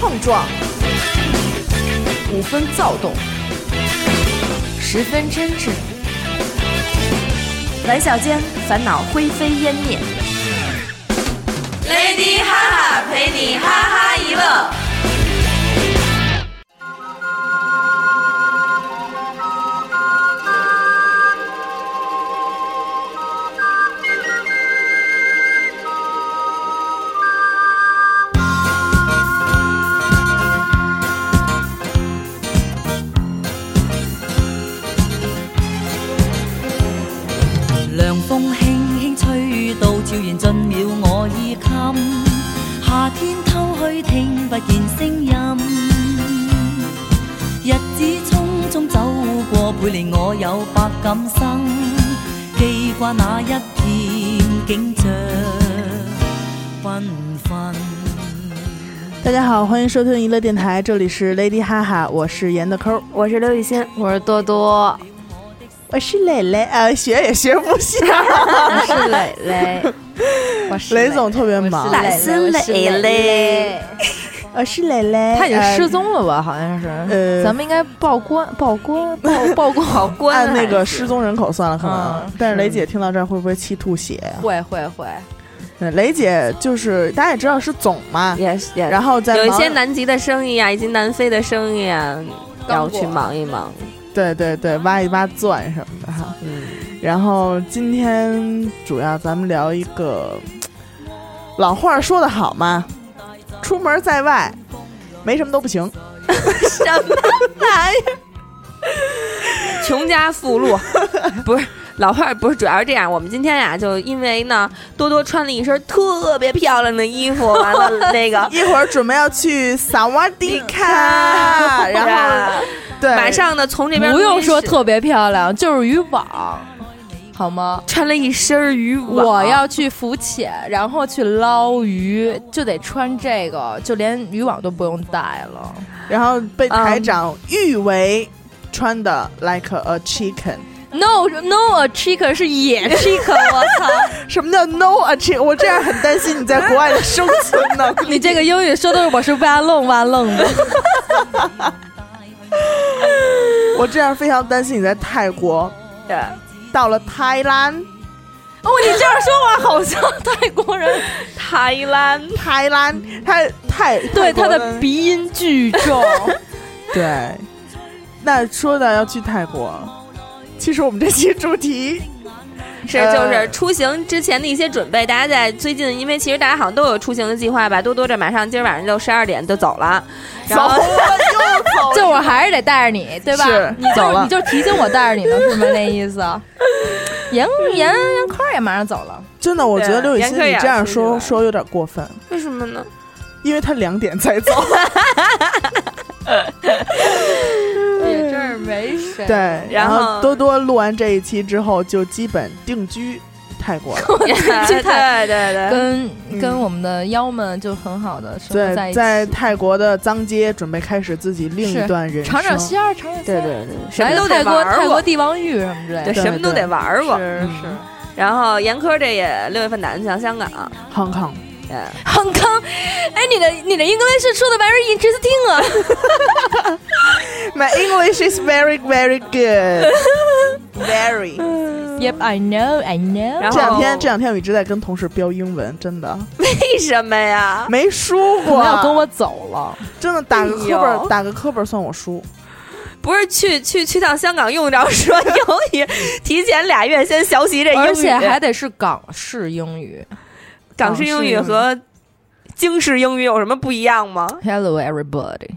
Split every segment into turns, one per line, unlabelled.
碰撞，五分躁动，十分真挚。玩笑间，烦恼灰飞烟灭。
Lady 哈哈陪你哈哈一乐。
涼風輕輕吹到，悄然進了我衣襟。夏天偷去聽不見聲音，日子匆匆走過，倍令我有百感生。記掛那一片景象，繽紛。
大家好，欢迎收听娱乐电台，这里是 Lady 哈哈，我是严的抠，
我是刘雨欣， 我是多多，
我是蕾 蕾，呃，学也学不下。
我是蕾 蕾，我是
雷总特别忙，
我是
我是蕾
蕾
蕾
蕾，
我是蕾蕾，
他已经
呃
失踪了吧？好像是，
呃
咱们应该报官、报官、 报报官、哎报官
按那个失踪人口算了，可能
嗯。
但是
是
雷姐听到这儿会不会气吐血呀？
会会会，
呃雷姐就是大家也知道是总嘛，
也是也是
然后在
有一
忙
些南极的生意啊，以及南非的生意啊，要
刚过
去忙一忙。
对对对挖一挖钻什么的哈。
嗯，
然后今天主要咱们聊一个，老话说得好嘛，出门在外，没什么都不行。
什么玩意儿？穷家富 路，不是老话儿，不是主要是这样。我们今天呀、就因为呢，多多穿了一身特别漂亮的衣服，完了 那个。
一会儿准备要去萨瓦迪卡，然后对，
啊马上呢，从这边
不用说
录音室
特别漂亮，就是渔网，好吗？
穿了一身渔网，
我要去浮潜，然后去捞鱼，就得穿这个，就连渔网都不用带了。
然后被
嗯
台长誉为穿的 like a chicken。
No No a chicken 是野 chicken，我操！
什么叫 no a chicken？我这样很担心你在国外的生存呢。
你这个英语说的我是哇愣哇愣的。
我这样非常担心你在泰国，
对
到了泰兰，
哦，你这样说话好像泰国人，
泰兰
泰兰，泰泰
对
泰国
他的鼻音巨重。
对。那说到要去泰国，其实我们这期主题
是就是出行之前的一些准备，大家在最近，因为其实大家好像都有出行的计划吧。多多这马上今儿晚上就十二点就走了，然后
就我还是得带着你，对吧？
是
你
走
就
了
你就提醒我带着你呢，是吗？那意思？严严严坤儿也马上走了，
真的，我觉得
对
刘雨
严
欣
科
你
也
这样
是
说
吧
说有点过分，
为什么 呢？
因为他两点才走。
也这儿没谁
对，
然
然
后
多多录完这一期之后，就基本定居泰国了。
对对对，
跟
嗯
跟我们的妖们就很好的生活在
对，
一
在
起，
泰国的脏街准备开始自己另一
是
段人生。
尝尝鲜儿，尝尝鲜
对
儿，
对对，什
来个
么都
泰
得
国
玩
泰
儿
国
过，
帝王浴什么之类
对，
的。
什么都得玩儿过。
是
嗯
是，
然后严科这也六月份打算去香港，
，Hong Kong，
嗯，
很康，哎，你的你的 English 说的 very interesting 啊。
My English is very very good. Very，
Yep, I know, I know
然。后
这两天这两天我一直在跟同事飙英文，真的
为什么呀？
没输
可能
过。
要跟我走了，
真的打个
哎
课
呦
本儿，打个课本儿算我输。
不是去去去趟香港用着说 英语，提前俩月先学习这英语，
而且还得是港式英语。
港式英语和京式英语有什么不一样吗？
Hello, everybody！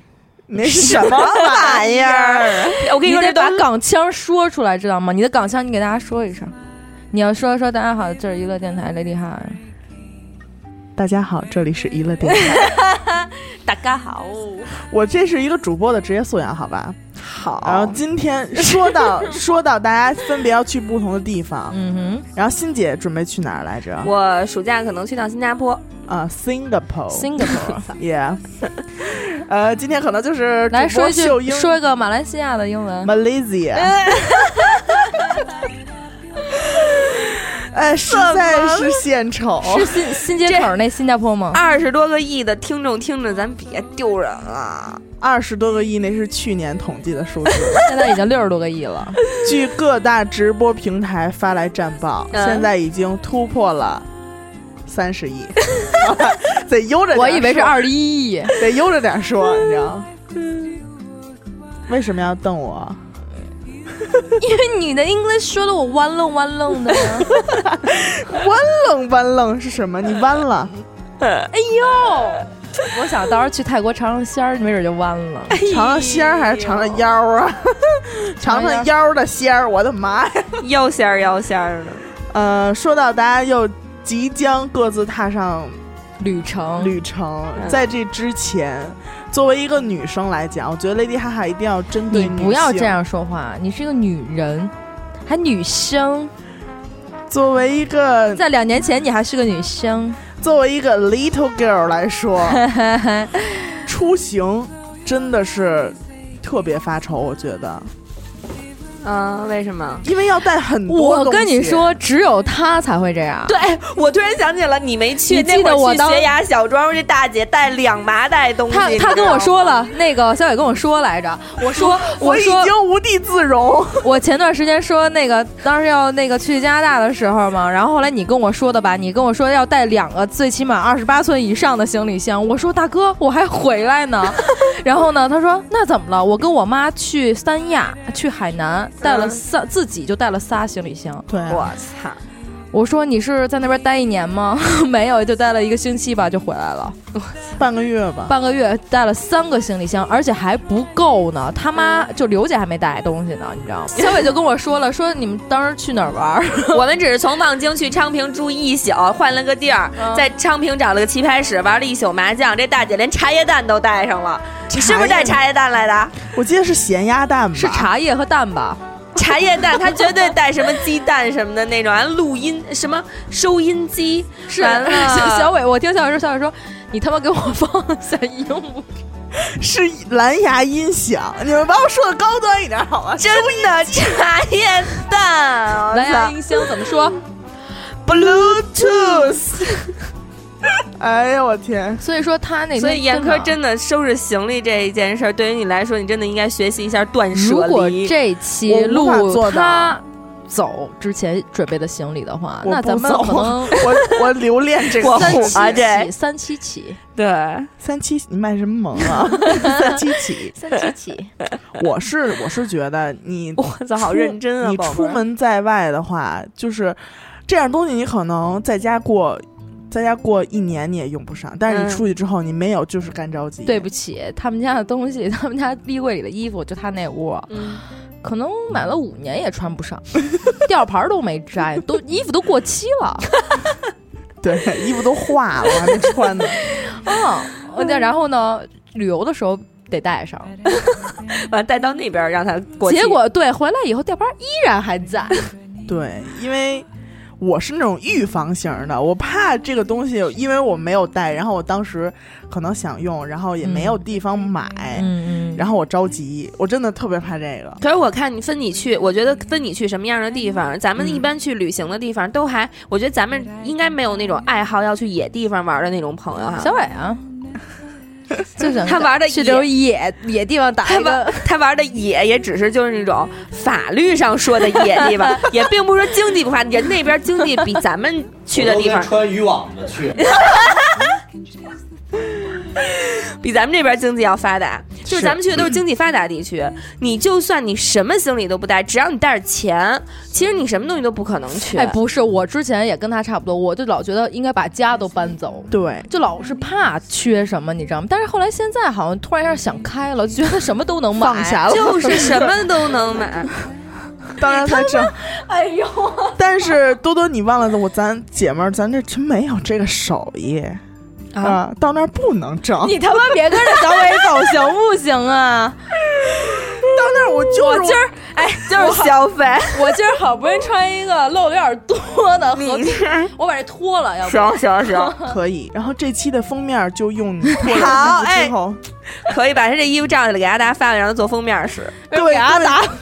你那是什 么玩意儿？
我跟
你
你说，
得
这
把
段
港腔说出来，知道吗？你的港腔，你给大家说一声。你要说说，大家好，这是娱乐电台雷厉害。
大家好，这里是娱乐电台。
大家好，
我这是一个主播的职业素养，好吧？
好
然后今天说到 说到大家分别要去不同的地方，
嗯
然后欣姐准备去哪儿来着？
我暑假可能去趟新加坡，
啊、s i n g a p o r
哼
e
，Singapore。
yeah，呃，今天可能就是
来
主播
说一句
秀，英
说一个马来西亚的英文。
Malaysia，哎，实在是献丑。
是新新街口那新加坡吗？
二十多个亿的听众听着，咱别丢人了。
二十多个亿那是去年统计的数字，
现在已经六十多个亿了。
据各大直播平台发来战报，
嗯
现在已经突破了三十亿， 得悠着点说。
我以为是二十一 亿，
得悠着点说，你知道？为什么要瞪我？
因为你的 English 说的我弯愣弯愣的，
弯愣弯愣是什么？你弯了，
我想到时候去泰国尝尝鲜儿，没准就弯了。
尝尝鲜儿还是尝尝腰儿啊？ 尝尝腰的鲜儿，我的妈呀！
腰仙儿腰仙儿的，
呃，说到大家又即将各自踏上
旅程，
旅程，
嗯
在这之前，作为一个女生来讲，我觉得 Lady 哈哈一定要针对
你
女
不要
性
这。样说话，你是一个女人，还女生。
作为一个
在两年前你还是个女生，
作为一个 little girl 来说， 出行真的是特别发愁，我觉得，
啊
嗯，为什么？
因为要带很多。
我跟你，说，只有她才会这样。
对，我突然想起了，你没去，
你记得
那会儿
我
去
当
悬崖小庄，这大姐带两麻袋东西，
她
你知道
她跟我
吗
说了，那个小野跟我说来着，我说
我
我
已
说
经无地自容。
我前段时间说那个，当时要那个去加拿大的时候嘛，然后后来你跟我说的吧，你跟我说要带两个最起码二十八寸以上的行李箱，我说大哥我还回来呢，然后呢他说那怎么了？我跟我妈去三亚去海南带了仨，自己就带了仨行李箱。
对
我 操，
我说你是在那边待一年吗？ 没有，就待了一个星期吧，就回来了。
半个月吧。
半个月带了三个行李箱，而且还不够呢。他妈就刘姐还没带东西呢，你知道吗？嗯 小伟就跟我说了，说你们当时去哪儿玩儿？
我们只是从望京去昌平住一宿，换了个地儿，
嗯
在昌平找了个棋牌室，玩了一宿麻将。这大姐连茶叶蛋都带上了，你是不是带
茶叶
茶叶蛋来的？
我记得是咸鸭蛋吧？
是茶叶和蛋吧？
茶叶蛋，她绝对带什么鸡蛋什么的那种，还录音什么收音机，
是啊
完了
小小伟，我听小伟说，小伟说你他妈给我放下医用不
是蓝牙音响。你们把我说的高端一点好吗？
真的茶叶蛋，我
蓝牙
操！
音箱怎么说？
Bluetooth。哎呀，我天！
所以说他哎那
所以严科
的
真的收拾行李这一件事儿，对于你来说，你真的应该学习一下断
如
舍
果
离。
这期
我无法
录
做到
他走之前准备的行李的话，
我
那
不
咱们
走
可能
我我留恋这个
我
三
火啊
期
这
起，三期起，
对，
三七，你卖什么萌 啊？三七起，
三期 起，
我是我是觉得你
我操，好
出
认真啊，
你
宝贝
出
儿
门在外的话，就是这样东西，你可能在家过，在家过一年你也用不上，但是
嗯
你出去之后，你没有就是干着急。
对不起，他们家的东西， 他们家衣柜里的衣服，就他那屋，
嗯
可能买了五年也穿不上， 吊牌儿都没摘，都衣服都过期 了。
对，衣服都化了，我还没穿呢。
嗯，那然后呢，旅游的时候得带上，
完了带到那边儿让他过期。
结果对回来以后吊牌依然还在。
对，因为我是那种预防型的，我怕这个东西，因为我没有带，然后我当时可能想用，然后也没有地方买，
嗯
然后我着急，我真的特别怕这个。
可是我看你分你去，我觉得分你去什么样的地方，咱们一般去旅行的地方都还，我觉得咱们应该没有那种爱好要去野地方玩的那种朋友哈。
小伟啊， 就想
他玩的
去
野
留野野地方打
他
一个
玩。他玩的野也只是就是那种法律上说的野地方， 也并不是说经济不发达，人那边经济比咱们去的地
我都
方
该穿渔网的去，
比咱们这边经济要发达，就是
是
咱们去的都是经济发达地区。你就算你什么行李都不带，只要你带着钱，其实你什么东西都不可能去。
哎，不是，我之前也跟他差不多，我就老觉得应该把家都搬走，
对，
就老是怕缺什么，你知道吗？但是后来现在好像突然一下想开了，觉得什么都能买，
放下了，
就是什么都能买，
当然才正。哎呦！ 但是多多，你忘了我咱姐们儿，咱这真没有这个手艺
啊
啊，到那儿不能挣。
你他妈别跟着 小伟走，行不行啊？
到那儿我就是
我今儿
哎，就是消费。
我今儿好不容易穿一个露有点多的，合
你
我把这脱了，要不
啊
行行行，
可以。然后这期的封面就用你脱了
好
衣服之后，
可以把他这衣服照下来，给阿达发了，让他做封面使。
给阿达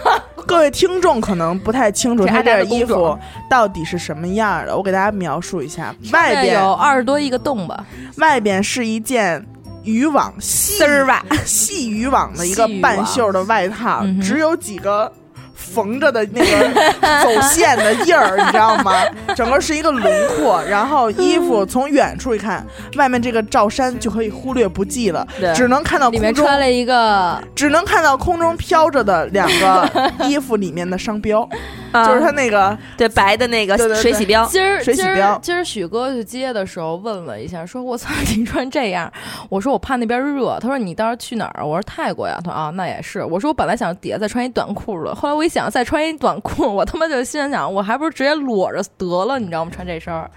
各位听众可能不太清楚
这
他
阿达的
这衣
公
服
主
到底是什么样儿的，我给大家描述一下。外
现在有
边
二十多亿个洞吧，
外边是一件渔网细
丝儿吧，
细渔网的一个
细渔网
半袖的外套
嗯，哼
只有几个。缝着的那个走线的印儿，你知道吗？整个是一个轮廓，然后衣服从远处一看，外面这个罩衫就可以忽略不计了，
对
只能看到
里面
啊空中
穿了一个
只能看到空中飘着的两 个衣服里面的商标，
啊
就是它那个
对白的那个
嗯对对对
水洗标，
今儿
水洗
今儿
标
今儿许哥去接的时候问了一下，说我操 你穿这样，我说我怕那边热，他说你当时去哪儿？我说泰国呀，他说啊那也是，我说我本来想底下再穿一短裤的，后来我一想再穿一短裤，我他妈就心想我还不如直接裸着得了，你知道吗？穿这身儿，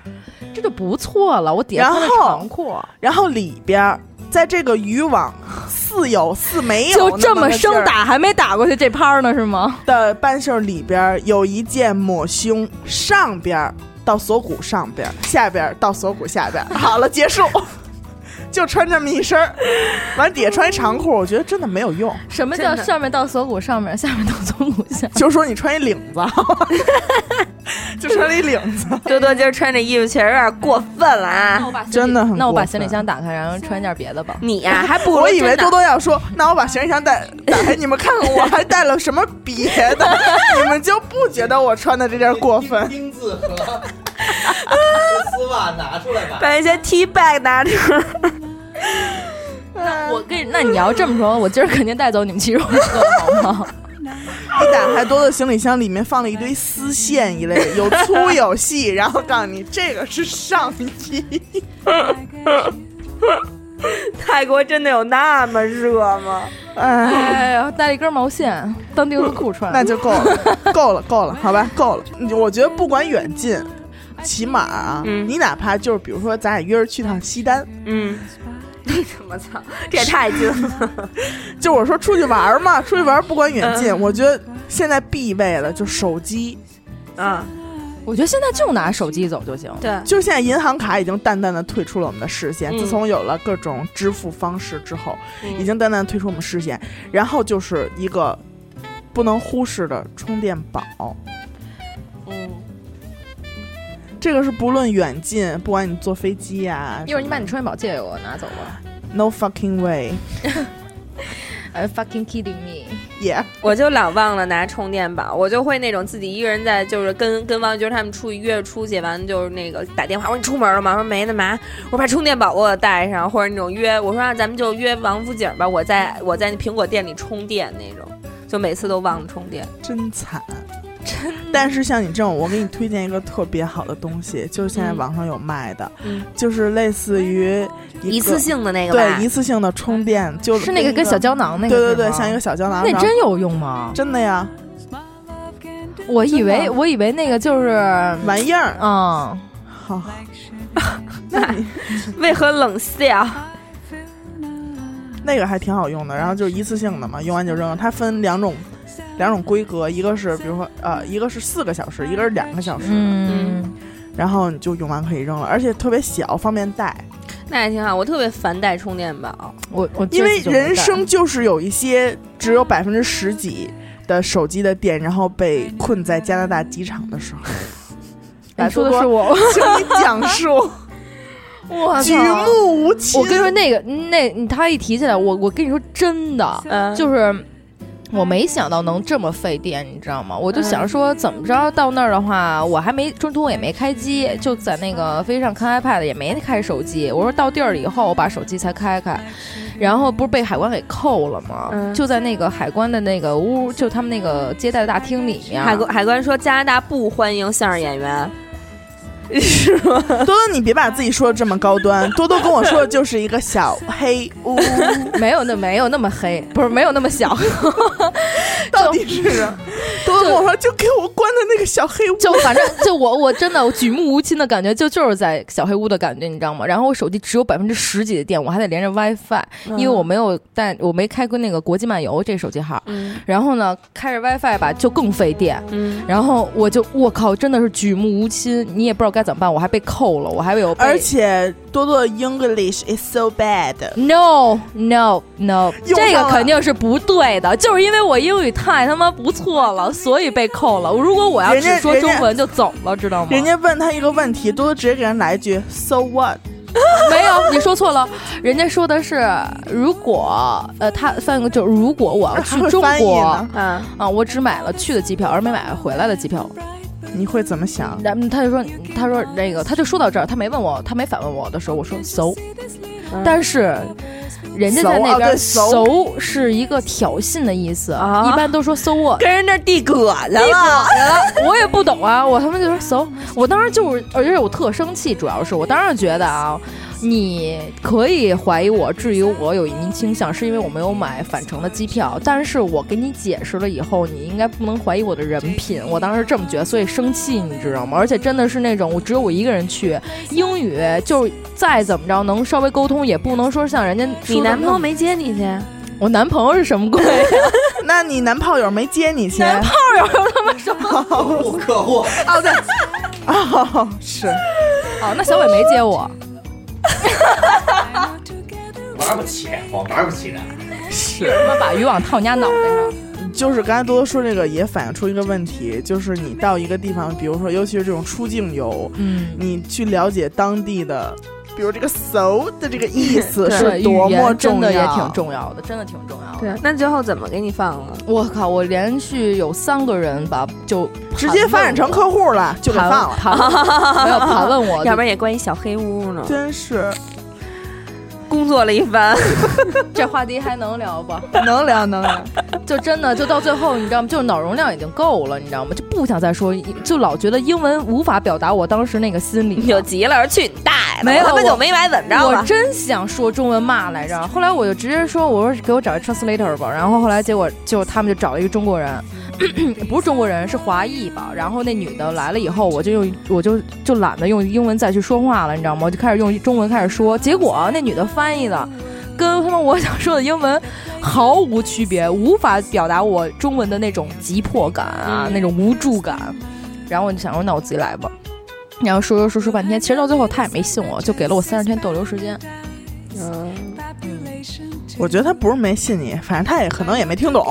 这就不错了，我底下穿的
然后
长裤，
然后里边儿在这个渔网似有似没有
就这
么
么生打还没打过去这拍呢是吗？
的半袖里边儿有一件抹胸，上边儿到锁骨上边儿，下边儿到锁骨下 边儿。好了，结束。就穿这么一身儿，完底下穿一长裤，我觉得真的没有用。
什么叫
真的
上面到锁骨上面，下面到锁骨下？
就说你穿一领子， 就穿了一领子，
多多今儿穿这衣服确实有点过分了啊！
真的很
那我 把
过
行
分
李箱打开，然后穿件别的吧。
你呀、还不如
我以为
真的
多多要说，那我把行李箱带 打开，你们看看我还带了什么别 的，你们就不觉得我穿的这件过分？
钉子和和丝袜拿出 来吧。
把一些 T bag 拿出来，
我跟那你要这么说，我今儿肯定带走你们骑肉车，好吗？
一打开多多行李箱，里面放了一堆丝线一类的，有粗有细，然后告诉你这个是上衣。
泰国真的有那么热吗？
哎，
哎呀，带了一根毛线当丁字裤穿，
那就够 了，够了，够了，好吧，够了。你我觉得不管远近。起码啊，
嗯
你哪怕就是比如说，咱俩约着去趟西单，
嗯，我操，这也太近了。
就我说出去玩儿嘛，出去玩儿不管远近，我觉得现在必备的就手机，
嗯，
我觉得现在就拿手机走就行。
对，
就现在银行卡已经淡淡的退出了我们的视线，
嗯
自从有了各种支付方式之后，
嗯
已经淡淡地退出我们视线。然后就是一个不能忽视的充电宝，
嗯，
这个是不论远近，不管你坐飞机呀、
一会儿你把你充电宝借给我，拿走吧。
n o fucking way，yeah。
哎，fucking kidding me！
我就老忘了拿充电宝，我就会那种自己一个人在，就是跟跟王军他们出去约着出去，完了就是那个打电话，我说你出门了吗？我说没呢嘛，我说把充电宝给我带上，或者那种约，我说啊，咱们就约王府井吧，我在我在苹果店里充电那种，就每次都忘了充电。
真惨。但是像你这种，我给你推荐一个特别好的东西，就是现在
嗯
网上有卖的，
嗯
就是类似于一个
一次性的那个吧
对一次性的充电，就是
那个跟小胶囊那
对
个，
对
是
对，
吗
像一个小胶囊，
那
然后
真有用吗？
真的呀，
我以为我以为那个就是，
玩意儿，
嗯，
好，那你
为何冷 笑？
那个还挺好用的，然后就是一次性的嘛，用完就扔了。它分两种两种规格，一个是比如说呃，一个是四个小时，一个是两个小时，
嗯，
然后你就用完可以扔了，而且特别小，方便带。
那还挺好，我特别烦带充电宝。
我我
因为
这次就没带
人生就是有一些只有百分之十几。的手机的电，然后被困在加拿大机场的时候，
你说的是我，
请你讲述，
我
举目无亲。
我跟你说，那个那他一提起来，我我跟你说真的，
嗯，
就是我没想到能这么费电，你知道吗？我就
嗯
想说，怎么着到那儿的话，我还没中途也没开机，就在那个飞机上看 iPad，也没开手机。我说到地儿以后，我把手机才开开，然后不是被海关给扣了吗？
嗯
就在那个海关的那个屋，就他们那个接待大厅里面，
海关海关说加拿大不欢迎相声演员， 是吗？
多多，你别把自己说的这么高 端。多多跟我说的就是一个小黑屋，
没有那没有那么黑，不是没有那么小，
到底是什么
多
跟我说就给我关在那个小黑屋，
就反正就我我真的我举目无亲的感觉，就就是在小黑屋的感觉，你知道吗？然后我手机只有百分之十几的电，我还得连着 WiFi，、因为我
嗯
没有带我没开过那个国际漫游这手机号，
嗯
然后呢开着 WiFi 吧就更费电，
嗯，
然后我就我靠，真的是举目无亲，你也不知道该怎么办，我还被扣了，我还有被
而且多多的 English is so bad。
No no no，
用上
这个
了
肯定是不对的，就是因为我英语太他妈不错了，所以被扣了。如果我要
人家
只说中文就走了，知道吗？
人家问他一个问题，多多直接给人来一句 “So what”，
没有，你说错了，人家说的是如果呃，他翻译过就是如果我要去
还会
中
翻译
国啊
呢、
啊，
我只买了去的机票，而没买回来的机票。
你会怎么想？
然后他就说，他说那个，他就说到这儿，他没问我，他没反问我的时候，我说 so，、但是人家在
嗯搜
那
啊
边
对搜
so 是一个挑衅的意思，
啊
一般都说 so what。
跟人那儿递葛子
啊
了，
我也不懂啊，我他妈就说 so，我当时就是，而且我特生气，主要是我当时觉得啊，你可以怀疑我，至于我有移民倾向，是因为我没有买返程的机票，但是我给你解释了以后，你应该不能怀疑我的人品，我当时这么觉得，所以生气，你知道吗？而且真的是那种我只有我一个人去，英语就是再怎么着能稍微沟通，也不能说像人家
你男朋友
友，
没接你去？
我男朋友是什么鬼？
那你男炮友没接你去？
男
炮
不可恶，
哦，是
哦，那小伟没接我。
玩不起，我玩不起的。
是他妈把渔网套人家脑袋上。
就是刚才多多说这个也反映出一个问题，就是你到一个地方，比如说尤其是这种出境游，
嗯，
你去了解当地的，比如这个 “so” 的这个意思
对
是多
语言
么重
真的也
要，
挺重要的，真的挺重要的。
对，啊那最后怎么给你放了？
我靠！我连续有三个人吧，就
直接发展成客户了，就给
盘
放了，
盘没有盘问 我，
要不然也关一小黑屋呢。
真是
工作了一 番，
这话题还能聊 不？
能聊能聊。
就真的就到最后，你知道吗？就是脑容量已经够了，你知道吗？就不想再说，就老觉得英文无法表达我当时那个心理。
你就急了，去你大爷的！
没有
我他妈
我
就没买，怎么着
我
吧？
真想说中文骂来着，后来我就直接说，我说给我找一 translator 吧。然后后来结果就他们就找了一个中国人， 不是中国人，是华裔吧。然后那女的来了以后，我就用我就就懒得用英文再去说话了，你知道吗？我就开始用中文开始说，结果那女的翻译的。跟他们我想说的英文毫无区别，无法表达我中文的那种急迫感啊，那种无助感。然后我就想说，那我自己来吧。然后说说说说半天，其实到最后他也没信我，就给了我三十天逗留时间。
我觉得他不是没信你，反正他也可能也没 听懂。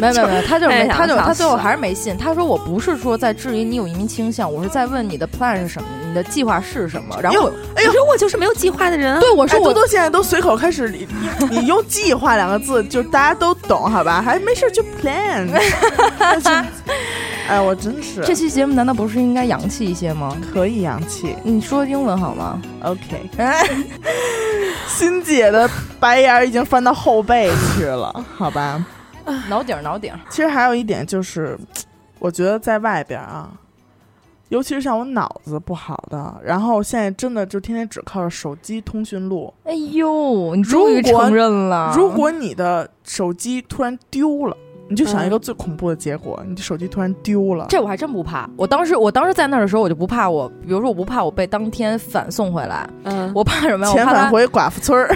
没有没有没有，他就是
太
没，
想
他就是
放
他最后
肆了
还是没信。他说我不是说在质疑你有移民倾向，我是在问你的 plan 是什么，你的计划是什么。然后我
哎呦，说我就是没有计划的人啊。
对我
哎，
说
多
我
多现在都随口开始，你你用“计划”两个字，就大家都懂，好吧？还没事就 plan。哎，我真是
这期节目难道不是应该洋气一些吗？
可以洋气
你说英文好吗？
，OK。欣姐的白眼儿已经翻到后背去了，好吧？
挠顶儿挠顶儿，
其实还有一点就是，我觉得在外边啊，尤其是像我脑子不好的，然后现在真的就天天只靠着手机通讯录。
哎呦，你终于
如果
承认了。
如果你的手机突然丢了，你就想一个最恐怖的结果，你的手机突然丢了。
这我还真不怕，我当时我当时在那儿的时候，我就不怕我，比如说我不怕我被当天反送回来，
嗯，
我怕什么呀？我
遣
怕
返
他，
回寡妇村儿，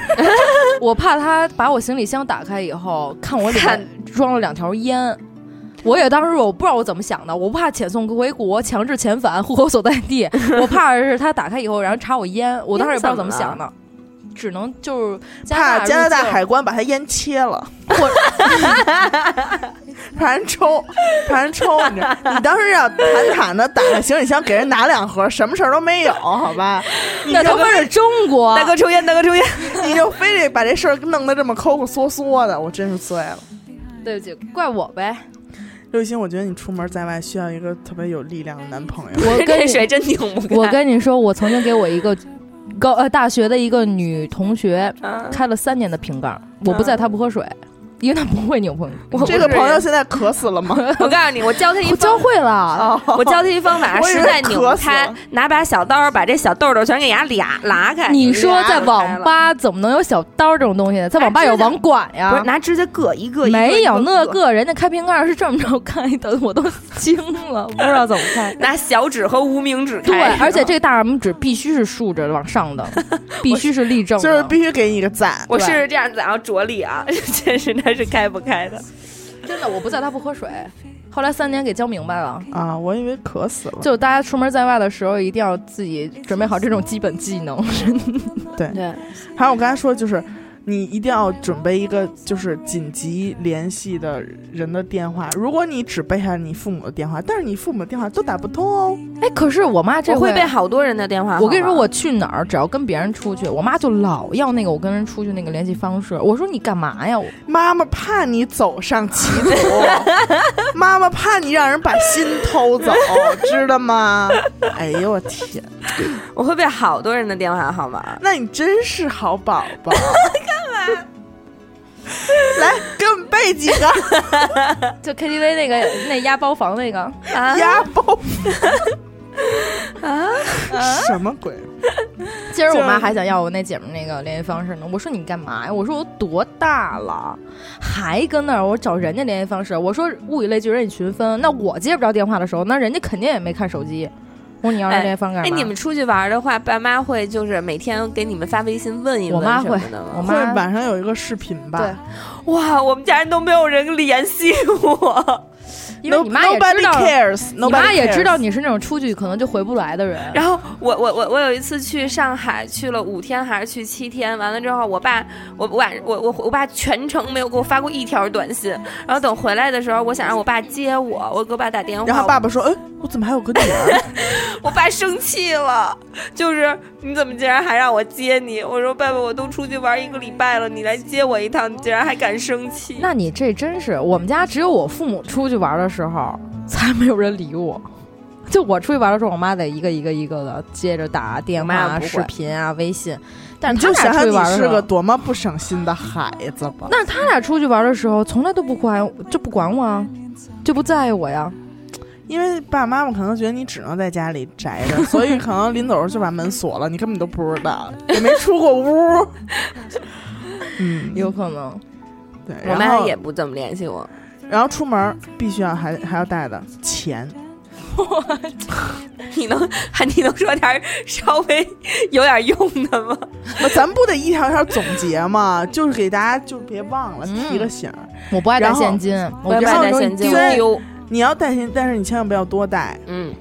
我怕他把我行李箱打开以后，看我里面装了两条烟。我也当时我不知道我怎么想的，我不怕遣送回国、强制遣返、户口所在 地，我怕是他打开以后，然后查我烟。我当时也不知道怎么想的，只能就是加拿
怕
大
加拿大
入境
海关把他烟切了， 怕人抽，怕人抽，你知道？你当时要坦坦的打开行李箱，给人拿两盒，什么事儿都没有，好吧？你
那他
就
妈是中国，
大哥抽烟，大哥抽烟。
你就非得把这事儿弄得这么抠抠缩缩的，我真是醉了。
对不起，怪我呗。
刘雨欣，我觉得你出门在外需要一个特别有力量的男朋友。
我 跟
这
你
水真拧不开。
我跟你说，我曾经给我一个高呃大学的一个女同学
啊
开了三年的瓶盖儿，我不在，她不喝水，因为他不会扭蓬
我
这个朋友现在渴死了吗？
我告诉你，我教他一
我教
方
会了，
哦，
我教他一方法，
我以为
实在扭不
渴死
开
了，
拿把小刀把这小豆豆全给牙俩拉开。
你说在网
吧
吧怎么能有小刀哎这种东西呢？在网吧有网管
不是
呀。
拿指甲割一个，一个
啊没有
一
那
个，。
个，人家开瓶盖是这么着开的，我都惊了，不知道怎么开
拿小指和无名指
对
开。，
而且这个大拇指必须是竖着往上 的，必须是立正
就是
的。
必须给你一个赞。
我试试这样子，然后着力啊， 真是那是开不开的。
真的，我不在，他不喝水。后来三年给教明白了，
啊，我以为渴死了。
就大家出门在外的时候一定要自己准备好这种基本技能。
对，
还有我刚才说，就是你一定要准备一个就是紧急联系的人的电话。如果你只背下你父母的电话，但是你父母的电话都打不通哦。
哎，可是我妈这
我会
被。
被好多人的电话号码。
我跟你说，我去哪儿只要跟别人出去，我妈就老要那个我跟人出去那个联系方式。我说你干嘛呀？我
妈妈怕你走上歧途，妈妈怕你让人把心偷 走，知道吗？哎呦我天，
我会被好多人的电话号码。
那你真是好宝 宝。干嘛？来，给我们背几个
就 KTV 那个那压包房那个，
鸭包。啊？什么鬼？
今儿
就
我
是
妈还想要我那姐们儿那个联系方式呢。我说你干嘛呀？我说我多大了，还跟那儿我找人家联系方式。我说物以类聚，人以群分。那我接不着电话的时候，那人家肯定也没看手机。我说你要人联系方式干
哎，
嘛？
你们出去玩的话，爸妈会就是每天给你们发微信问一问
我妈
什
会
么的吗
我
会
妈
晚上有一个视频吧？
对
哇，我们家人都没有人联系我，
因为
No-
你妈也知
nobody
道，
cares，
你妈
nobody
也知道
cares
你是那种出去可能就回不来的人。
然后我我我我有一次去上海去了五天还是去七天，完了之后我爸我我我我我爸全程没有给我发过一条短信，然后等回来的时候，我想让我爸接我，我给我爸打电话，
然后爸爸说：“哎，我怎么还有个女 儿
我爸生气了，就是你怎么竟然还让我接你？我说爸爸，我都出去玩一个礼拜了，你来接我一趟，你竟然还敢生气？
那你这真是，我们家只有我父母出去玩的时候，才没有人理我。就我出去玩的时候，我妈得一个一个一个的接着打电话、
我
啊、
妈不会
视频啊、微信。？”但
你
是
就想
他俩
想
出去玩
你
的
是
时
个
候，
多么不省心的孩子吧。
那他俩出去玩的时候，从来都不管，就不管我啊，就不在意我呀。
因为爸爸妈妈可能觉得你只能在家里宅着，所以可能临走的时候就把门锁了，你根本都不知道，也没出过屋。嗯，
有可能，
对。
我
然
妈
后
也不怎么联系我，
然后出门必须要还还要带的钱，
你能 还你能说点儿稍微有点用的吗？
不咱不得一条条总结嘛？就是给大家就别忘了
嗯
提个醒儿，
我不爱带
然后
现金，我
要
觉得
带现金
我觉得
丢，
你要带钱，但是你千万不要多带
嗯，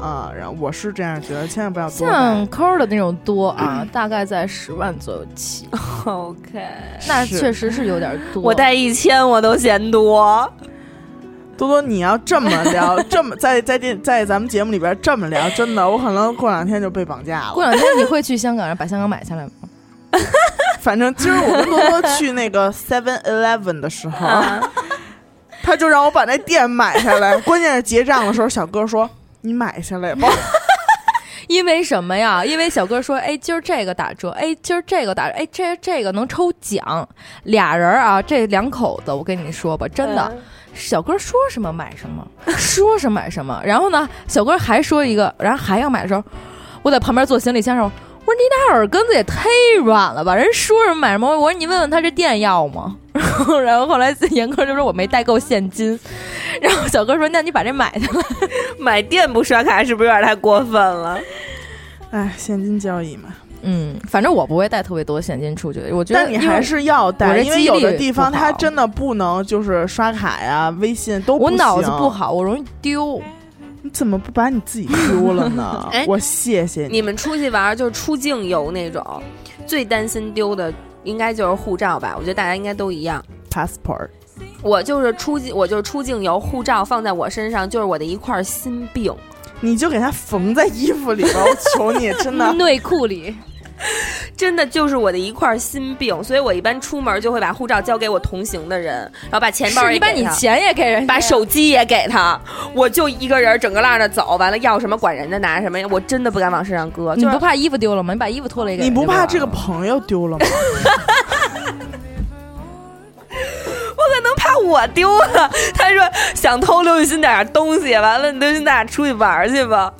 啊、然后我是这样觉得，千万不要多带。
像抠的那种多啊，大概在十万左右起，
OK，
那
是
确实是有点多。
我带一千我都嫌多，
多多，你要这么聊，这么在在电在咱们节目里边这么聊，真的，我可能过两天就被绑架
过
了。
两天你会去香港，把香港买下来吗？
反正今儿我跟多多去那个 Seven Eleven 的时候，
啊
啊
他就让我把那店买下来。 关键是结账的时候，小哥说：“你买下来吧。
因为什么呀？因为小哥说，哎，今儿这个打折，哎，今儿这个打折，哎，这这个能抽奖。俩人啊，这两口子，我跟你说吧，真
嗯
的，小哥说什么买什么，说什么买什么。然后呢，小哥还说一个，然后还要买的时候，我在旁边做行李箱上，我说你俩耳根子也忒软了吧？人说什么买什么，我说你问问他这店要吗？ 然后后来严哥就说我没带够现金，然后小哥说那你把这买下来。
买店不刷卡是不是有点太过分了？”？
哎，现金交易嘛，
嗯，反正我不会带特别多现金出去，我觉得
但你
因为
还是要
我
带，
这
因为
记忆
有的
力
地方
不
它
好
真的不能就是刷卡呀、微信都不
我脑子
行
哦不，好，我容易 丢。。
你怎么不把你自己丢了呢
哎
我谢谢你。
你们出去玩儿就是出境游那种，最担心丢的应该就是护照吧？我觉得大家应该都一样。
passport
我就是出境，我就是出境游，护照放在我身上就是我的一块心病。
你就给它缝在衣服里边，我求你，真的
嗯内裤里，
真的就是我的一块心病，所以我一般出门就会把护照交给我同行的人，然后把钱包
是
也
你把
给
你
他，
钱也给人家，
把手机也给他，我就一个人整个浪着走，完了要什么管人家拿什么，我真的不敢往身上搁。
你
就是
不怕衣服丢了吗？你把衣服脱了也给
你
人家
不
吧
怕这个朋友丢了吗？
我丢了。 他说想偷刘雨欣带点东西，完了刘雨欣咱俩出去玩去吧，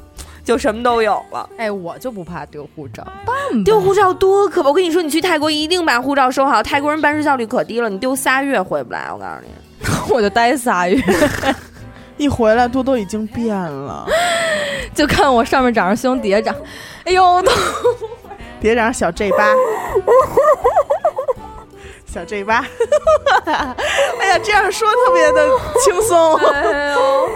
就什么都有了。
哎，我就不怕丢护照，
丢护照多可怕！我跟你说，你去泰国一定把护照收好，泰国人办事效率可低了，你丢仨月回不来。我告诉 你，
我就待仨月，
一回来多多已经变了，
就看我上面长着胸，底下长，哎呦，都
别长小 J 八， 小 J 八， 哎呀，这样说特别的轻松，
哎呦，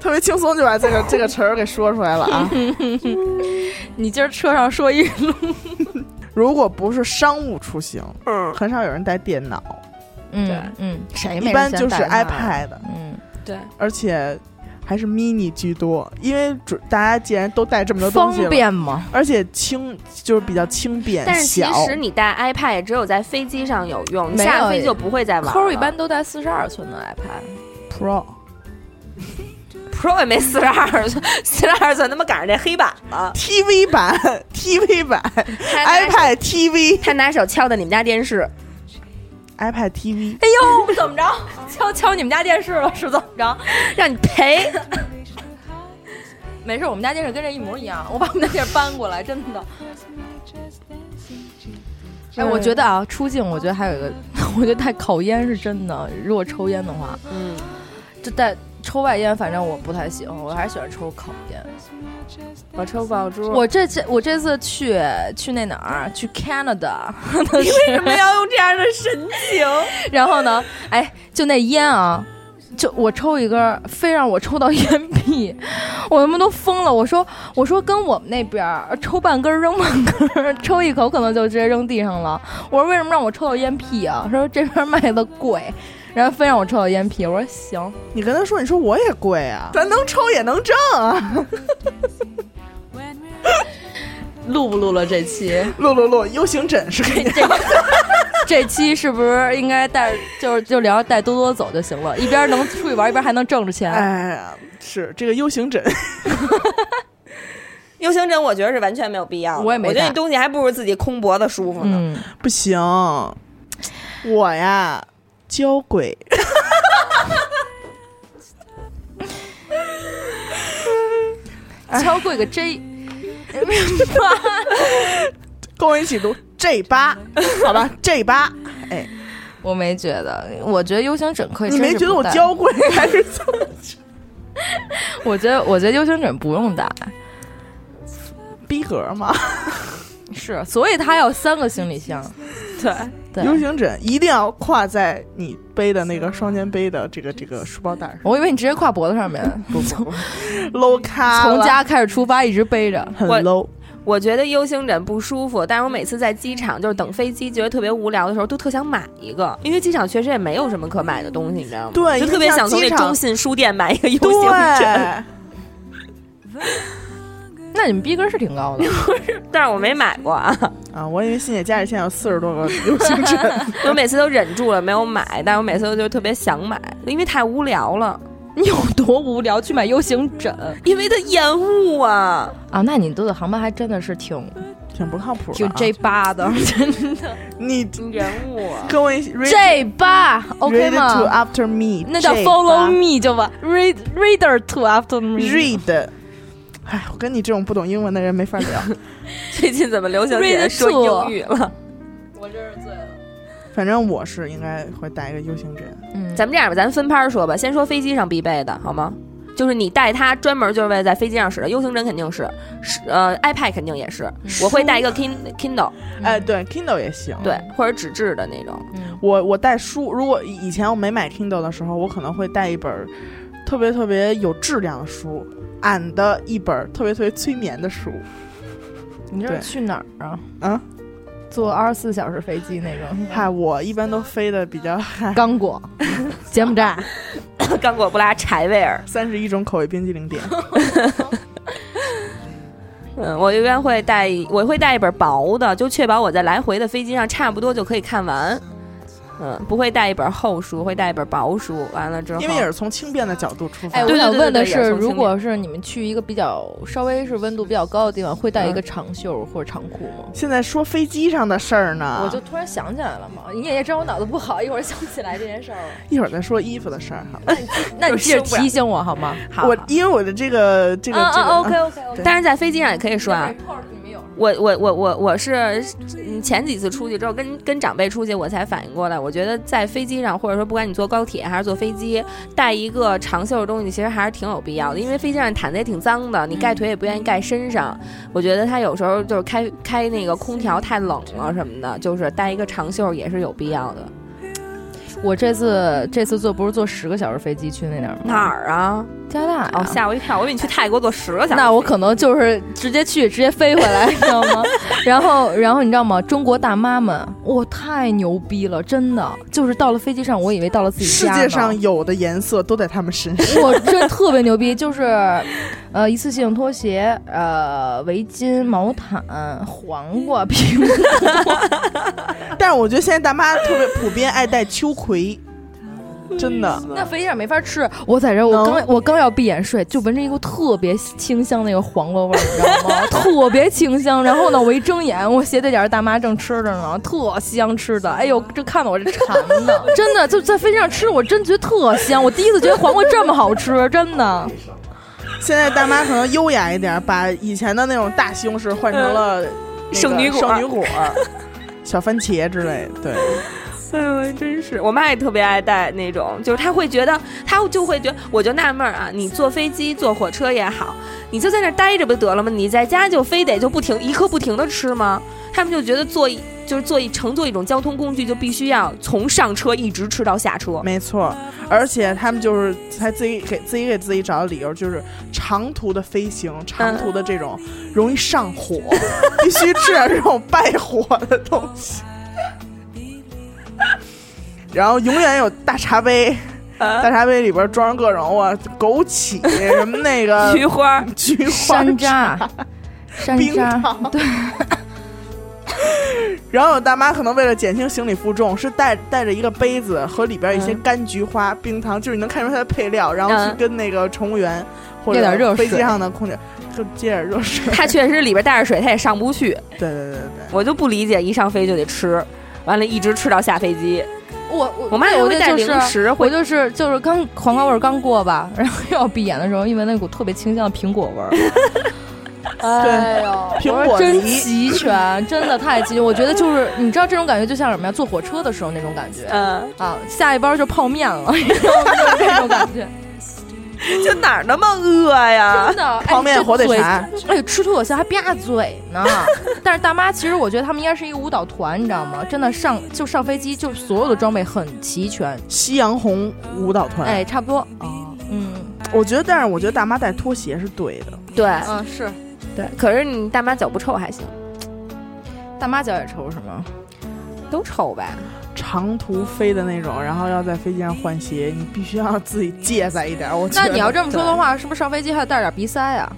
特别轻松就把这个这个词儿给说出来了啊！
你今儿车上说一路，
如果不是商务出行，
嗯，
很少有人带电脑，
嗯嗯，谁
一
没
般
人
就是
先带它
iPad，
嗯，
对，
而且还是 mini 居多，因为主大家既然都带这么多东
方
西了，
便吗？
而且轻就是比较轻便，
但是其
小。
实你带 iPad 也只有在飞机上有用，你
没有
下飞机就不会再玩了。
抠儿一般都带四十二寸的 iPad，
Pro
Pro 也没四十二寸，四十二寸他妈赶上这黑板了。
TV 版 TV 版
他拿
iPad TV
他拿手敲的你们家电 视，
iPad TV
哎呦，怎么着？敲敲你们家电视了是怎么着？
让你 赔。
没事，我们家电视跟这一模一样，我把我们家电视搬过来，真的。 哎，我觉得啊，出境我觉得还有一个， 我觉得带烤烟是真的。如果抽烟的话，
嗯，
就带抽外烟，反正我不太喜欢，我还是喜欢抽烤烟。
我抽爆珠。
我这次我这次去去那哪儿去 Canada，
你为什么要用这样的神情？
然后呢，哎，就那烟啊，就我抽一根儿，非让我抽到烟屁， 我他妈都疯了。我说我说跟我们那边儿抽半根儿扔半根儿，抽一口可能就直接扔地上了。我说为什么让我抽到烟屁啊？他说这边儿卖的贵，然后非让我抽到烟屁。我说行，
你跟他说，你说我也贵啊，咱能抽也能挣啊。
录不录了这期？ 哎
录录录，U 型枕是给你。
这期是不是应该带就是就聊带多多走就行了？一边能出去玩，一边还能挣着钱。
哎呀，是这个 U 型枕，
U 型枕我觉得是完全没有必要的。
我也没
我觉得
带
你东西还不如自己空脖子舒服呢。
嗯，
不行，我呀娇贵。
敲过一个 J。
跟我一起读 J 八，好吧，J 八。
我没觉得，我觉得 U 型枕可以。
你没
真
觉
是
得
不
我
戴？
娇贵还是怎么？
我觉得，我觉得 U 型枕不用戴，
逼格吗？
是，所以它要三个行李箱。
对，
对
U 型枕一定要挎在你背的那个双肩背的这个这个书包带上，
我以为你直接挎脖子上面，
搂咖
从
了
家开始出发，一直背着。
很
我
low。
我觉得 U 型枕不舒服，但是我每次在机场就是等飞机，觉得特别无聊的时候，都特想买一个，因为机场确实也没有什么可买的东西，你知道吗？
对
就
因为
特别
像
想从那
机场
中信书店买一个 U
对
型枕，
那你们逼格是挺高的，
但是我没买过啊，
啊，我以为欣姐家里现在有四十多个 U 型 枕，
我每次都忍住了没有买，但是我每次都就特别想买，因为太无聊了，
你有多无聊去买 U 型枕
因为它延误啊。
啊？那你坐的航班还真的是挺
挺不靠谱的
挺
啊。
J 八 的
你
延误、啊。
跟我一起 read
，J 八
read
OK
to
吗？
after me，
那叫
J8
Follow me 就完，Read Reader to after me。
read。哎，我跟你这种不懂英文的人没法聊。
最近怎么流行起
Read
来说
to
英语了？
反正我是应该会带一个 U 型枕，
嗯，
咱们这样吧，咱分拍儿说吧，先说飞机上必备的好吗？就是你带它专门就是为了在飞机上使的，U 型枕肯定是，是呃 iPad 肯定也是，我会带一个 Kin- Kindle，
呃
哎，
嗯
对，Kindle 也行。
对，或者纸质的那种。
我我带书，如果以前我没买 Kindle 的时候，我可能会带一本特别特别有质量的书，俺的一本特别特别催眠的书。
你这
对
是去哪儿啊？
啊，
坐二十四小时飞机那种。
嗨，我一般都飞的比较
刚果，柬埔寨，
刚果布拉柴维尔，
三十一种口味冰激凌点，
嗯，我一般会带，我会带一本薄的，就确保我在来回的飞机上差不多就可以看完。嗯，不会带一本厚书，会带一本薄书。完了之后，
因为也是从轻便的角度出发
哎，。
对
我想
对对
问的
对也
是，
是从
如
轻
果是你们去一个比较稍微是温度比较高的地方，会带一个长袖或者长裤吗？
现在说飞机上的事儿呢，
我就突然想起来了嘛，你也知道我脑子不好，一会儿想不起来这件事儿了。
一会儿再说衣服的事儿哈。
那你记着
受不了
提醒我好吗？
好，
我因为我的这个
啊
这个这个
OK OK OK，
但是在飞机上也可以说啊。
一会儿你们有
我我我我我是嗯前几次出去之后跟跟长辈出去，我才反应过来，我觉得在飞机上，或者说不管你坐高铁还是坐飞机，带一个长袖的东西其实还是挺有必要的，因为飞机上毯子也挺脏的，你盖腿也不愿意盖身上。我觉得他有时候就是开开那个空调太冷了什么的，就是带一个长袖也是有必要的。
我这次这次坐不是坐十个小时飞机去那哪儿吗？
哪儿啊？
加拿大呀
哦，吓我一跳，我以为你去泰国坐十个小时。
那我可能就是直接去，直接飞回来，你知道吗？然后，然后你知道吗？中国大妈们，哇，太牛逼了，真的！就是到了飞机上，我以为到了自己
世
家呢。
界上有的颜色都在他们身上。
我真特别牛逼，就是，呃，一次性拖鞋，呃，围巾、毛毯、黄瓜、苹果，
但是我觉得现在大妈特别普遍爱戴秋葵，真 的。
那飞机上没法吃。我在这儿，我刚我刚要闭眼睡，就闻着一股特别清香那个黄瓜味儿，你知道吗？特别清香。然后呢，我一睁眼，我斜对角大妈正吃着呢，特香吃的。哎呦，这看得我这馋的，真的就在飞机上吃，我真觉得特香。我第一次觉得黄瓜这么好吃，真的。
现在大妈可能优雅一点，把以前的那种大西红柿换成了那个
圣女果
圣女果、小番茄之类。对，
哎呦，真是！我妈也特别爱带那种，就是她会觉得，她就会觉得，我就纳闷儿啊，你坐飞机、坐火车也好，你就在那儿待着不得了吗？你在家就非得就不停一刻不停的吃吗？他们就觉得坐一就是坐一乘坐一种交通工具就必须要从上车一直吃到下车。
没错。而且他们就是还自己给自己给自己找的理由，就是长途的飞行，长途的这种容易上火，必须吃点这种败火的东西。然后永远有大茶杯，
呃
大茶杯里边装着各种哇枸杞什么那个
菊花儿，
菊花
山楂， 山
冰
楂。
糖。对。然后有大妈可能为了减轻行李负重，是带带着一个杯子和里边一些干菊花、冰糖，就是你能看出它的配料，然后去
嗯
跟那个乘务员或
要点热
者
水
飞机上的空姐就接点热水。
她确实里边带着水，她也上不去。
对对对对
我就不理解，一上飞就得吃，完了一直吃到下飞机。
我我
我妈也
有
会带零食，
我
会
就是就是刚黄瓜味儿刚过吧，然后又要闭眼的时候，因为那股特别清香的苹 果味儿，哎呦，
苹
我说
果
真
梨
齐全，真的太齐全。我觉得就是你知道这种感觉就像什么呀？坐火车的时候那种感觉
嗯，
啊，下一班就泡面了， 然后就是那种感觉，
就哪儿那么饿呀
真？的
啊泡面火腿肠，
哎这嘴哎，吃特香还吧嘴呢。但是大妈其实我觉得他们应该是一个舞蹈团，你知道吗？真的上就上飞机就所有的装备很齐全，
夕阳红舞蹈团，
哎，差不多啊，嗯。
我觉得，但是我觉得大妈带拖鞋是对的。
对
嗯，是
对，可是你大妈脚不臭还行。
大妈脚也臭是 吗？
都臭吧？
长途飞的那种，然后要在飞机上换鞋，你必须要自己借在一点。我觉
那
得
你要这么说的
对
话，是不是上飞机还得带点鼻塞啊？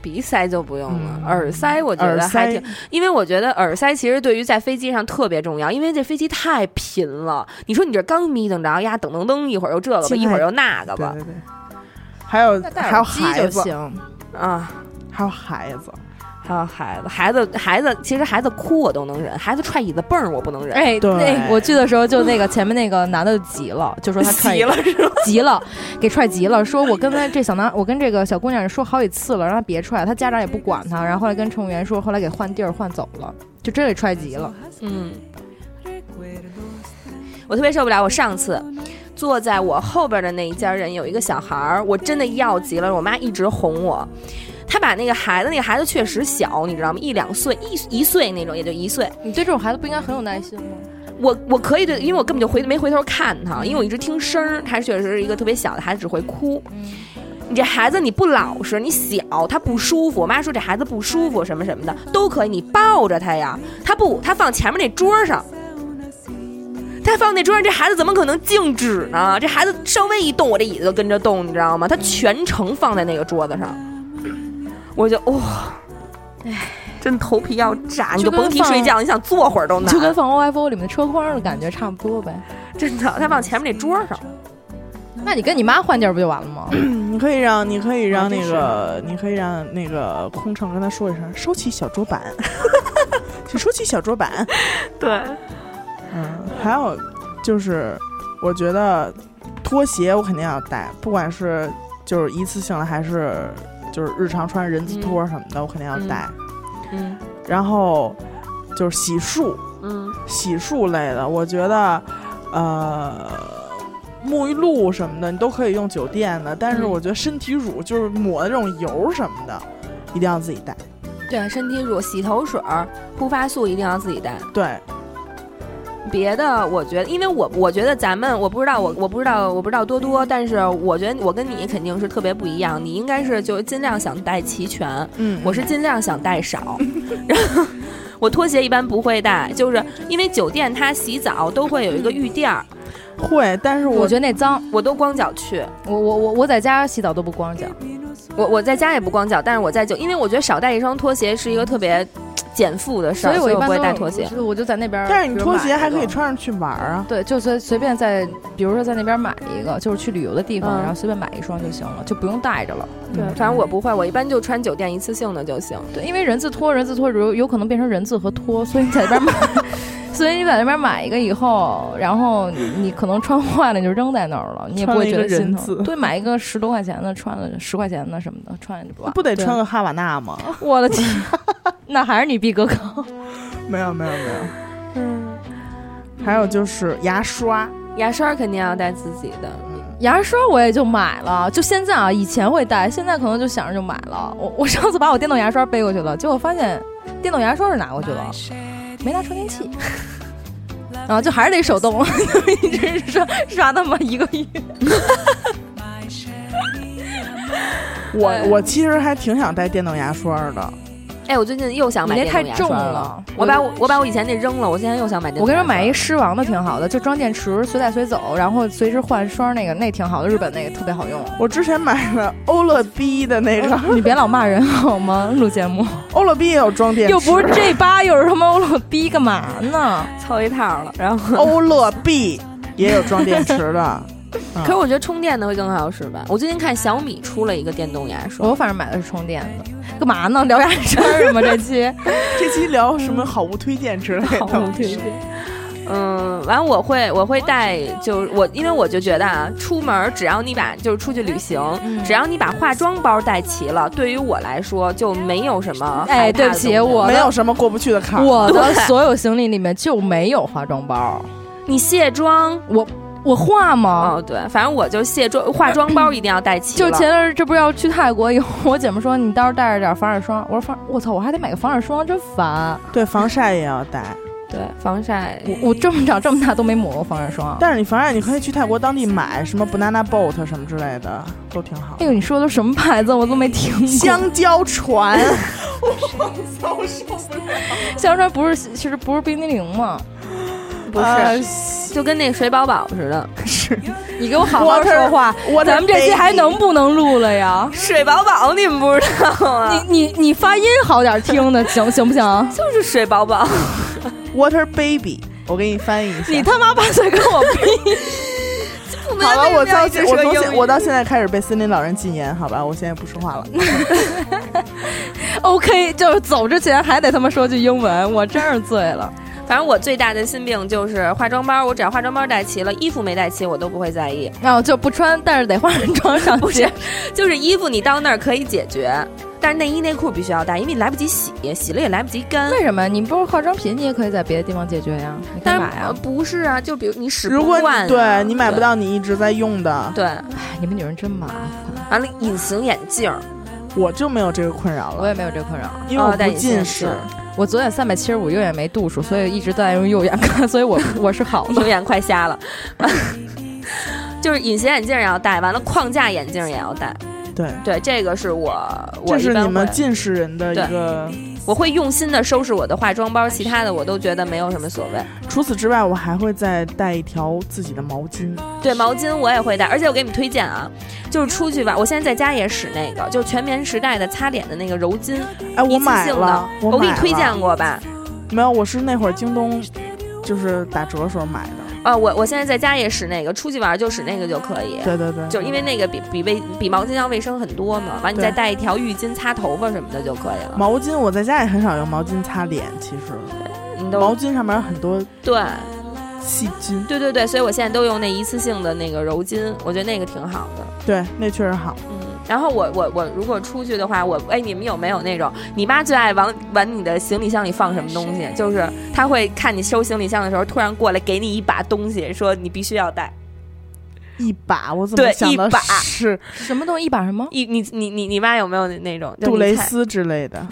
鼻塞就不用了，
嗯
耳塞我觉
耳
得还
塞
挺，因为我觉得耳塞其实对于在飞机上特别重要，因为这飞机太频了。你说你这刚眯瞪着，哎呀，噔噔噔，一会儿又这个吧，
进来
一会儿又那个
对
吧，
对对，还有
那戴
还有
耳机
孩
就
子，
行。
啊，
还有孩子，
还有孩子，孩子，孩子，其实孩子哭我都能忍，孩子踹椅子蹦儿我不能忍，
哎，
对
那我去的时候就那个前面那个男的就急了，就说 他踹
急了是吧？
急了，给踹急了，说我跟他这小男，我跟这个小姑娘说好几次了，让她别踹，她家长也不管她，然后后来跟乘务员说，后来给换地儿换走了，就真给踹急了。
嗯，我特别受不了。我上次坐在我后边的那一家人有一个小孩儿，我真的要急了，我妈一直哄我。她把那个孩子，那个孩子确实小，你知道吗？一两岁，一一岁那种，也就一岁。
你对这种孩子不应该很有耐心吗？
我我可以对，因为我根本就回没回头看他，因为我一直听声儿。他确实是一个特别小的孩子，只会哭。
嗯
你这孩子你不老实，你小，他不舒服。我妈说这孩子不舒服什么什么的都可以，你抱着他呀。他不，他放前面那桌上。他放那桌上，这孩子怎么可能静止呢？这孩子稍微一动，我这椅子就跟着动，你知道吗？他全程放在那个桌子上，我就哇、哦真头皮要炸，你
就
就
跟
甭提睡觉，你想坐会儿都 难
就。跟放 OFO 里面的车筐的感觉差不多呗。
真的，它放前面那桌上，
那你跟你妈换地儿不就完了吗？
你可以让，你可以让那个，你可以让那个空乘跟他说一声，收起小桌板，请收起小桌板。
对，
嗯，还有就是，我觉得拖鞋我肯定要带，不管是就是一次性的还是就是日常穿人字拖什么的，我肯定要带。
嗯
然后就是洗漱，
嗯
洗漱类的，我觉得，呃，沐浴露什么的你都可以用酒店的，但是
嗯
我觉得身体乳就是抹的这种油什么的，一定要自己带。
对，身体乳、洗头水、护发素一定要自己带。
对，
别的，我觉得，因为我我觉得咱们，我不知道，我我不知道，我不知道多多，但是我觉得我跟你肯定是特别不一样，你应该是就尽量想带齐 全，
嗯，
我是尽量想带少，然后我拖鞋一般不会带，就是因为酒店它洗澡都会有一个浴垫儿，
会，但是
我
我
觉得那脏，
我都光脚去，
我我我我在家洗澡都不光脚，
我我在家也不光脚，但是我在酒，因为我觉得少带一双拖鞋是一个特别减负的事儿，
啊以
所
我一
我
般
不会
都
带拖鞋
我。就我就在那边儿。
但是你
比如
拖鞋
买一
还可以
个。
穿上去玩儿啊。
对，就随随便在，比如说在那边买一个，就是去旅游的地方，
嗯
然后随便买一双就行了，就不用带着了。
嗯
对，嗯反正我不会，我一般就穿酒店一次性的就行。
对，因为人字拖，人字拖有有可能变成人字和拖，所以你在那边买， 所以你在那边买一个以后，然后你你可能穿坏了你就扔在那儿了，你也不
穿了
会
一
觉
个
得心
人
疼。
字
对，买一个十多块钱的，穿了十块钱的什么的，穿着就不完。
不得
对
穿个啊哈瓦那吗？
我的天，那还是你逼格高。
没有没有没有，嗯，还有就是牙刷，
牙刷肯定要带自己的，
牙刷我也就买了，就现在啊，以前会带，现在可能就想着就买了。我我上次把我电动牙刷背过去了，结果发现电动牙刷是拿过去了，没拿充电器。然后就还是得手 动，一直刷刷他妈一个月。
我
对
我其实还挺想带电动牙刷的，
哎，我最近又想买
你
电
那
动
太
牙
重
刷
了
我把我我把我以前那扔了，我现在又想买电
我
动
跟
牙
你
刷。
说，买一狮王的挺好的，就装电池，随带随走，然后随时换刷那个，那挺好的，日本那个特别好用。
我之前买了欧乐 B 的那个，
你别老骂人好吗？录节目
欧乐 B 也有装电池，
又不是 G 八，又是他妈老逼干嘛呢？
凑一套了，
嗯
然后。
欧乐 B 也有装电池的，
可是我觉得充电的会更好使吧。我最近看小米出了一个电动牙刷，
我反正买的是充电的，干嘛呢？聊牙刷是吗？啊这期
这期聊什么好物推荐之类
哦
的，
嗯，完我会我会带，就是我因为我就觉得啊，出门儿只要你把就是出去旅行，
嗯
只要你把化妆包带齐了，对于我来说就没有什么害怕
哎
的
对不起
东西了
我的
没有什么过不去的坎儿。
我 的
对
所有行李里面就没有化妆包，
你卸妆。
我我化吗？
哦，对，反正我就卸妆化妆包一定要带齐
就
了。
前段儿这不是要去泰国以后，我姐们说你到时候带着点防晒霜，我说防我操，我还得买个防晒霜，真烦！
对，防晒也要带，
对防晒，
我我这么长这么大都没抹过防晒霜。
但是你防晒你可以去泰国当地买什么 banana boat 什么之类的，都挺好
哎。呦，你说的什么牌子我都没听过。
香蕉船，
香川不是其实不是冰激凌吗？
不是、
呃
就跟那水宝宝似的，
你给我好好说话，
我
咱们这期还能不能录了呀？
水宝宝你们不知道啊？
你你你发音好点儿听的，行行不行？
就是水宝宝，
water baby，我给你翻译一下。
你他妈把嘴跟我逼！
好了，我到
一
现
直
我
说
从
英
现
语
我到现在开始被森林老人禁言，好吧，我现在不说话了。
OK，就是走之前还得他妈说句英文，我真是醉了。
反正我最大的心病就是化妆包，我只要化妆包带齐了，衣服没带齐我都不会在 意。
然后就不穿，但是得化上妆上街。
就是衣服你到那儿可以解决，但是内衣内裤必须要带，因为你来不及洗，洗了也来不及干。
为什么？你不是化妆品，你也可以在别的地方解决呀？你可以
但是
买
呃
呀。
不是啊，就比如你使
如
不
果
惯啊、
你对你买不到你一直在用的，
对，
哎，你们女人真麻烦。
完了隐形眼镜儿，
我就没有这个困扰
我
了，
也没有这困扰。
因为我
哦戴
不
隐形
近
眼镜
视。
我左眼三百七十五，右眼没度数，所以一直在用右眼看，所以我我是好
右
的。
眼快瞎了。 就是隐形眼镜儿也要戴，完了框架眼镜儿也要戴。
对，
对，这个是我我
这
一
是
般
你们
会
近视人的一
对
个
我会用心的收拾我的化妆包，其他的我都觉得没有什么所谓。
除此之外，我还会再带一条自己的毛巾。
对，毛巾我也会带，而且我给你们推荐啊，就是出去玩，我现在在家也使那个，就是全棉时代的擦脸的那个柔巾，
哎，我
一次
买
性
了
的，，
我
我给你
买
推
了
荐过吧？
没有，我是那会儿京东就是打折的时候买的。
啊，我我现在在家也使那个，出去玩就使那个就可以。
对对对，
就因为那个比比卫比毛巾要卫生很多嘛，完你
对
再带一条浴巾擦头发什么的就可以了。
毛巾，我在家也很少用毛巾擦脸，其实
你
毛
都
巾上面有很多
对
细菌。
对对对，所以我现在都用那一次性的那个柔巾，我觉得那个挺好的。
对，那确实好。
嗯，然后我我我如果出去的话，我哎，你们有没有那种你妈最爱往往你的行李箱里放什么东
嗯
西？就是她会看你收行李箱的时候，突然过来给你一把东西，说你必须要带。
嗯一把，我怎么
对
想
一
的
把
是
什么东西一把什么？
一你你你你妈有没有那种？就
杜
你
蕾
看
斯之类的？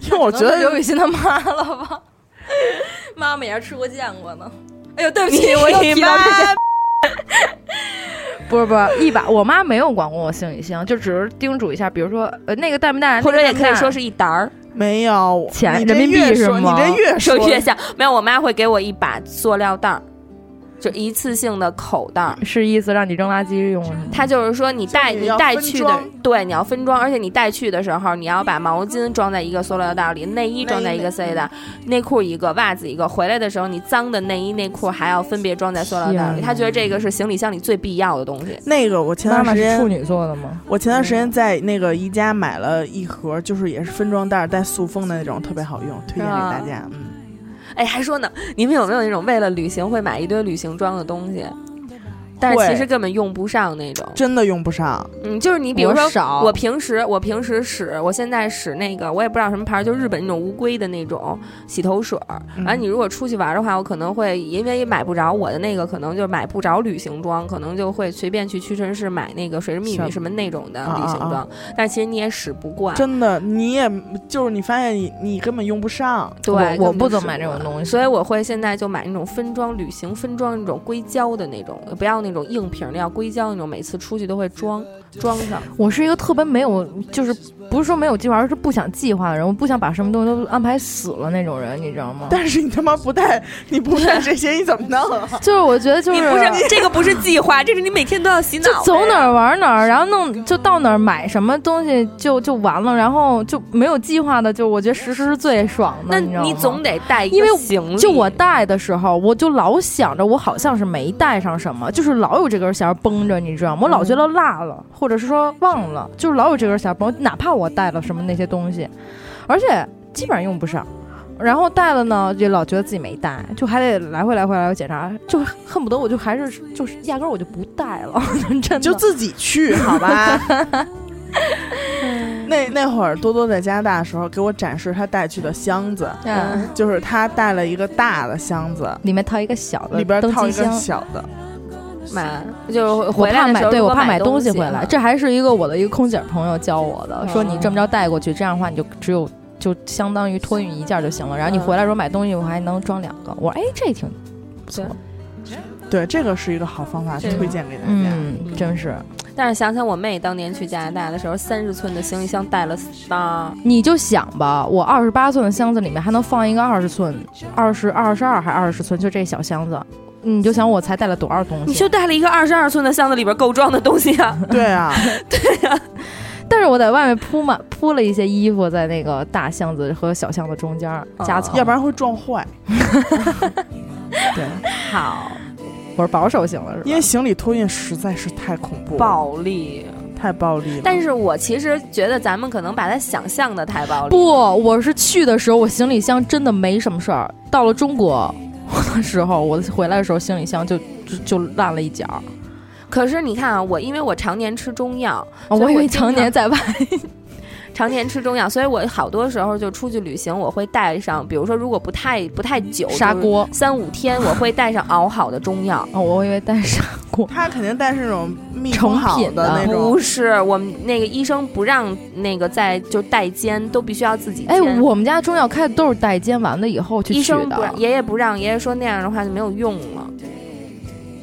因为我觉得
刘雨欣他妈了吧？ 妈妈也是吃过见过呢。哎呦，对不起，我又提到 这些。 不是不是，一把我妈没有管过我行李箱，就只是叮嘱一下，比如说呃那个带没带，
或 者也可以说
是
是一沓儿，
没有
钱
你这
人民币
越
是
说
吗
你这越
说
说
越像。没有，我妈会给我一把塑料袋儿，就一次性的口袋儿。
是意思让你扔垃圾用是吗？
她就是说，你带
你
你
要
带
分
去的
装，
对，你要分装，而且你带去的时候，你要把毛巾装在一个塑料袋里，内衣装在一个塑料袋，内裤一个，袜子一个。回来的时候，你脏的内衣内裤还要分别装在塑料袋里。
天
她觉得这个是行李箱里最必要的东西。
那个，我前
妈
段
妈
时
是处
间，
女嗯座的吗？
我前段时间在那个宜家买了一盒，就是也是分装袋带塑封的那种，特别好用，推荐给
是吧
大家。嗯，
哎，还说呢，你们有没有那种为了旅行会买一堆旅行装的东西，但是
会
其实根本用不上那种？
真的用不
啊
上。
嗯，就是你比如说
我
啊
少
我平时我平时使，我现在使那个我也不知道什么牌儿，就日本那种乌龟的那种洗头水儿。
嗯
完、你如果出去玩儿的话，我可能会因为买不着我的那个，可能就买不着旅行装，可能就会随便去屈臣氏买那个水之蜜
什么
语什么那种的
啊
旅行
啊啊
装。但其实你也使不惯，
真的，你也就是你发现你你根本用不上。
对，根
我我
本
不怎
使
么买这种
惯
东西
所以我会现在就买那种分装旅行分装那种硅胶的那种，不要那种硬瓶儿的，要硅胶那种，每次出去都会装装上。
我是一个特别没有，就是不是说没有计划，而是不想计划的人，我不想把什么东西都安排死了那种人，你知道吗？
但是你他妈不带，你不带这些，你怎么弄 啊？
就是我觉得就是
你不是这个不是计划，这是你每天都要洗脑
就
的。
走哪儿玩哪儿，然后弄就到哪儿买什么东西就就完了，然后就没有计划的，就我觉得实施是最爽的。
那
你知道吗
你总得带一个
因为
行李，
就我带的时候，我就老想着我好像是没带上什么，就是老有这根弦儿绷着，你知道吗？我老觉得落了，或者是说忘了，就是老有这根弦儿绷，哪怕我带了什么那些东西，而且基本上用不上。然后带了呢，也老觉得自己没带，就还得来回来回来回检查，就恨不得我就还是就是压根儿我就不带了， 真
就
的。
自己去，好 吧？那那会儿多多在加拿大的时候，给我展示他带去的箱子，
嗯，
就是他带了一个大的箱子，
里面套一个小的
里边
呃登
套
机
一个
箱。
小的。
买就是
我
呃回来
怕
的
买
时，候
对
如
我
果
怕
买
东
西嗯
回来，这还是一个我的一个空姐朋友教我的，说你这么着带过去，这样的话你就只有就相当于托运一件就行了。然后你
嗯
回来时候买东西，我还能装两个。我说哎，这挺不错
对，
对，这个是一个好方法，
这个
推荐给大家。
嗯，真是。
但是想想我妹当年去加拿大的时候，三十寸的行李箱带了仨，
你就想吧，我二十八寸的箱子里面还能放一个二十寸、二十二十二还二十寸，就这小箱子，你就想我才带了多少东
你
西
就。带了一个二十二寸的箱子，里边够装的东西啊。
对 啊，
但是我在外面铺满铺了一些衣服在那个大箱子和小箱子中间
哦
儿夹层，
要不然会撞 坏，
好，
我是保守型的，是吧？
因为行李托运实在是太恐怖了，
暴力。
太暴力了。
但是我其实觉得咱们可能把它想象的太暴力。
不，我是去的时候，我行李箱真的没什么事儿。到了中国的时候，我回来的时候，行李箱就就就烂了一角。啊
可是你看啊，我因为我常年吃中药，所以
哦我以为
经
常年在外，
常年吃中药，所以我好多时候就出去旅行，我会带上，比如说如果不太不太久，
砂锅
三五天，我会带上熬好的中药。
哦，我以为带 砂锅。
他肯定带是那种密
成
封好
品的
那种
不，是，我们那个医生不让那个在就代煎，都必须要自己煎。
哎，我们家中药开的都是带煎完了以后去
医
取
生不
的嗯
让，，爷爷不让，爷爷说那样的话就没有用了。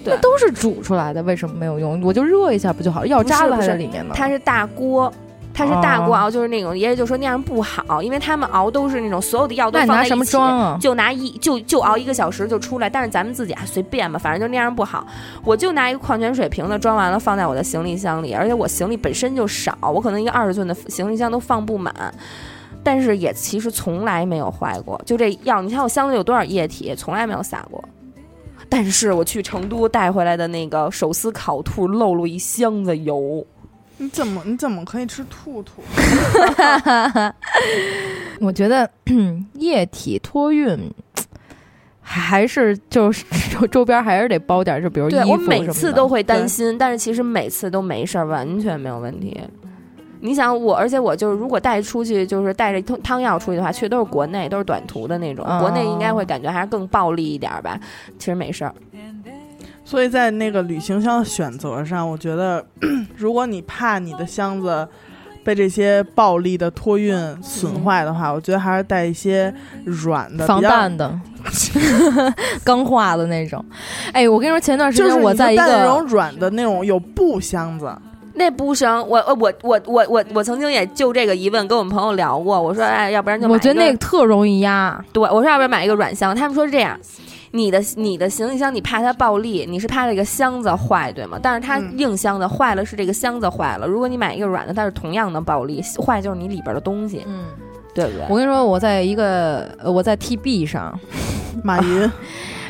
对，
都是煮出来的，为什么没有用？我就热一下不就好？药
不是
渣子
不
还
是
在里面呢。
它是大锅，它是大
哦
锅熬，就是那种爷爷就说那样不好，因为他们熬都是那种所有的药都
那
放
你
在
拿
一起，
什么装啊
就拿一就就熬一个小时就出来。但是咱们自己啊随便吧，反正就那样不好。我就拿一个矿泉水瓶子装完了放在我的行李箱里，而且我行李本身就少，我可能一个二十寸的行李箱都放不满。但是也其实从来没有坏过，就这药，你看我箱子有多少液体，从来没有洒过。但是我去成都带回来的那个手撕烤兔漏了一箱子油，
你怎么你怎么可以吃兔兔？
我觉得 液体托运还是就是 周周边还是得包点儿，就比如衣服
对
什
我
么的。
每次都会担
对
心，但是其实每次都没事儿，完全没有问题。你想我，而且我就是如果带出去，就是带着汤汤药出去的话，去的都是国内，都是短途的那种，国内应该
哦
会感觉还是更暴力一点儿吧。其实没事儿，
所以在那个旅行箱的选择上，我觉得， 如果你怕你的箱子被这些暴力的托运损坏的话，我觉得还是带一些软的，
嗯防
比较
弹的， 钢化的那种。哎，我跟你说，前段时
就是
间我在一
你就带那种
个
软的那种有布箱子，
那不生，我呃我我我我我我曾经也就这个疑问跟我们朋友聊过，我说哎，要不然就买
我觉得
一
那个特容易压，
对，我说要不然买一个软箱，他们说是这样。你的你的行李箱，你怕它暴力，你是怕这个箱子坏，对吗？但是它
嗯
硬箱子坏了，是这个箱子坏了。如果你买一个软的，它是同样的暴力，坏就是你里边的东西，
嗯，
对不对？
我跟你说，我在一个呃我在 TB 上
马云、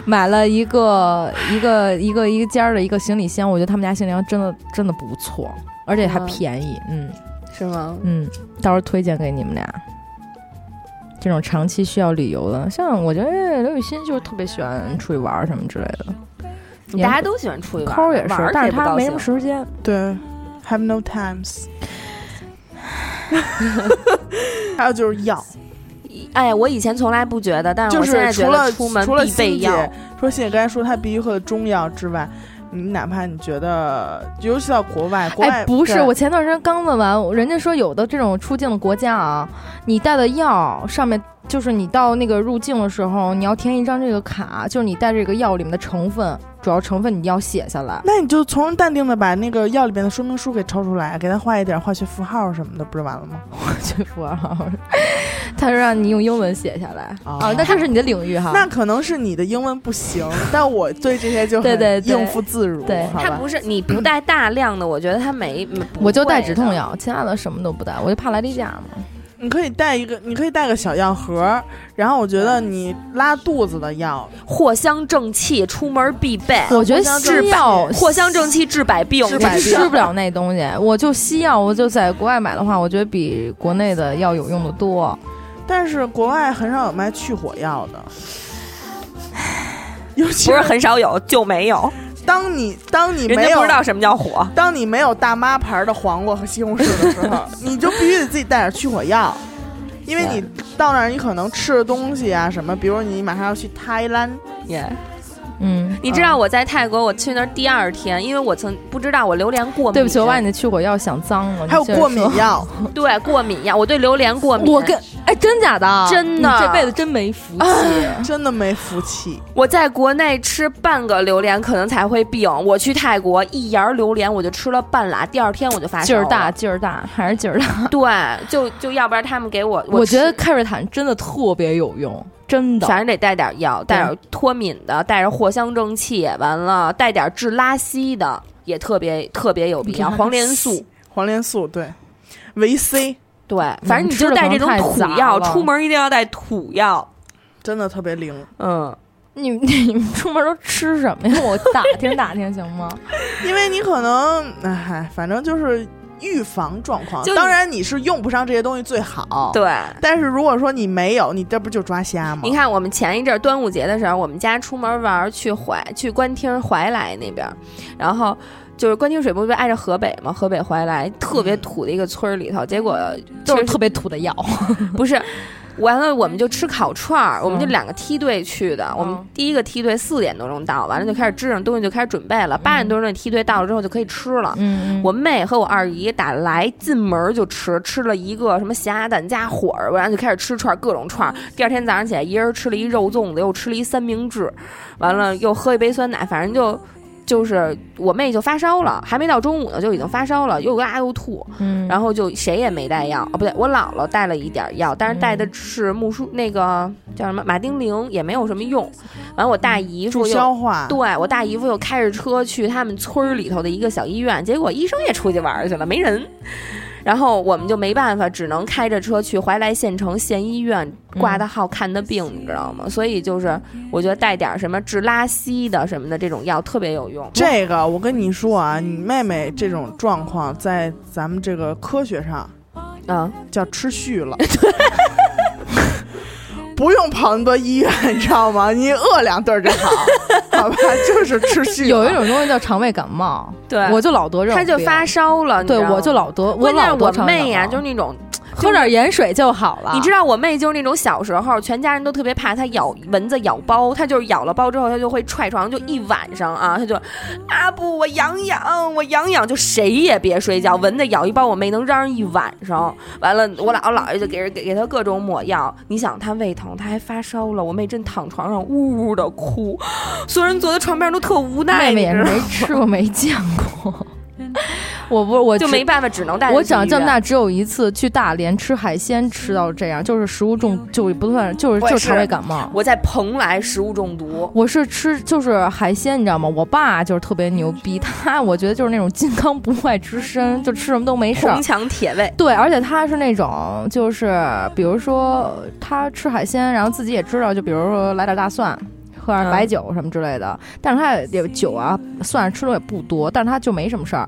买了一个一个一个一个尖儿的一个行李箱，我觉得他们家行李箱真的真的不错，而且还
嗯
便宜，嗯
是吗？
嗯，到时候推荐给你们俩。这种长期需要旅游的，像我觉得刘雨欣就是特别喜欢出去玩儿什么之类的。
大家都喜欢出去玩，
抠儿也
玩儿
是，但是
谁不
他
高
没什么
兴
时间。
对，have no times。还有就是药，
哎，我以前从来不觉得，但是
就
我现在
是
觉
除
得
了
出门
除了
必备
欣姐
药。
说谢刚才说她必须喝的中药之外，你哪怕你觉得，尤其到国外，国外、
哎，不是，
对
我前段时间刚问完，人家说有的这种出境的国家啊，你带的药上面就是你到那个入境的时候，你要填一张这个卡，就是你带这个药里面的成分，主要成分你要写 下来。
那你就从容淡定的把那个药里边的说明书给抽出来，给它画一点化学符号什么的，不就完了吗？
这符号， 他说让你用英文写下来啊，那这是你的领域哈。
那可能是你的英文不行，但我对这些就很
对对对
应付自如，
对
好
它
吧？
不是你不带大量的，我觉得它没，嗯不
我就带
会
止痛
的。
药，其他的什么都不带，我就怕来例假嘛。
你可以带一个，你可以带个小药盒，然后我觉得你拉肚子的药，
藿香正气，出门必备。
我觉得
治
西
百
药
藿香正气治百病，
治
我
百
是
病
吃不了那东西，我就西药，我就在国外买的话，我觉得比国内的要有用的多。嗯
但是国外很少有卖去火药 的，尤其
不是很少有，就没有，
当你当你
人
没
家
有
不知道什么叫火。
当你没有大妈牌的黄瓜和西红柿的时 候，你就必须得自己带点去火药，因为你到那儿你可能吃的东西啊什么，比如你马上要去泰兰，
嗯，
你知道我在泰国，我去那儿第二天，因为我曾不知道我榴莲过敏，
对不起，我把你的去火药想脏了。
还有
你接着
过敏
说，
药，
对过敏呀，我对榴莲过敏。
我跟哎，真假的，啊
真的
你这辈子真没福气。
真的没福气。
我在国内吃半个榴莲可能才会病，我去泰国一芽儿榴莲我就吃了半拉，第二天我就发烧
劲
了
儿大，，劲儿大，还是劲儿大。
对，就就要不然他们给我，
我觉得
吃
开瑞坦真的特别有用，真的。
反正得带点药，带点脱敏的，带着藿香正气，完了带点治拉稀的，也特别特别有必要，黄连素。
黄连素对，维 C
对，反正你
嗯吃
就
的
带
可能
这种
太
土
杂
药，
了
出门一定要带土药。
真的特别灵，
嗯，
你你们出门都吃什么呀？我打听打听行 吗？
因为你可能哎，反正就是预防状况
就。你
当然你是用不上这些东西最
哦
好，
对。
但是如果说你没有，你这不就抓瞎吗？
你看，我们前一阵儿端午节的时候，我们家出门玩儿去怀去官厅怀来那边儿，然后就是官厅水不是挨着河北嘛，河北怀来特别土的一个村儿里头，结果
嗯都是
其实
特别土的药。
不是。完了，我们就吃烤串儿，我们就
嗯哦
两个梯队去的。我们第一个梯队四点多钟到，完了就开始支上东西，就开始准备了。八点多钟那梯队到了之后就可以吃了。
嗯，
我妹和我二姨打来进门就吃，吃了一个什么咸鸭蛋加火儿，然后就开始吃串儿，各种串儿。
嗯
第二天早上起来，一人吃了一肉粽子，又吃了一三明治，完了又喝一杯酸奶，反正就就是我妹就发烧了，还没到中午呢就已经发烧了，又拉又吐，
嗯
然后就谁也没带药哦，不对，我姥姥带了一点药，但是带的是木梳那个叫什么马丁啉，也没有什么用。完，我大姨
嗯
夫
助
又
消
啊
化。
对我大姨夫又开着车去他们村儿里头的一个小医院，结果医生也出去玩儿去了，没人。然后我们就没办法，只能开着车去怀来县城县医院挂
嗯
的号看的病，你知道吗？所以就是我觉得带点儿什么治拉稀的什么的这种药特别有用。
这个我跟你说啊，你妹妹这种状况在咱们这个科学上
嗯，
叫吃续了。不用跑那么多医院，你知道吗？你饿两顿儿 就好，好吧？就是吃续了。
有一种东西叫肠胃感冒，
啊对，
我就老得这种
他
病，
就发烧了，你知
对
道吗
我就老得，我
关键
老
是我
得肠胃
妹呀、
感冒
就是那种。
啊喝点盐水就好了。
你知道我妹就是那种小时候，全家人都特别怕她咬蚊子咬包，她就是咬了包之后，她就会踹床，就一晚上啊，她就啊不，我痒痒，我痒痒，就谁也别睡觉，蚊子咬一包，我妹能嚷嚷一晚上。完了，我姥姥姥爷就给人给给她各种抹药，你想她胃疼，她还发烧了，我妹真躺床上呜呜的哭，所有人坐在床边都特无奈，
妹妹也
你
是
知道
没吃过没见过， 我不我
就
只
没办法，只能带她
我
去
长
医
这么
院
大只有一次去大连吃海鲜吃到这样，就是食物中就不算就是
我也
就是肠胃感冒。
我在蓬莱食物中毒，
我是吃就是海鲜，你知道吗？我爸就是特别牛逼， 他我觉得就是那种金刚不坏之身，就吃什么都没事儿
铜。墙铁卫。
对，而且他是那种，就是比如说他吃海鲜，然后自己也知道，就比如说来点大蒜，喝点白酒什么之类的。但是他也也酒啊蒜吃的也不多，但是他就没什么事儿。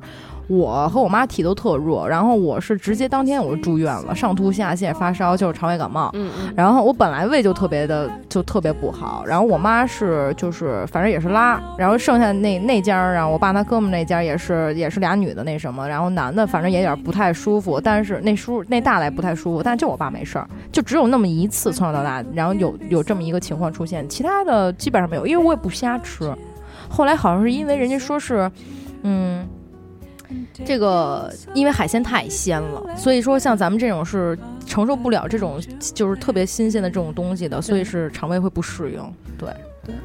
我和我妈体都特弱，然后我是直接当天我就住院了，上吐下泻、发烧，就是肠胃感冒。
嗯嗯，
然后我本来胃就特别的就特别不好，然后我妈是就是反正也是拉，然后剩下那那家儿，啊然后我爸他哥们那家儿也是也是俩女的那什么，然后男的反正也有点不太舒服，但是那叔那大来不太舒服，但是就我爸没事儿，就只有那么一次从小到大，然后有有这么一个情况出现，其他的基本上没有，因为我也不瞎吃。后来好像是因为人家说是，嗯。这个因为海鲜太鲜了，所以说像咱们这种是承受不了这种就是特别新鲜的这种东西的，所以是肠胃会不适应。对，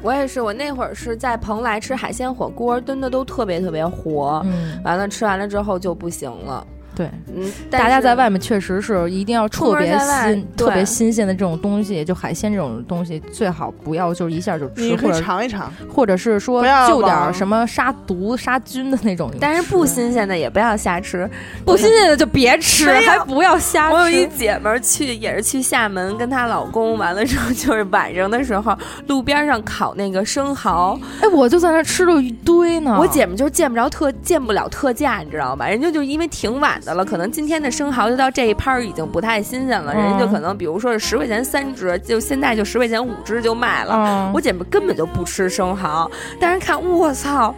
我也是，我那会儿是在蓬莱吃海鲜火锅，炖的都特别特别活。
嗯，
完了，吃完了之后就不行了。
对，
嗯，但
大家
是
在外面确实是一定要
出
特
门
别
在外
新、
对
特别新鲜的这种东西，就海鲜这种东西最好不要就是一下就吃，
你可
或
以
者
尝一尝。
或者是说
不要
就点
往
儿什么杀毒杀菌的那种。
但是不新鲜的也不要瞎吃。
不新鲜的就别吃，
没有
还不要瞎吃。
我有一姐们儿去，也是去厦门，跟她老公完了之后，就是晚上的时候，路边上烤那个生蚝。
哎，我就在那儿吃了一堆呢。
我姐们就是见不着特见不了特价，你知道吧？人家就因为挺晚的了，可能今天的生蚝就到这一盘儿已经不太新鲜了，人家就
嗯
可能比如说是十块钱三只，就现在就十块钱五只就卖了。
嗯，
我姐们根本就不吃生蚝，但是看我 操，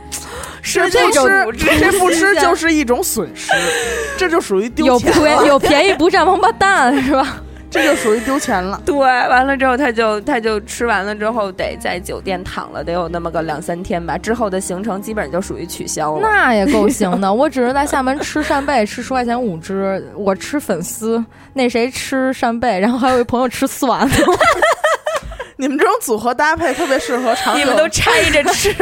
是
这就
这种
是 这不吃就是一种损 失，这就属于丢
有
钱
便
了，
有便宜不占王八蛋是吧？
这就属于丢钱了。
对，完了之后她就她就吃完了之后得在酒店躺了得有那么个两三天吧，之后的行程基本就属于取消了。
那也够行的。我只是在厦门吃扇贝，吃十块钱五只，我吃粉丝，那谁吃扇贝，然后还有一朋友吃蒜。
你们这种组合搭配特别适合长
你
久
们都拆着 吃，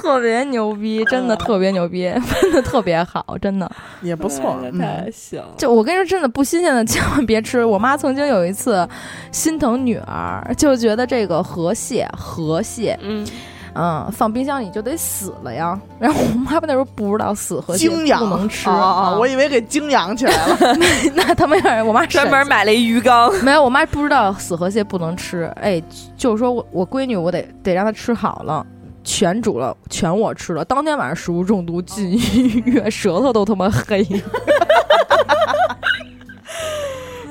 特别牛逼，真的特别牛逼， 真的特别好，真的。
也不错。嗯，
哎行了。
就我跟你说，真的不新鲜的千万别吃。我妈曾经有一次心疼女儿，就觉得这个河蟹，河蟹，
嗯，
嗯，放冰箱里就得死了呀。 然后我妈那时候不知道死河蟹
精养
不能吃
哦
啊
哦，我以为给精养起来了。
那他们有点，我妈
专
神
门买了一鱼缸，
没有，我妈不知道死河蟹不能吃，哎，就是说我我闺女我得得让她吃好了。全煮了，全我吃了。当天晚上食物中毒进 医院，舌头都他妈黑了。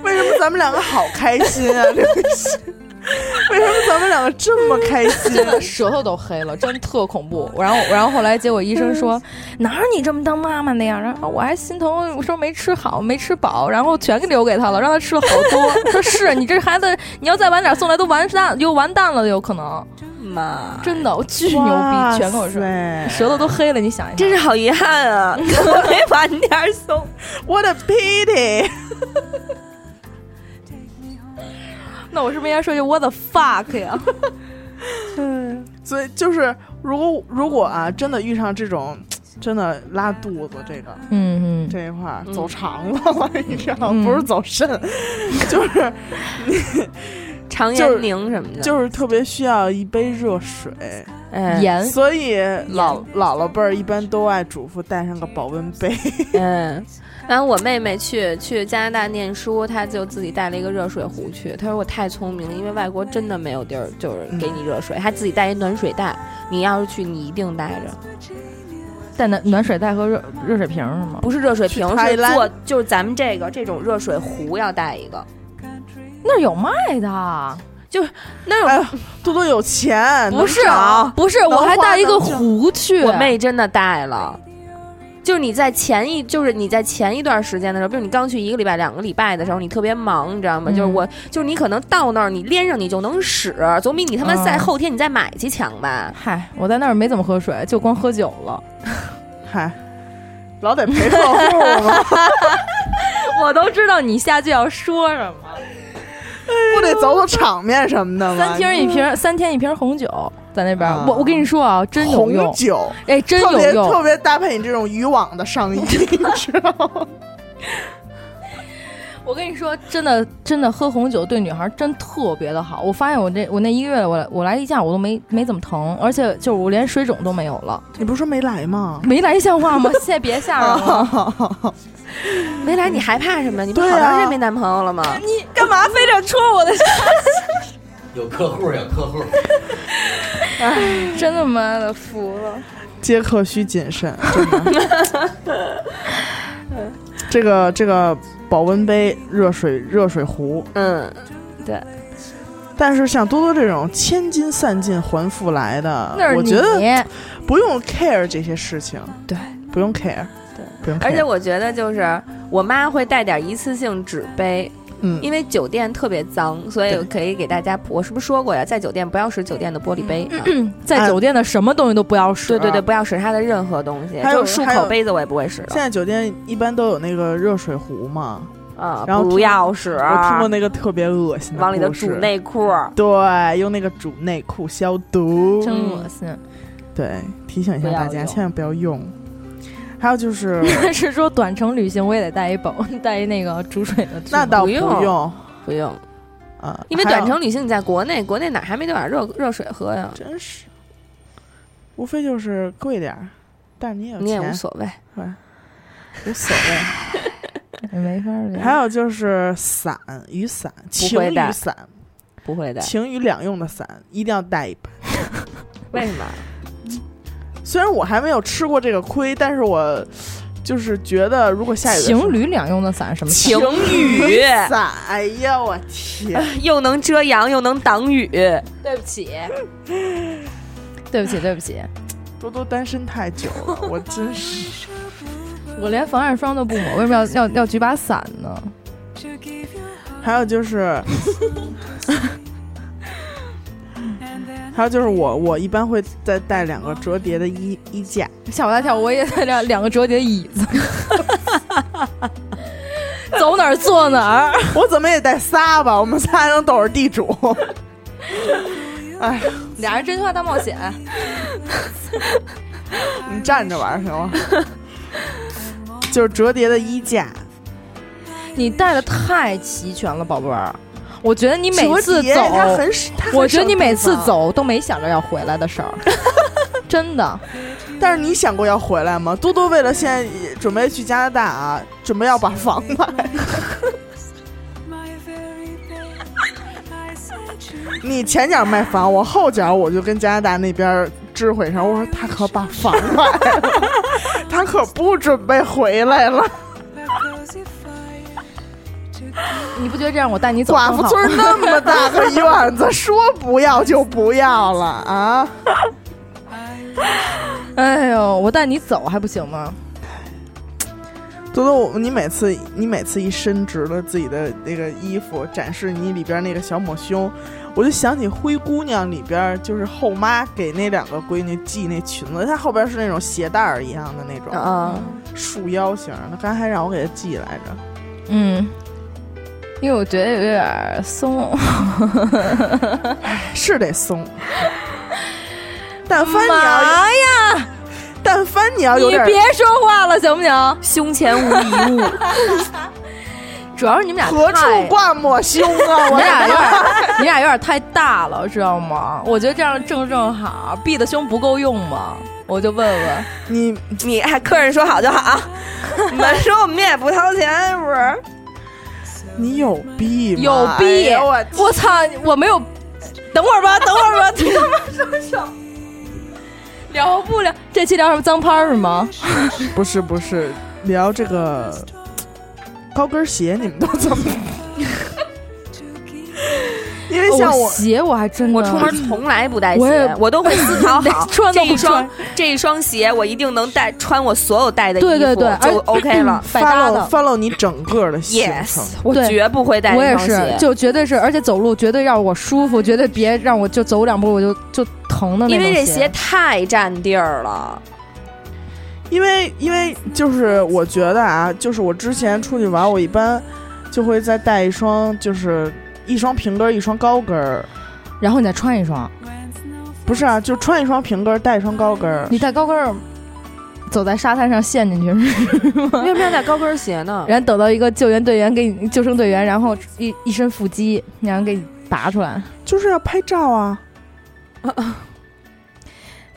为什么咱们两个好开心啊？这个是为什么咱们两个这么开心？啊
真的舌头都黑了，真特恐怖。然后，然后后来结果医生说，哪有你这么当妈妈的呀？然后我还心疼，我说没吃好，没吃饱，然后全给留给他了，让他吃了好多。说是啊你这孩子，你要再晚点送来都完蛋，又完蛋了，有可能。
妈，
真的，我巨牛
哇
逼，
塞
全口是， 舌头都黑了。你想一想，
真是好遗憾 啊！我没晚点送。
What a pity！
那我是不是应该说句 What the fuck 呀？
所以就是如果如果啊，真的遇上这种真的拉肚子这个
嗯嗯，
这一块儿
嗯
走肠子了，你知道吗，
嗯
不是走肾， 就是
常
就是
言宁什么的，
就是特别需要一杯热水。
哎
盐
所以老姥姥辈儿一般都爱嘱咐带上个保温杯。
嗯，然后我妹妹去去加拿大念书，她就自己带了一个热水壶去。她说我太聪明了，因为外国真的没有地儿就是给你热水，她自己带一暖水袋。你要是去，你一定带着，
带暖暖水袋和热热水瓶是吗？
不是热水瓶，
去泰
是
兰
做就是咱们这个这种热水壶要带一个。
那儿有卖的，啊
那种
哎呦，多多有钱，
不是
能
啊
找
不是，我还带一个壶去。
我妹真的带了。就是你在前一，就是你在前一段时间的时候，比如你刚去一个礼拜、两个礼拜的时候，你特别忙，你知道吗？
嗯
就是我，就是你可能到那儿你连上你就能使，总比你他妈在
嗯
后天你再买去强吧？
嗨，我在那儿没怎么喝水，就光喝酒了。
嗨，老得陪客户 嘛，
我都知道你下句要说什么，
不得走走场面什么的吗？
三天一瓶，三天一瓶红酒，在那边。
啊
我我跟你说啊，真有
红
用，
酒，
哎，真
特
有
别特
用。
别搭配你这种渔网的上衣， 你知道吗？
我跟你说，真的真的喝红酒对女孩真特别的好。我发现我这我那一个月我我来例假我都没没怎么疼，而且就是我连水肿都没有了，
你不是说没来吗？
没来像 话吗？现在别吓人了。
啊
没来你还怕什么？你不
对
好长时
啊
间没男朋友了吗？
你干嘛非得戳我的？
有客户有客 户，
真的妈的服了。
接客需谨慎，真的。 这个这个保温杯、热水热水壶，
嗯，
但是像多多这种千金散尽还复来的
那，是
我
你
觉得不用 care 这些事情，
对，
不用 care，
对，
不用 care。
而且我觉得就是我妈会带点一次性纸杯，
嗯，
因为酒店特别脏，所以
对
可以给大家，我是不是说过呀？在酒店不要使酒店的玻璃杯
嗯
啊。
在酒店的什么东西都不要使。
对对对，，不要使它的任何东西，
还有
就是漱
还有
口杯子我也不会使
现
的
在酒店一般都有那个热水壶嘛，
啊，
然后
不
听
要使，
我听过那个特别恶心的
啊往里头
故事
煮内裤，
对，用那个煮内裤消毒，
真恶心。
对，提醒一下
不要
大家，
用
千万不要用。还有就是，
是说短程旅行我也得带一保， 带一那个煮水的具。
那倒
不
用，
用不用，
呃，
因为
还有
短程旅行你在国内，国内哪还没多点热热水喝呀？
真是，无非就是贵点儿，但是你也有
你也无
钱，
所谓，
无所谓。
没法聊。
还有就是伞，雨伞，情
会
雨
带
伞，
不会的。
情雨两用的伞一定要带一把。
为什么？
虽然我还没有吃过这个亏，但是我就是觉得，如果下雨的时候
情侣两用的 伞什么？
情
雨
雨
伞，哎呀，我天！
又能遮阳又能挡雨，
对不起，对不起，对不起，
多多单身太久了，我真是
我连防晒霜都不抹，为什么要要要举把伞呢？
还有就是， 还有就是我我一般会再带两个折叠的衣衣架，
吓我一跳，我也带两两个折叠椅子， 走哪儿坐哪儿。
我怎么也带仨吧，我们仨还能都是地 主。哎，
俩人真心话大冒险，
你站着玩儿行吗？就是折叠的衣架，
你带的太齐全了，宝贝儿。我觉得你每
折
次
叠
走，
它很少，它很
我觉得
少
你每
地
次
方，
走都没想着要回来的事儿， 真的。
但是你想过要回来吗？多多为了现在准备去加拿大啊，准备要把房买。你前脚卖房，我后脚我就跟加拿大那边知会上，我说他可把房卖了，他可不准备回来了。
你不觉得这样我带你走
寡
更
妇
好吗？
村那么大个院子，说不要就不要了啊！
哎呦，我带你走还不行吗？
多多，我你每次你每次一伸直了自己的那个衣服，展示你里边那个小抹胸，我就想起《灰姑娘》里边就是后妈给那两个闺女系那裙子，她后边是那种鞋带儿一样的那种、
啊，
束腰型儿的，她刚才还让我给她系来着。
嗯，因为我觉得有点松。
是得松， 但凡你要，
嘛呀？
但凡你要有
你
点
别说话了，行不行？
胸前无一物，
主要是你们俩
何处
太
挂抹胸 啊！
你
我
俩有点， 你俩有点太大了，知道吗？我觉得这样正正好，B 的胸不够用吗？我就问问，
你
你还客人说好就好，你们说我们也不掏钱是不是？
你有逼吗？
有
哎
B，、
呀我
我操，我没有。等会儿 吧，等会儿吧，你他妈说什么？聊不了，这期聊什么脏拍儿是吗？
不是不是聊这个高跟鞋，你们都怎么？ 因为像我，
鞋哦我还真的
我出门从来不带
嗯我也
鞋，我都会思考好
穿都
这
不
一双
穿
这一双鞋，我一定能带穿我所有带的衣服，
对对对
就
而
OK 了。
百搭
follow
嗯的
follow 你整个的行程
Yes，我
对
绝不会带
我
那
也
双
是，
鞋，
就绝对是，而且走路绝对让我舒服，绝对别让我就走两步我就就疼的那
因
种
为这鞋
鞋
太占地儿了。
因为因为就是我觉得啊，就是我之前出去玩，我一般就会再带一双，就是一双平跟儿，一双高跟儿。
然后你再穿一双，
不是啊，就穿一双平跟儿，带一双高跟儿。
你带高跟儿走在沙滩上陷 进去，
为什么要带高跟鞋呢？
然后等到一个救援队员给你救生队员，然后一一身腹肌，然后给你拔出来，
就是要拍照啊，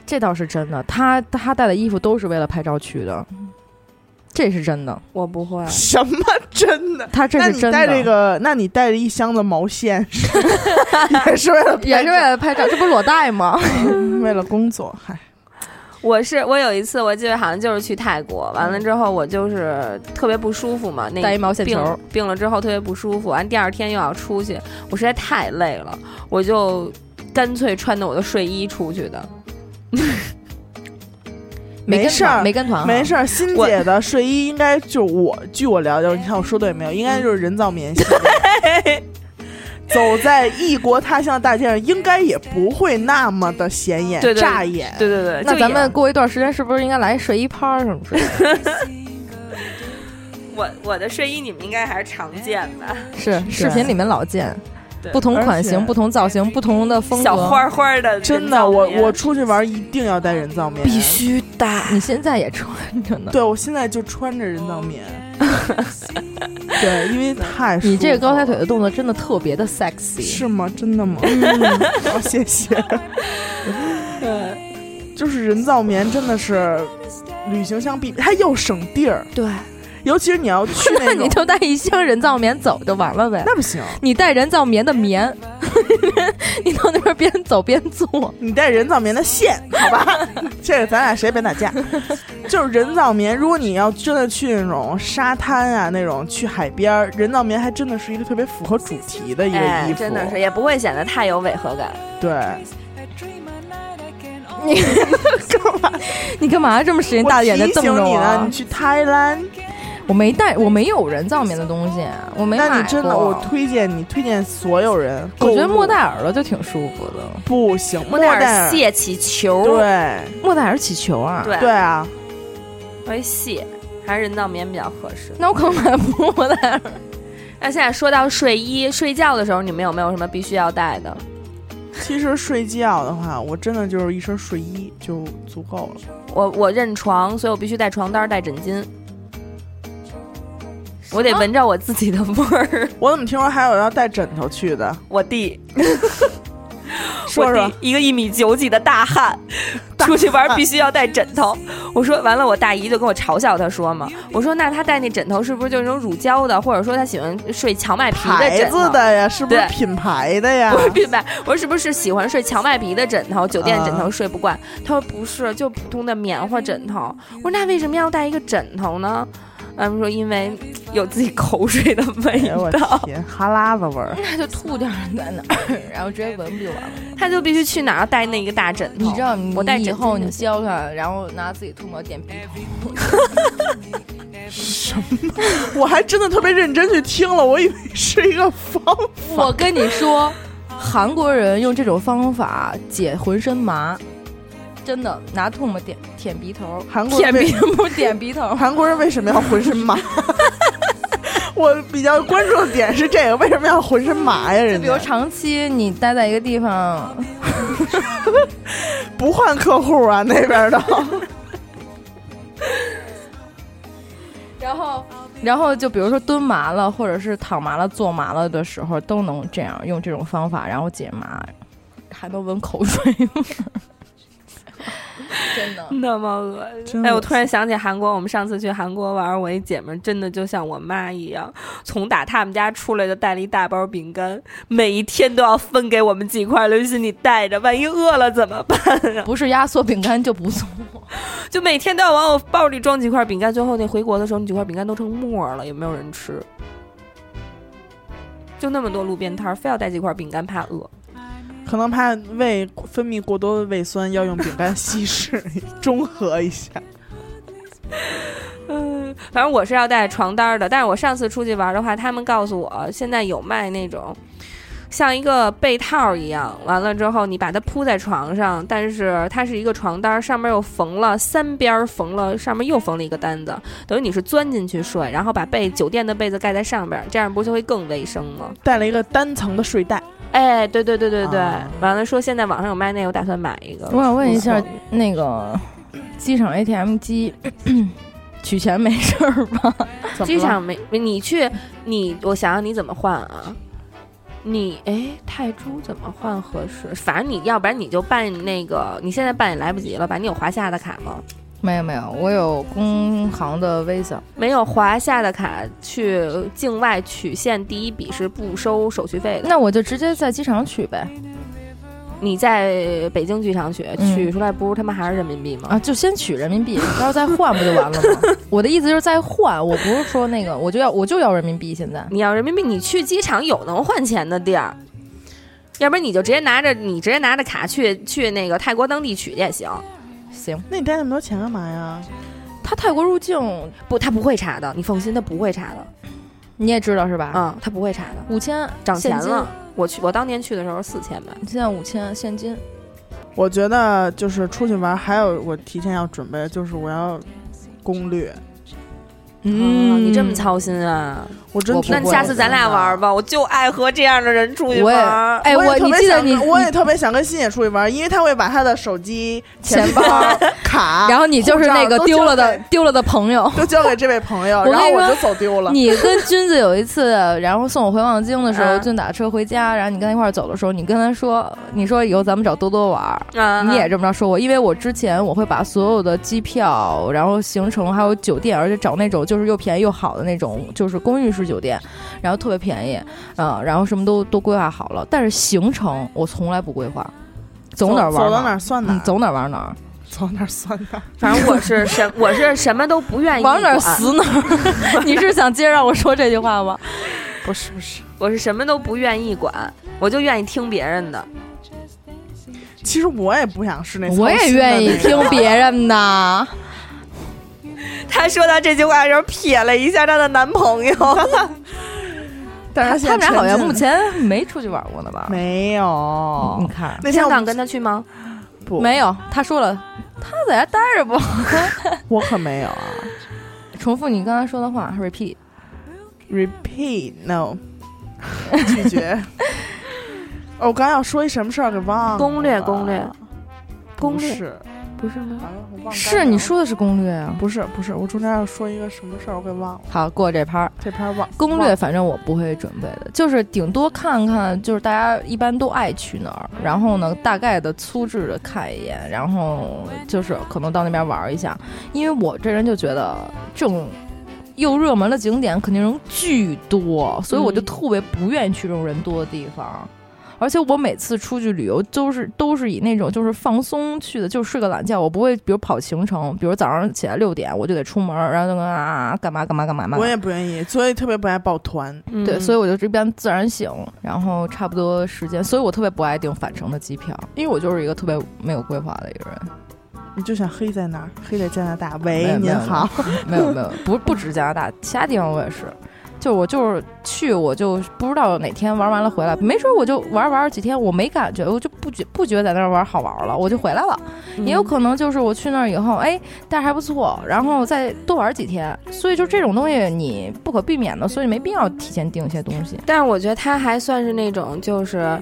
这倒是真的。他他带的衣服都是为了拍照去的，
嗯
这是真的，
我不会，
什么真的？
他这
那
是
你
真的。
带这个，那你带着一箱子毛 线，也是为了拍
也是为了拍照，这不是裸带吗？
为了工作，嗨，
我是我有一次，我记得好像就是去泰国，完了之后我就是特别不舒服嘛，那
带一毛线
哎病
球，
病了之后特别不舒服，完第二天又要出去，我实在太累了，我就干脆穿着我的睡衣出去的。
没跟
事
团
儿，
没跟
啊
团哈，
没事儿。欣
我
姐的睡衣应该就我，据我了解，你看我说对没有？应该就是人造棉系列。 走在异国他乡的大街上，应该也不会那么的显眼、
对对
扎眼。
对对对，
那
就
咱
也
们过一段时间是不是应该来睡衣趴儿什么之 类的？
我我的睡衣你们应该还是常见 吧？
是视频里面老见，
对
不同款
而
型、
且
不同造型、不同的风格。
小花花的人造
真
棉，
的，我我出去玩一定要带人造棉，
必。须带。
你现在也穿着呢。
对，我现在就穿着人造棉。对，因为太
你这个
舒服了
高抬腿的动作真的特别的 sexy。
是吗？真的 吗？嗯好，谢谢。就是人造棉真的是旅行箱必，它又省地儿，
对，
尤其是你要去
那
那
你
种，
就带一箱人造棉走就完了呗。
那不行，
你带人造棉的棉， 你到那边边走边做。
你带人造棉的线，好吧？ 这个咱俩谁也别打 架。就是人造棉，如果你要真的去那种沙滩啊，那种去海边儿，人造棉还真的是一个特别符合主题的一个衣
哎，
服，
真的是也不会显得太有违和感。
对。
你干嘛？你干嘛这么使劲大眼睛瞪着
我提醒你
我
呢，
啊
你？去泰兰，
我没带，我没有人造棉的东西，我没买
那你真的，
过
我推荐你，推荐所有人。
我觉得莫
代
代尔的就挺舒服的。
不行，
莫
代
代尔蟹起球，
对
莫代尔起球啊？
对
对，啊，
我觉得蟹还是人造棉比较合适。
那我可能买不莫代尔。
那现在说到睡衣，睡觉的时候你们有没有什么必须要带的？
其实睡觉的话，我真的就是一身睡衣就足够了。
我我认床，所以我必须带床单、带枕巾。我得闻着我自己的味儿。
我怎么听说还有要带枕头去的？
我弟，
说
我
说
弟，一个一米九几的大汉，出去玩必须要带枕头。我说完了，我大姨就跟我嘲笑他说嘛，我说那他带那枕头是不是就是那种乳胶的，或者说他喜欢睡荞麦皮的
牌
枕头
子？的呀，是不是
对
品牌的呀哎
不？是品牌， 我说是不是喜欢睡荞麦皮的枕头？酒店枕头
啊
睡不惯。他说不是，就普通的棉花枕头。我说那为什么要带一个枕头呢？他们说因为有自己口水的
哎
味
呦我
道，
天，哈喇子味 儿！
那就吐点儿在那儿，然后直接闻不就完了？
他就必须去哪儿带那一个大枕头。
你知道，你
我带
以
枕
后
巾
你
就行
教他，然后拿自己吐沫点鼻头。
我还真的特别认真去听了，我以为是一个方
我跟你 说，韩国人用这种方法解浑身麻，真的拿吐沫点舔鼻头，
韩国
舔
人
鼻
为
头，点鼻 头。
韩国人为什么要浑身 麻？我比较关注的点是这个，为什么要浑身麻呀？
就
人
比如
家
长期你待在一个地方，
不换客户啊，那边 的。
然后， 然后就比如说蹲麻了，或者是躺麻了、坐麻了的时候，都能这样用这种方法，然后解麻，还能闻口水吗？ 真的，
那么恶
真
心！哎，
恶
我突然想起韩国，我们上次去韩国玩，我一姐们儿真的就像我妈一样，从打他们家出来就带了一大包饼干，每一天都要分给我们几块，刘雨欣你带着，万一饿了怎么办啊？
不是压缩饼干就不错。
就每天都要往我包里装几块饼干，最后那回国的时候，那几块饼干都成沫儿了，也没有人吃。就那么多路边摊儿，非要带几块饼干怕饿。
可能怕胃分泌过多的胃酸，要用饼干稀释中和一下。
嗯，反正我是要带床单儿的，但是我上次出去玩的话，他们告诉我现在有卖那种像一个被套一样，完了之后你把它铺在床上，但是它是一个床单儿，上面又缝了三边儿缝了，上面又缝了一个单子，等于你是钻进去睡，然后把被酒店的被子盖在上边儿，这样不就会更卫生吗？
带了一个单层的睡袋，
哎，对对对对对，
啊
完了说现在网上有卖那个，我打算买一个。
我想问一下
无所谓，
那个机场 ATM 机取钱没事儿吧？
怎么
机
了
场没没你去你，我想想你怎么换啊？你哎，泰铢怎么换合适？反正你要不然你就办那个，你现在办也来不及了吧？你有华夏的卡吗？
没有没有，我有工行的 Visa，
没有华夏的卡，去境外取现第一笔是不收手续费的。
那我就直接在机场取呗。
你在北京机场取，
嗯
取出来不是他妈还是人民币吗？
啊，就先取人民币，然后再换不就完了吗？ 我的意思就是再换，我不是说那个，我就要我就要人民币。现在
你要人民币，你去机场有能换钱的地儿，要不然你就直接拿着你直接拿着卡去去那个泰国当地取也行。
行，
那你带那么多钱干嘛呀？
他泰国入境
不，他不会查的，你放心，他不会查的。
你也知道是吧？，
嗯，他不会查的，
五千
涨钱
啊
了。，我去，我当年去的时候四千吧。
现金现在五千现金，
我觉得就是出去玩，还有我提前要准备，就是我要攻略。
嗯
哦你这么操心啊？
我真
我
挺
那
不
过
会
下次咱俩玩吧，我就爱和这样的人出去
我也
玩。
哎，
我也特
你
别
记得
想
你
我也特别想跟欣姐出去玩，因为她会把她的手机、钱包、 卡，
然后你就是那个
护照都
丢了
交
的
给
丢了的朋友。
都交给这位朋友，
我跟你
然后我
说
就走丢了。
你跟君子有一次，然后送我回望京的时候，
啊
君打车回家，然后你跟他一块儿走的时候，你跟他说，你说以后咱们找多多玩儿，
啊，
你也这么着说我，因为我之前我会把所有的机票，然后行程还有酒店，而且找那种就是又便宜又好的那种，就是公寓式酒店，然后特别便宜，啊、然后什么都都规划好了，但是行程我从来不规划，走哪儿玩
走到哪
儿，
儿算哪
嗯
儿，，
走哪儿玩哪儿，
走哪儿算 哪儿。
反正我是什我是什么都不愿意
往哪儿
管
死哪儿。 你是想接着让我说这句话吗？
不是不是，
我是什么都不愿意管，我就愿意听别人的。
其实我也不想是那，
我也愿意听。别人的。
她说到这句话的时候，瞥了一下她的男朋 友。
但是
他们俩好像目
目前
前没出去玩过呢吧？
没有
你。看，
那天
香
我
港
们
跟他去吗？
不，
嗯没有，他说了，他在家待着不？
我可没有啊。
重复你刚才说的话，repeat。
Repeat no，拒绝。哦，我刚要说一什么事儿给忘了。
攻略攻略，攻
不
略
是
嗯不是吗？
完了，我忘了
是你说的是攻略啊？
不是不是，我中间要说一个什么事儿，我给忘了，
好，过这盘儿。
这篇忘
攻略反正我不会准备的，就是顶多看看，就是大家一般都爱去哪儿，然后呢，大概的粗制的看一眼，然后就是可能到那边玩一下。因为我这人就觉得这种又热门的景点肯定人巨多，所以我就
嗯
特别不愿意去这种人多的地方。而且我每次出去旅游都是都是以那种就是放松去的，就是睡个懒觉，我不会比如跑行程，比如早上起来六点我就得出门，然后就啊干嘛干嘛干嘛干嘛。
我也不愿意，所以特别不爱抱团。
对，嗯所以
以
我就这边自然醒，然后差不多时间，所以我特别不爱订返程的机票，因为我就是一个特别没有规划的一个人。
你就想黑在哪儿？黑在加拿大。喂，
没有没
您
有
好，
没有没有，不不止加拿大，其他地方我也是，就我就是去，我就不知道哪天玩完了回来，没准我就玩玩几天，我没感觉，我就不觉不觉得在那儿玩好玩了，我就回来了。
嗯
也有可能就是我去那儿以后，哎，但是还不错，然后再多玩几天。所以就这种东西你不可避免的，所以没必要提前订一些东西。
但是我觉得他还算是那种，就是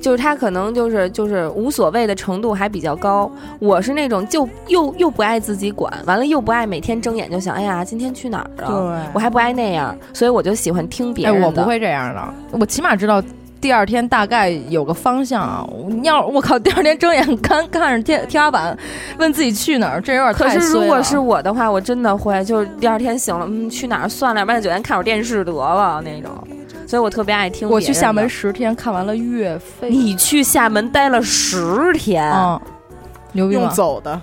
就是他可能就是就是无所谓的程度还比较高。我是那种就又又不爱自己管，完了又不爱每天睁眼就想，哎呀，今天去哪儿啊？我
对，
还不爱那样，所以我就喜欢听别
哎，
人的。
我不会这样的，我起码知道第二天大概有个方向啊。你要我靠，第二天睁眼看看着天天花板，问自己去哪儿，这有点
可
太
是如
衰
果
了
是我的话，我真的会，就是第二天醒了，嗯，去哪儿算了，要不然就酒店看会儿电视得了那种。所以我特别爱听。
我去厦门，十天，看完了岳飞，
你去厦门待了十天，
嗯，牛逼
用
吗？
走的，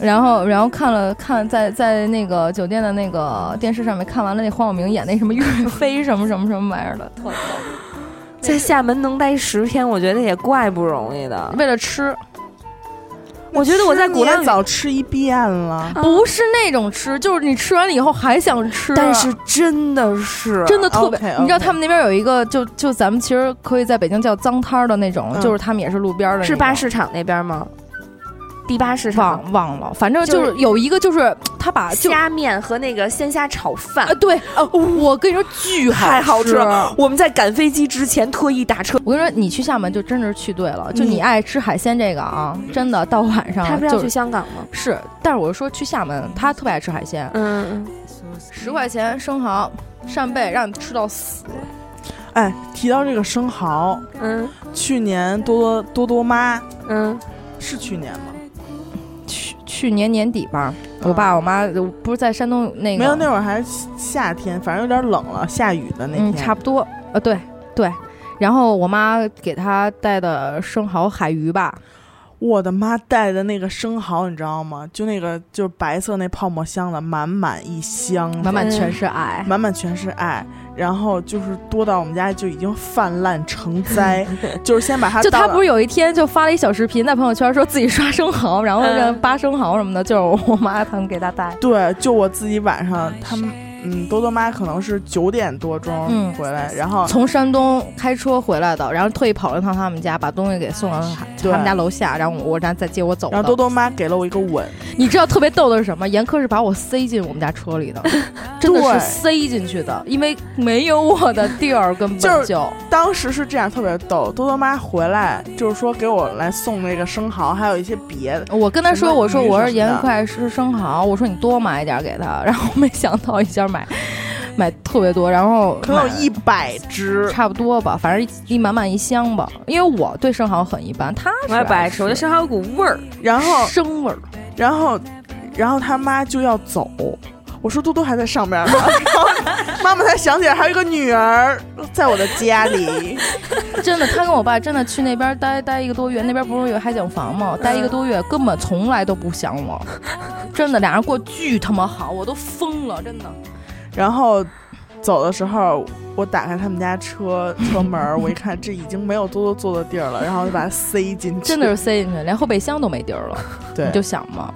然后，然后看了看在在那个酒店的那个电视上面看完了那黄晓明演那什么岳飞什么什么什么玩意儿的，特逗。
在厦门能待十天，我觉得也怪不容易的。
为了吃，
我觉得我在鼓浪
也
屿
早吃一遍了。
不是那种吃，就是你吃完了以后还想吃，
但是真的是
真的特别。
OK，OK
你知道他们那边有一个，就就咱们其实可以在北京叫脏摊儿的那种，
嗯
就是他们也是路边儿的那种，
是八市场那边吗？第八市场
忘忘了，反正
就
就是是有一个就是他把就啊
虾面和那个鲜虾炒饭。
对啊，我跟你说巨
哦太好
吃
吃了！我们在赶飞机之前特意打车，
我跟你说，你去厦门就真是去对了，就你爱吃海鲜这个啊，真的到晚上
嗯他不是要
啊就
去香港吗？
是，但是我说去厦门，他特别爱吃海鲜，
嗯，
十块钱生蚝、扇贝，让你吃到死。
哎，提到这个生蚝，
嗯
去年多多多多妈
嗯，
是去年吗？
去去年年底吧，
嗯
我爸我妈我不是在山东那
没
个
有，那会儿还是夏天，反正有点冷了，下雨的那天。
嗯，差不多，呃，对对。然后我妈给他带的生蚝、海鱼吧，
我的妈带的那个生蚝，你知道吗？就那个就是白色那泡沫箱的，满满一箱子，
满满全是爱。
满满全是爱。然后就是多到我们家就已经泛滥成 灾，就是先把它
就
倒
他
了
不是有一天就发了一小视频在朋友圈，说自己刷生蚝，然后让
嗯
扒生蚝什么的，就是我妈他们给他带。
对，就我自己晚上他们嗯多多妈可能是九点多钟
哎嗯
回来，然后
从山东开车回来的，然后特意跑了趟他们家，把东西给送到他
对
他们家楼下，然后我然后再接我走的。
然后多多妈给了我一个吻，
你知道特别逗的是什么？严科是把我塞进我们家 车里的，真的
对
是塞进去的，因为没有我的地儿根本
就是
就
当时是这样，特别逗。多多妈回来就是说给我来送那个生蚝，还有一些别的。
我跟他说，
什么
我说
鱼
我
什
是
么
盐
的
快吃生蚝，我说你多买一点给他， 然后没想到一下买买特别多，然后
可能
买
有一百只，
差不多吧，反正一满满一箱吧。因为我对生蚝很一般，他是
我也不爱吃，我觉得
生
生蚝有股味儿。
然后，
生味儿。
然后，然后他妈就要走，我说多多还在上面呢， 然后妈妈才想起来还有一个女儿在我的家里，
真的，他跟我爸真的去那边待待一个多月，那边不是有海景房吗？待一个多月，根本从来都不想我，真的，俩人过巨他妈好，我都疯了，真的。
然后走的时候。我打开他们家车车门儿，我一看这已经没有多多坐的地儿了，然后就把它塞进去。
真的是塞进去，连后备箱都没地儿了。
对
你就想 嘛，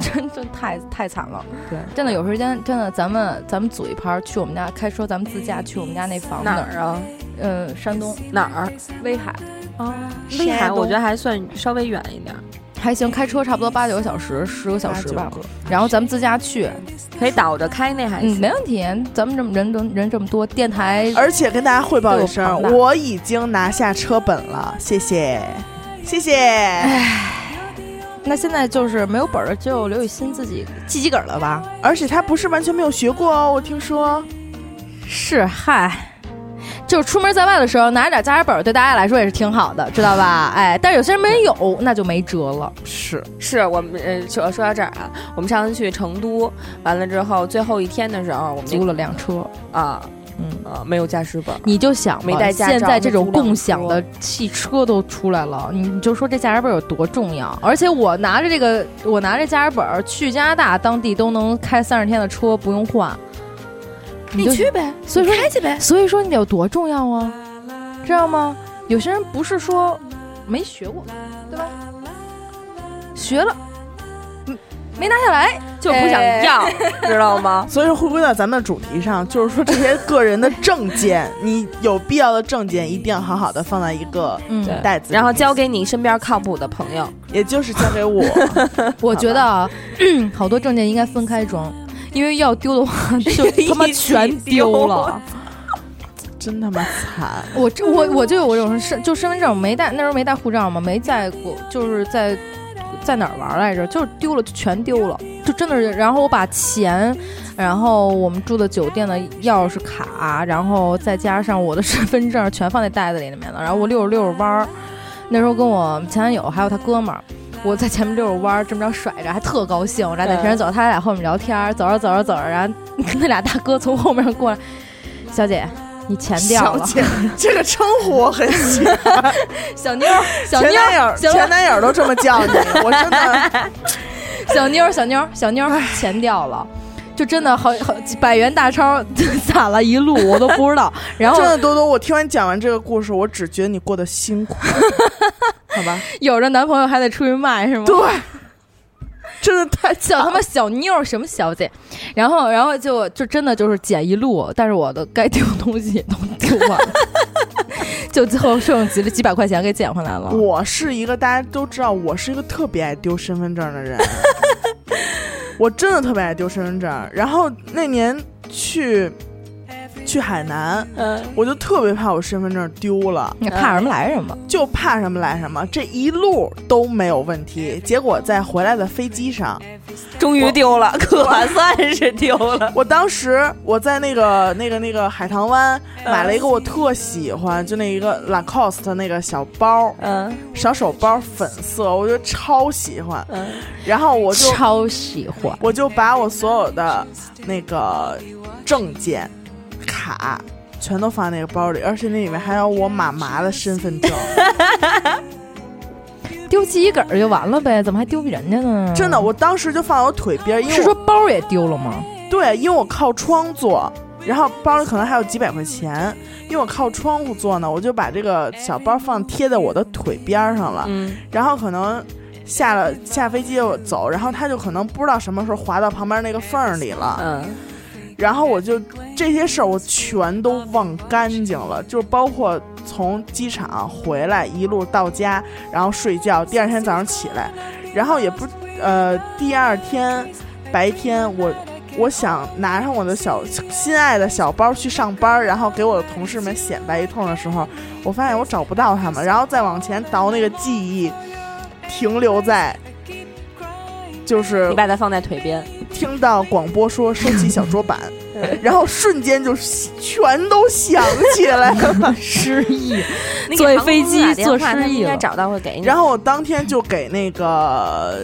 真真太太惨了。
对
真的有时间，真的咱们咱们组一盘儿去我们家开车，咱们自驾去我们家那房子
哪儿啊？
嗯、山东
哪儿？威海。
啊，
威海
山东
我觉得还算稍微远一点，
还行，开车差不多八九个小时，十个小时吧
八九。
然后咱们自驾去，
可以倒着开那还
嗯，
行。
没问题。咱们这么人人人这么多，电台
而且跟大家汇报一
对
声
我，庞大
我已经拿下车本了，谢谢，谢谢。
那现在就是没有本儿，只有刘雨欣自己记自个儿了吧？
而且他不是完全没有学过哦，我听说。
是，嗨，就是出门在外的时候拿点家本，对大家来说也是挺好的，知道吧？哎，但是有些人没有，那就没辙了。
是，
是我们呃，说说到这儿啊，我们上次去成都，完了之后最后一天的时候，我们
租
就
了辆车，
啊，
嗯
啊，没有驾驶本儿，
你就想吧
没带驾照
现在这种共享的汽车都出来了，你你就说这驾驶本有多重要？而且我拿着这个，我拿着驾驶本去加拿大当地都能开三十天的车，不用换。就，
呗，
所以说
开去呗。
哎所以说你得有多重要啊，知道吗？有些人不是说没学过，对吧？学了，嗯没拿下来，
就不想
哎
要，知道吗？
所以说回归到咱们的主题上，就是说这些个人的证件，你有必要的证件一定要好好的放在一个
嗯
对
袋子里，
然后交给你身边靠谱的朋友。
也就是交给 我。
我觉得啊， 好多证件应该分 开装，因为要丢的话就他妈全丢了。
真他妈惨！
我这我我就有我种身就身份证没带，那时候没带护照嘛，没在国就是在在哪儿玩来着，就是丢了，就全丢了，就真的是。然后我把钱，然后我们住的酒店的钥匙卡，然后再加上我的身份证，全放在袋子里面了。然后我溜着溜着弯儿，那时候跟我前男友还有他哥们儿。我在前面溜着弯儿，这么着甩着，还特高兴。我俩在前
嗯
面走，他俩后面聊天儿，走着走着走着，然后 那俩大哥从后面过来，小姐，你钱掉
小
了。
姐，这个称呼我很喜欢。
小 妞儿， 小
前
妞
男
儿，
友，
行
前
了，
男友都这么叫 你，我真的
小妞儿，小妞儿，小妞儿，钱掉了，就真的好好几百元大钞攒了一路，我都不知道。然后
真的多多，我听完讲完这个故事，我只觉得你过得辛 苦，好吧？
有着男朋友还得出去卖是吗？
对，真的太
小他妈小妞儿什么小姐，然后然后就就真的就是捡一路，但是我的该丢东西也都丢完了， 就最后剩几几百块钱给捡回来了。
我是一个大家都知道，我是一个特别爱丢身份证的人，我真的特别爱丢身份证。然后那年去去海南，
嗯
我就特别怕我身份证丢了，
你怕什么来什么，
就怕什么来什么，这一路都没有问题。结果在回来的飞机上，
终于丢了，可算是丢了。
我当时我在那个那个那个海棠湾买了一个我特喜欢，就那一个 Lacoste 那个小包，
嗯
小手包粉色，我就超喜欢。
嗯，
然后我就
超喜欢。
我就把我所有的那个证件、卡全都放在那个包里，而且那里面还有我妈妈的身份证。
嗯丢自己个儿就完了呗，怎么还丢别人家呢？
真的，我当时就放在我腿边，因
是
为
说
我
包儿也丢了吗？
对，因为我靠窗坐，然后包里可能还有几百块钱，因为我靠窗户坐呢，我就把这个小包放贴在我的腿边上
嗯
了。
嗯
然后可能下了下飞机就走，然后他就可能不知道什么时候滑到旁边那个缝儿里了。
嗯，
然后我就这些事儿我全都忘干净了，就是包括从机场啊回来一路到家，然后睡觉，第二天早上起来，然后也不呃，第二天白天我。我想拿上我的小心爱的小包去上班，然后给我的同事们显摆一通的时候，我发现我找不到他们，然后再往前倒那个记忆，停留在就是
你把它放在腿边，
听到广播说收起小桌板，然后瞬间就全都想起来 了。
失忆，
那
坐
给
一
航
飞
空
机
打电
坐
话
失
他们
忆
应该
了
找到会给你。
然后我当天就给那个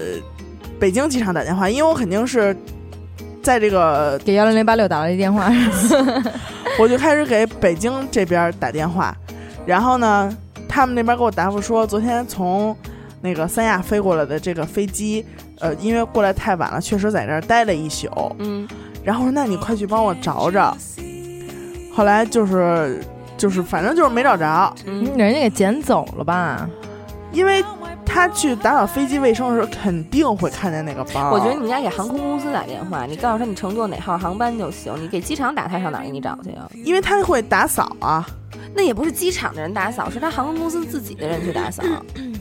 北京机场打电话，因为我肯定是在这个，
给幺零零八六打了一电 话，
我就开始给北京这边打电话。然后呢，他们那边给我答复说，昨天从那个三亚飞过来的这个飞机，呃，因为过来太晚了，确实在这儿待了一宿。
嗯，
然后我说那你快去帮我找找。后来就是就是反正就是没找着，
嗯
人家给捡走了吧？
因为他去打扫飞机卫生的时候肯定会看见那个包。
我觉得你应该给航空公司打电话，你告诉他你乘坐哪号航班就行。你给机场打，他上哪儿给你找去啊？
因为他会打扫啊。
那也不是机场的人打扫，是他航空公司自己的人去打扫。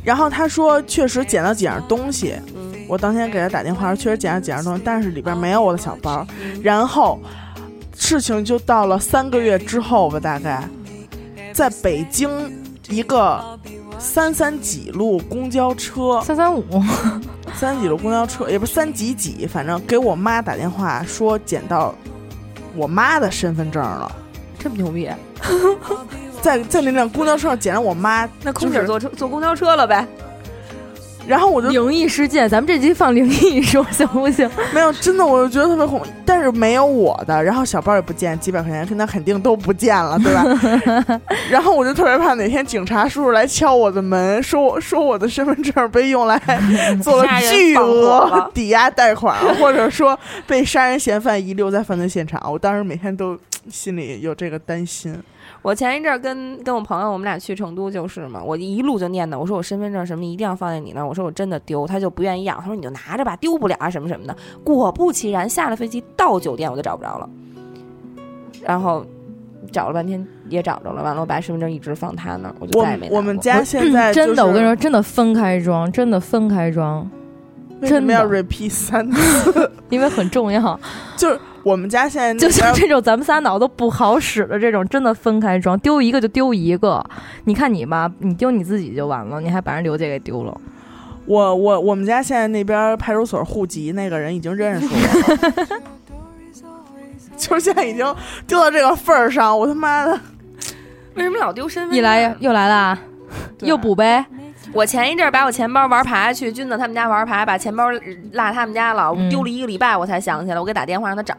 然后他说确实捡到几样东西，
嗯，
我当天给他打电话说确实捡到几样东西，但是里边没有我的小包。然后事情就到了三个月之后吧，大概在北京一个三三几路公交车。
三三五，
三几路公交车，也不是三几几，反正给我妈打电话说捡到我妈的身份证了，
这么牛逼？
在在那辆公交车上捡到我妈，
那空姐
就是
坐车坐公交车了呗？
然后我就
灵异事件，咱们这集放灵异说行不行？
没有真的，我就觉得特别恐怖，但是没有我的，然后小包也不见，几百块钱那肯定都不见了，对吧？ 然后我就特别怕哪天警察叔叔来敲我的门，说我说我的身份证被用 来做了
杀人
巨
放火
额
了
抵押贷款，或者说被杀人嫌犯遗留在犯罪现场，我当时每天都心里有这个担心。
我前一阵儿跟跟我朋友，我们俩去成都就是嘛，我一路就念叨，我说我身份证什么一定要放在你那儿，我说我真的丢，他就不愿意要，他说你就拿着吧，丢不了啊什么什么的。果不其然，下了飞机到酒店我就找不着了，然后找了半天也找着了，完了我把身份证一直放他那儿，我就
我
再也没拿过
我们家现在、就是
嗯真的，我跟你说，真的分开装，真的分开装，
为什么要
真
repeat 三次？
因为很重要。
就是我们家现在
就
那边
像这嗯种咱们仨脑子都不好使的这种，真的分开装，丢一个就丢一个。你看你吧，你丢你自己就完了，你还把人刘姐给丢了。
我我我们家现在那边派出所户籍那个人已经认识我了， 就是现在已经丢到这个份儿上，我他妈的
为什么老丢身份？
一来，又来了啊，又补呗。
我前一阵儿把我钱包玩牌去君子他们家玩牌，把钱包落他们家了，
嗯
丢了一个礼拜，我才想起来，我给打电话让他找，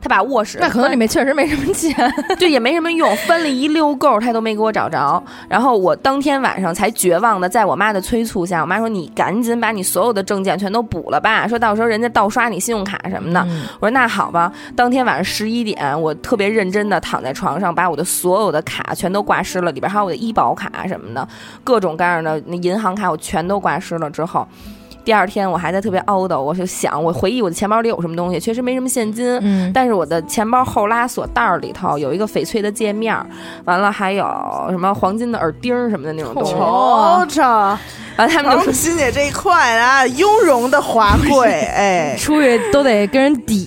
他把卧室
那可能里面确实没什么钱。
对，也没什么用，翻了一溜够，他都没给我找着。然后我当天晚上才绝望的，在我妈的催促下，我妈说：“你赶紧把你所有的证件全都补了吧，说到时候人家盗刷你信用卡什么的。
嗯
我说：“那好吧。”当天晚上十一点，我特别认真的躺在床上，把我的所有的卡全都挂失了，里边还有我的医保卡什么的，各种各样的那银行卡我全都挂失了之后。第二天我还在特别懊恼，我就想，我回忆我的钱包里有什么东西，确实没什么现 金，
嗯，
但是我的钱包后拉锁袋儿里头有一个翡翠的界面儿，完了还有什么黄金的耳钉儿什么的那种东西。啊
瞅
啊
瞅，
完了他们
然
就
后
说
欣姐这一块啊，雍容的华 贵，哎，
出去都得跟人抵。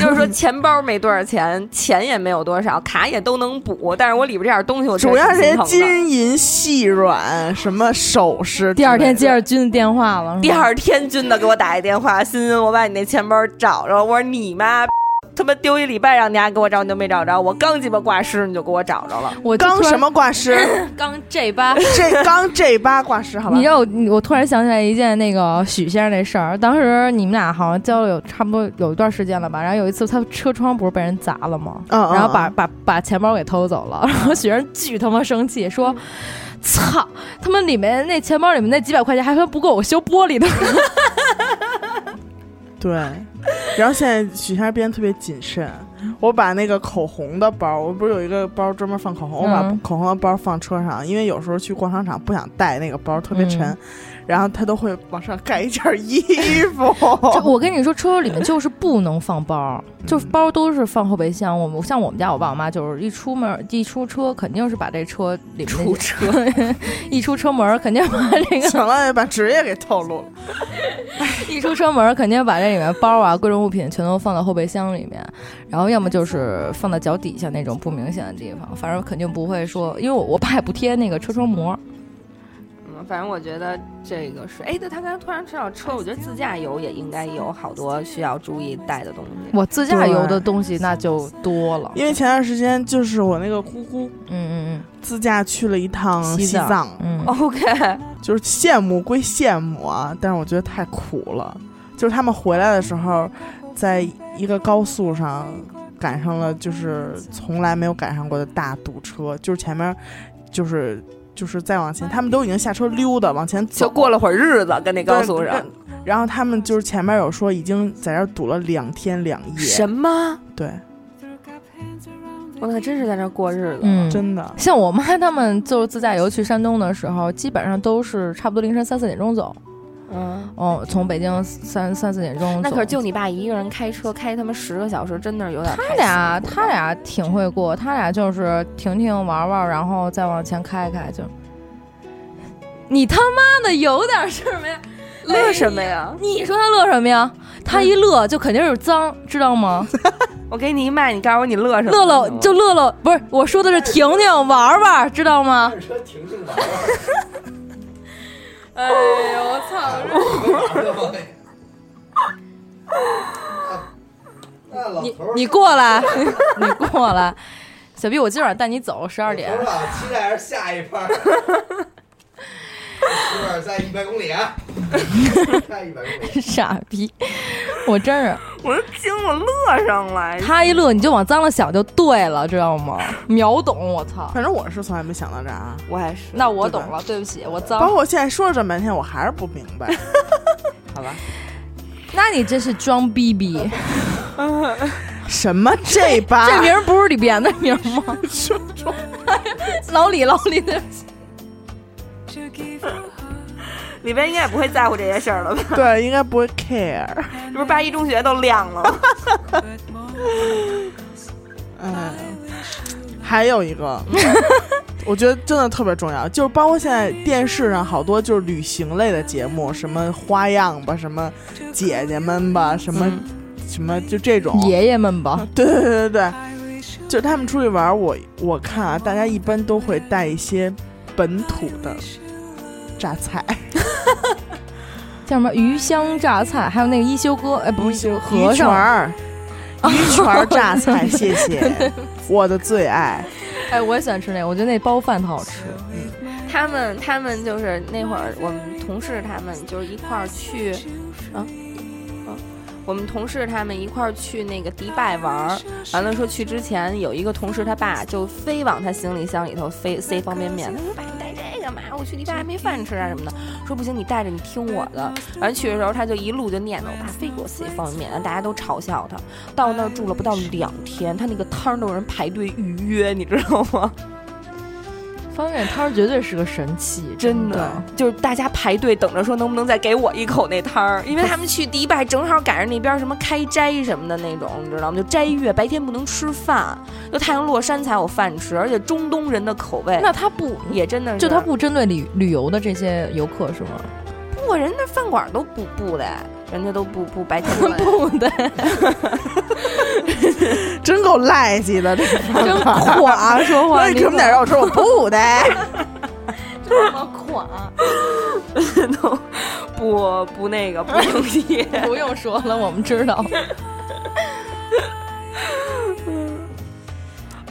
就是说钱包没多少钱，钱也没有多少，卡也都能补，但是我里边这点东西我
主要是
是
些金银细软，什么首饰之类的。
第二天接着君的电话了，是吗
第二天君的给我打一电话，欣欣，我把你那钱包找着了，我说你妈。他妈丢一礼拜，让你家给我找，你都没找着。我刚鸡巴挂失，你就给我找着了。
我就
刚
突然
什么挂失？
刚 J 八，
这刚这八挂失，好吧
你？知道我，你我突然想起来一件那个许先生那事儿。啊当时你们俩好像交了有差不多有一段时间了吧？然后有一次他车窗不是被人砸了吗？
嗯嗯
然后把把把钱包给偷走了。 然后许先生巨他妈生气，
嗯
说：“操，他们里面那钱包里面那几百块钱还说不够我修玻璃的。
对，然后现在许仙变得特别谨慎。我把那个口红的包，我不是有一个包专门放口红，我把
嗯
口红的包放车上，因为有时候去逛商场不想带那个包，特别沉，
嗯
然后他都会往上盖一件衣 服。
就 我跟你说，车里面就是不能放包，就是包都是放后备箱。我们像我们家我爸我妈就是一出门一出车肯定是把这车里面出车 一出车门肯定把这个
行了，把职业给透露了。
一出车门，肯定把这里面包啊、贵重物品全都放到后备箱里面，然后要么就是放到脚底下那种不明显的地方，反正肯定不会说，因为我我爸也不贴那个车窗膜。
嗯，反正我觉得这个是，哎，对，他刚才突然提到车，我觉得自驾游也应该有好多需要注意带的东西。
我自驾游的东西那就多了，
因为前段时间就是我那个姑姑
嗯嗯
自驾去了一趟
嗯，
西藏，
嗯，
OK，
就是羡慕归羡慕啊，但是我觉得太苦了。就是他们回来的时候，在一个高速上赶上了，就是从来没有赶上过的大堵车，就是前面就是就是再往前，他们都已经下车溜达往前走，
就过了会儿日子，跟那高速
对
上。
跟然后他们就是前面有说已经在这儿堵了两天两夜，
么？
对，
我可真是在那儿过日子。
嗯，
真的，
像我妈 他们就是自驾游去山东的时候，基本上都是差不多凌晨三四点钟走，
嗯，
哦，从北京三三四点钟走。
那可是就你爸一个人开车开他妈十个小时，真的是有点
他俩
太辛苦了
他俩挺会过，他俩就是停停玩玩，然后再往前开开就。你他妈的有点事儿没？
乐什么哎呀？
哎
嗯
你说他乐什么呀？他一乐就肯定是脏，知道吗？
我给你一麦，你告诉我你乐什么？
乐乐就乐乐，不是我说的是停停玩玩，知道吗？
车停住了，
哎呦我操！
那老
你
头儿
你过来，你过来，小 B，我今晚带你走，十二点
头。上期待着下一 盘儿，一会儿在一百公 里啊，开一百公里，
傻逼，我真是
我都惊了，乐上来。
他一乐你就往脏了想就对了，知道吗？秒懂，我操！
反正我是从来没想到这啊。
我也是，
那我
对
懂
吧
了，对不起，我
啊
包
脏。
括我现在说了这么半天，我还是不明 白。
那你真是装逼逼，
什么这把
这名儿不是李编的名儿吗？ 老李，老李，对不起
里边应该也不会在乎这些事儿 了吧？
对应该不会 care。
这不是八一中学都亮了吗？
嗯，还有一 个，我觉得真的特别重要，就是包括现在电视上好多就是
嗯
旅行类的节目，什么花样吧，什么姐姐们吧，什么什么就这种，
爷爷们吧，
对对对对对，就他们出去玩儿，我我看啊，大家一般都会带一些本土的榨菜，
叫什么鱼香榨菜，还有那个一休哥，哎，不
鱼
是和
鱼泉
尚，
儿，鱼泉儿榨菜，谢 谢，我的最爱。
哎，我也喜欢吃那个，我觉得那包饭特好吃。
他们他们就是那会儿我们同事他们就是一块儿去，啊啊，我们同事他们一块儿去那个迪拜玩儿，完了说去之前有一个同事他爸就非往他行李箱里头非塞方便面，他说爸你带这个嘛，我去迪拜还没饭吃啊什么的，说不行你带着你听我的，完了去的时候他就一路就念叨我爸非给我塞方便面，大家都嘲笑他，到那儿住了不到两天，他那个摊儿都有人排队预约，你知道吗？
方便面摊儿绝对是个神器，
真
的。
的就是大家排队等着说能不能再给我一口那摊儿，因为他们去迪拜正好赶上那边什么开斋什么的那种，你知道吗？就斋月，白天不能吃饭，就太阳落山才有饭吃，而且中东人的口味
那他不
也真的是，
就他不针对旅旅游的这些游客是吗？
不，人那饭馆都不不的，人家都不不白天不
不的，
真够赖气的，这
真垮，说话
那你给我们点肉吃，我不 的。
这么垮，
都不不那个不 营业。
不用说了，我们知 道。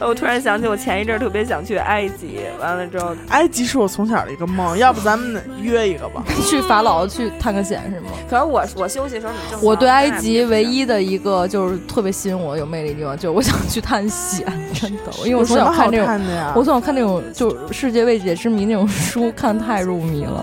我突然想起我前一阵儿特别想去埃及，完了之后
埃及哎是我从小的一个梦，要不咱们约一个吧？
去法老去探个险是吗？
可是我我休息的时候你正
我对
忙
埃
那
及
不
唯
行
一的一个就是特别吸引我有魅力的地方，就是我想去探险，真的，因为我
有
从
什
小
么
看
好
这种，
看的啊呀？
我从小看那种就是世界未解之谜那种书，看太入迷了，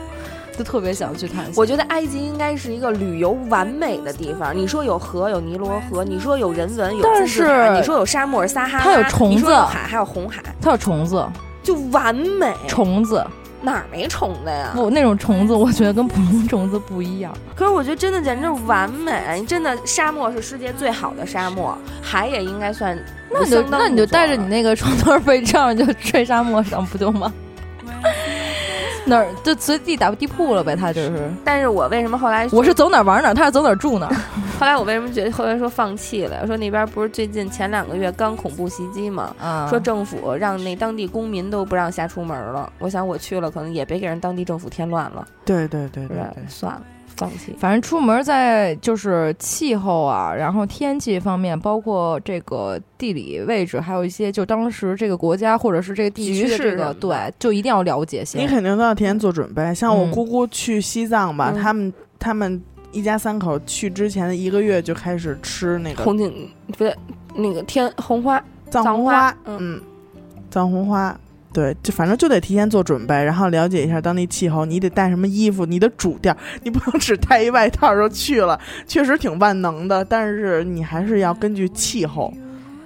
就特别想去探险。
我觉得埃及应该是一个旅游完美的地方。你说有河，有尼罗河；你说有人文，有
但
金字塔
是
你说有沙漠，撒哈拉；
它有虫
你说有
子
海，还有红海，
它有虫子，
就完美。
虫子
哪儿没虫子呀？
不那种虫子，我觉得跟普通虫子不一样。
可是我觉得真的简直就是完美，真的沙漠是世界最好的沙漠，海也应该算。
那你就那你就带着
啊
你那个床头被罩，你就睡沙漠上不就 吗？哪儿就随地打地铺了呗，他就是。
但是我为什么后来
我是走哪儿玩哪儿，他是走哪儿住 哪儿。
后来我为什么觉得后来说放弃了？说那边不是最近前两个月刚恐怖袭击吗？
啊
嗯
说政府让那当地公民都不让瞎出门了。我想我去了，可能也别给人当地政府添乱了，
对对对
是
对
吧
对？，
算了，放弃。
反正出门在就是气候啊，然后天气方面，包括这个地理位置，还有一些就当时这个国家或者是这个地区的
局势
这
什么
个，
的
对，就一定要了解
你
先。
肯定都要提前做准备。像我
嗯
姑姑去西藏吧，
嗯
他们他们一家三口去之前的一个月就开始吃那个
红景不对，那个天红花，
藏
藏
红
花
花，
嗯。
嗯，藏红花。对，就反正就得提前做准备，然后了解一下当地气候，你得带什么衣服，你的主调，你不能只带一外套就去了，确实挺万能的，但是你还是要根据气候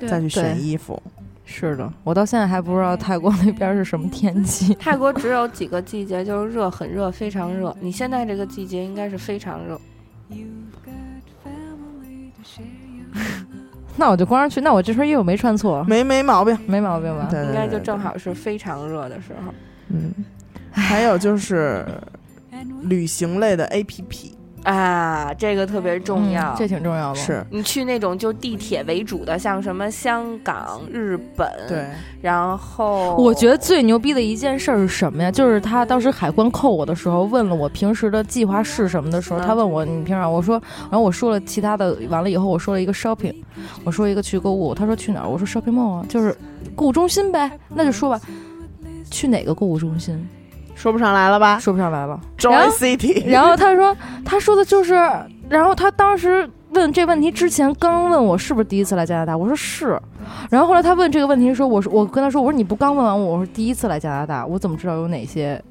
再去选
对
衣服。
是的，我到现在还不知道泰国那边是什么天气
泰国只有几个季节，就是热，很热，非常热。你现在这个季节应该是非常热，
那我就光是去，那我这身衣服没穿错，
没没毛病，
没毛病吧？
对对
应该就正。
呃对对
好是非常热的时候。
嗯，还有就是旅行类的 A P P
啊，这个特别重
嗯
要。
这挺重要吧？
是
你去那种就地铁为主的，像什么香港、日本，，
对，
然后
我觉得最牛逼的一件事儿是什么呀？就是他当时海关扣我的时候，问了我平时的计划是什么的时候，
嗯
他问我你平常，我说，然后我说了其他的，完了以后我说了一个 shopping，我说一个去购物，他说去哪儿？我说 shopping mall 啊，就是购物中心呗，那就说吧。去哪个购物中心？
说不上来了吧
说不上来了。
？Joy City，
然后他说，他说的就是，然后他当时问这问题之前，刚问我是不是第一次来加拿大，我说是。然后后来他问这个问题的时候，我说我跟他说，我说你不刚问完我，我说第一次来加拿大，我怎么知道有哪些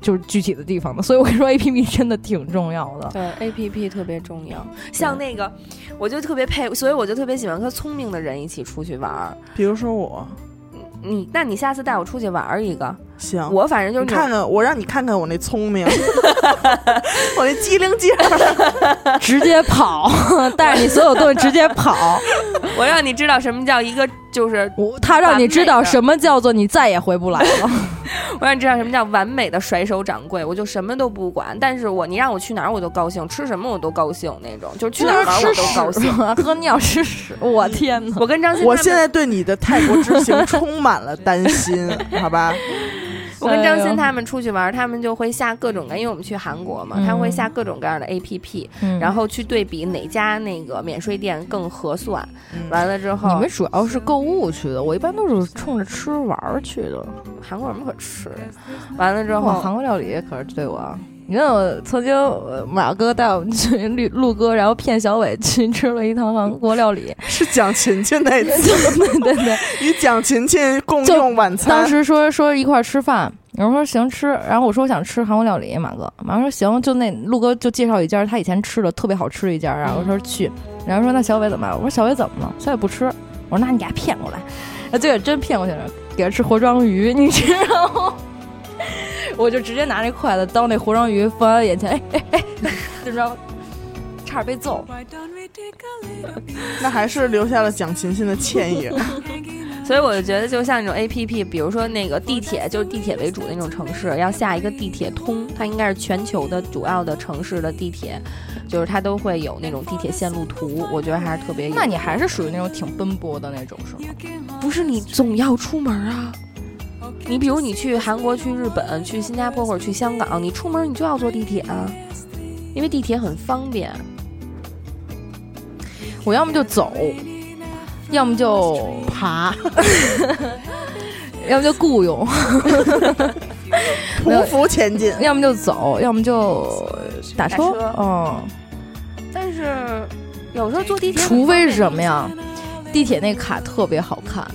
就是具体的地方呢？所以我跟你说，A P P 真的挺重要的。
对，A P P 特别重要。像那个，我就特别佩，所以我就特别喜欢和聪明的人一起出去玩儿。
比如说我，
你，那你下次带我出去玩儿一个，
行，
我反正就是
啊你看看我，让你看看我那聪明， 我那机灵劲儿。
直接跑，带着你所有东西直接跑。
那种我让你知道什么叫一个，就是
我他让你知道
完美的
什么叫做你再也回不来了。
我想知道什么叫完美的甩手掌柜，我就什么都不管，但是我你让我去哪儿我都高兴，吃什么我都高兴那种，就是 去哪儿玩我都高兴。
喝尿吃屎，我天哪！
我跟张鑫，
我现在对你的泰国之行充满了担心， 好吧？
我跟张鑫他们出去玩，他们就会下各种各样，因为我们去韩国嘛，他们会下各种各样的 A P P，、然后去对比哪家那个免税店更合算。完了之后，
你们主要是购物去的，我一般都是冲着吃玩儿去的。
韩国有什么可吃的？完了之
哇，
后，
韩国料理可是对我。你看我曾经，呃马哥带我们去绿陆哥，然后骗小伟去吃了一趟韩国料理。
是蒋勤勤那次，
对对对，
与蒋勤勤共
就
用晚
当
餐，
时说说一块儿吃饭，然后说行吃，然后我说我想吃韩国料理，马哥，马哥说行，就那陆哥就介绍一家他以前吃的特别好吃的一家，然后我说去，然后说那小伟怎么办？我说小伟怎么了？小伟不吃，我说那你给他骗过来，啊，结果真骗过去了，给他吃活章鱼，你知道吗？我就直接拿那筷子当那活章鱼放他眼前，哎哎哎，就知道差点被揍。
那还是留下了蒋勤勤的倩 影。
所以我就觉得，就像那种 A P P，比如说那个地铁，就是地铁为主的那种城市，要下一个地铁通，它应该是全球的主要的城市的地铁，就是它都会有那种地铁线路图，我觉得还是特别有。
那你还是属于那种挺奔波的那种，是吗？
不是你总要出门啊？你比如你去韩国、去日本、去新加坡或者去香港，你出门你就要坐地铁啊，因为地铁很方便。
我要么就走，要么就爬，要么就雇佣，
匍匐前进。
要么就走，要么就打车。
打车
嗯，
但是有时候坐地
哎
铁很
除
方便，
非是什么呀？地铁那卡特别好看，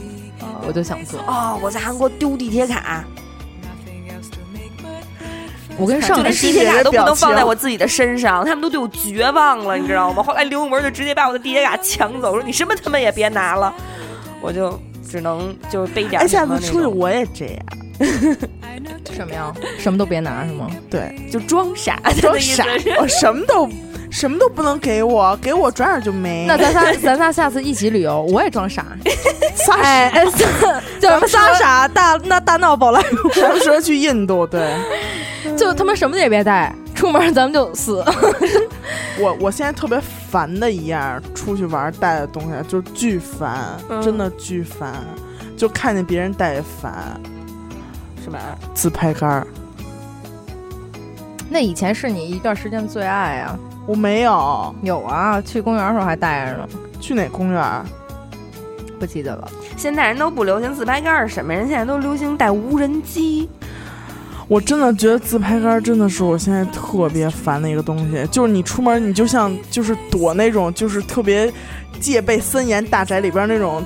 我就想坐。
哦，我在韩国丢地铁卡，
我跟
就
上
连
是
地铁卡都不
表
能放在
情
我自己的身上，他们都对我绝望了，你知道吗？ 后来刘文就直接把我的地铁卡抢走，说你什么他妈也别拿了，我就只能就是背点
哎，
儿
下
什么
次
那
出去
种，
我也这样，
什么呀？什么都别拿是吗？
对，
就装傻，他
装
的意思
傻
是，
我哦什么都什么都不能给我，给我转眼就没。
那咱仨咱仨下次一起旅游，我也装 傻。
仨
哎，哎叫什么仨傻大那大闹宝莱坞，
什么时候去印度？对
就他妈什么也别带，出门咱们就死。
我，我现在特别烦的一样，出去玩带的东西就是巨烦，真的巨烦，就看见别人带也烦。
什么？
自拍杆儿，
那以前是你一段时间最爱啊？
我没有
有啊，去公园的时候还带着呢，
去哪公园儿，
不记得了。
现在人都不流行自拍杆儿什么，人现在都流行带无人机。
我真的觉得自拍杆儿真的是我现在特别烦的一个东西，就是你出门你就像就是躲那种就是特别戒备森严大宅里边那种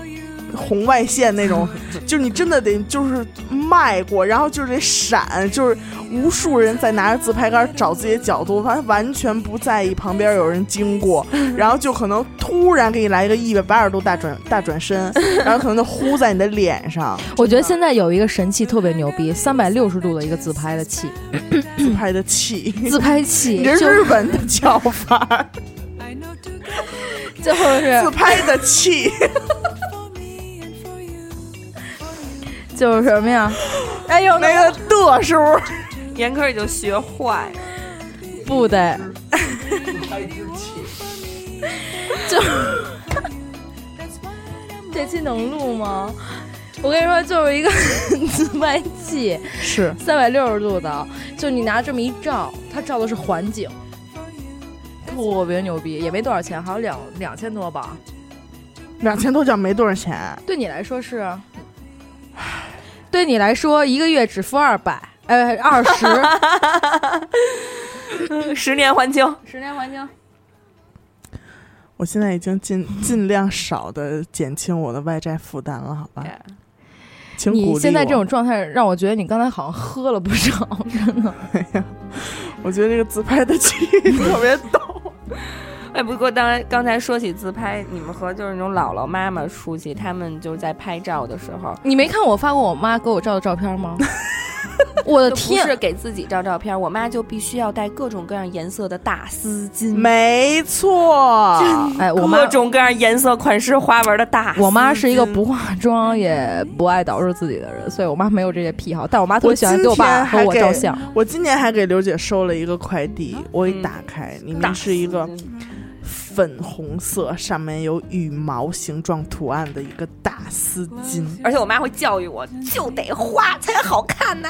红外线那种，就是你真的得就是迈过，然后就是得闪，就是无数人在拿着自拍杆儿找自己的角度，他完全不在意旁边有人经过，然后就可能突然给你来一个一百八十度大转大转身，然后可能就呼在你的脸上，
我觉得现在有一个神器特别牛逼，三百六十度的一个自拍的 器，
自拍的气。
自拍
你
器
这
就
日本的叫法儿，
就是
自拍的 气，
就是什么呀？哎呦，
那个的是不是？
严科也就学坏了，
不得，这期能录吗？我跟你说，就是一个 自拍器，
是
三百六十度的，就你拿这么一照，它照的是环境，特别牛逼，也没多少钱，好像两两千多吧。
两千多奖没多少钱，
对你来说是 啊，对你来说一个月只付二百，呃，二十，
十年还清。
十年还清。
我现在已经尽尽量少的减轻我的外债负担了，好吧？请鼓励
你
我
现在这种，状态让我觉得你刚才好像喝了不少， 真的。
我觉得这个自拍的气 特别逗。
哎，不过当然，刚才说起自拍，你们和就是那种姥姥、妈妈出去，他们就是在拍照的时候，
你没看我发过我妈给我照的照片吗？ 我的
就不
天，
是给自己照照片，我妈就必须要带各种各样颜色的大丝巾，
没错，
哎，我妈
各种各样颜色、款式、花纹的大丝巾。
我妈是一个不化妆也不爱捯饬自己的人，所以我妈没有这些癖好。但我妈特别喜欢给我爸和我照相。嗯
我今年还给刘姐收了一个快递，我一打开，里
大
面
丝
是一个
巾
粉红色，上面有羽毛形状图案的一个大丝巾。
而且我妈会教育我，就得画才好看呢。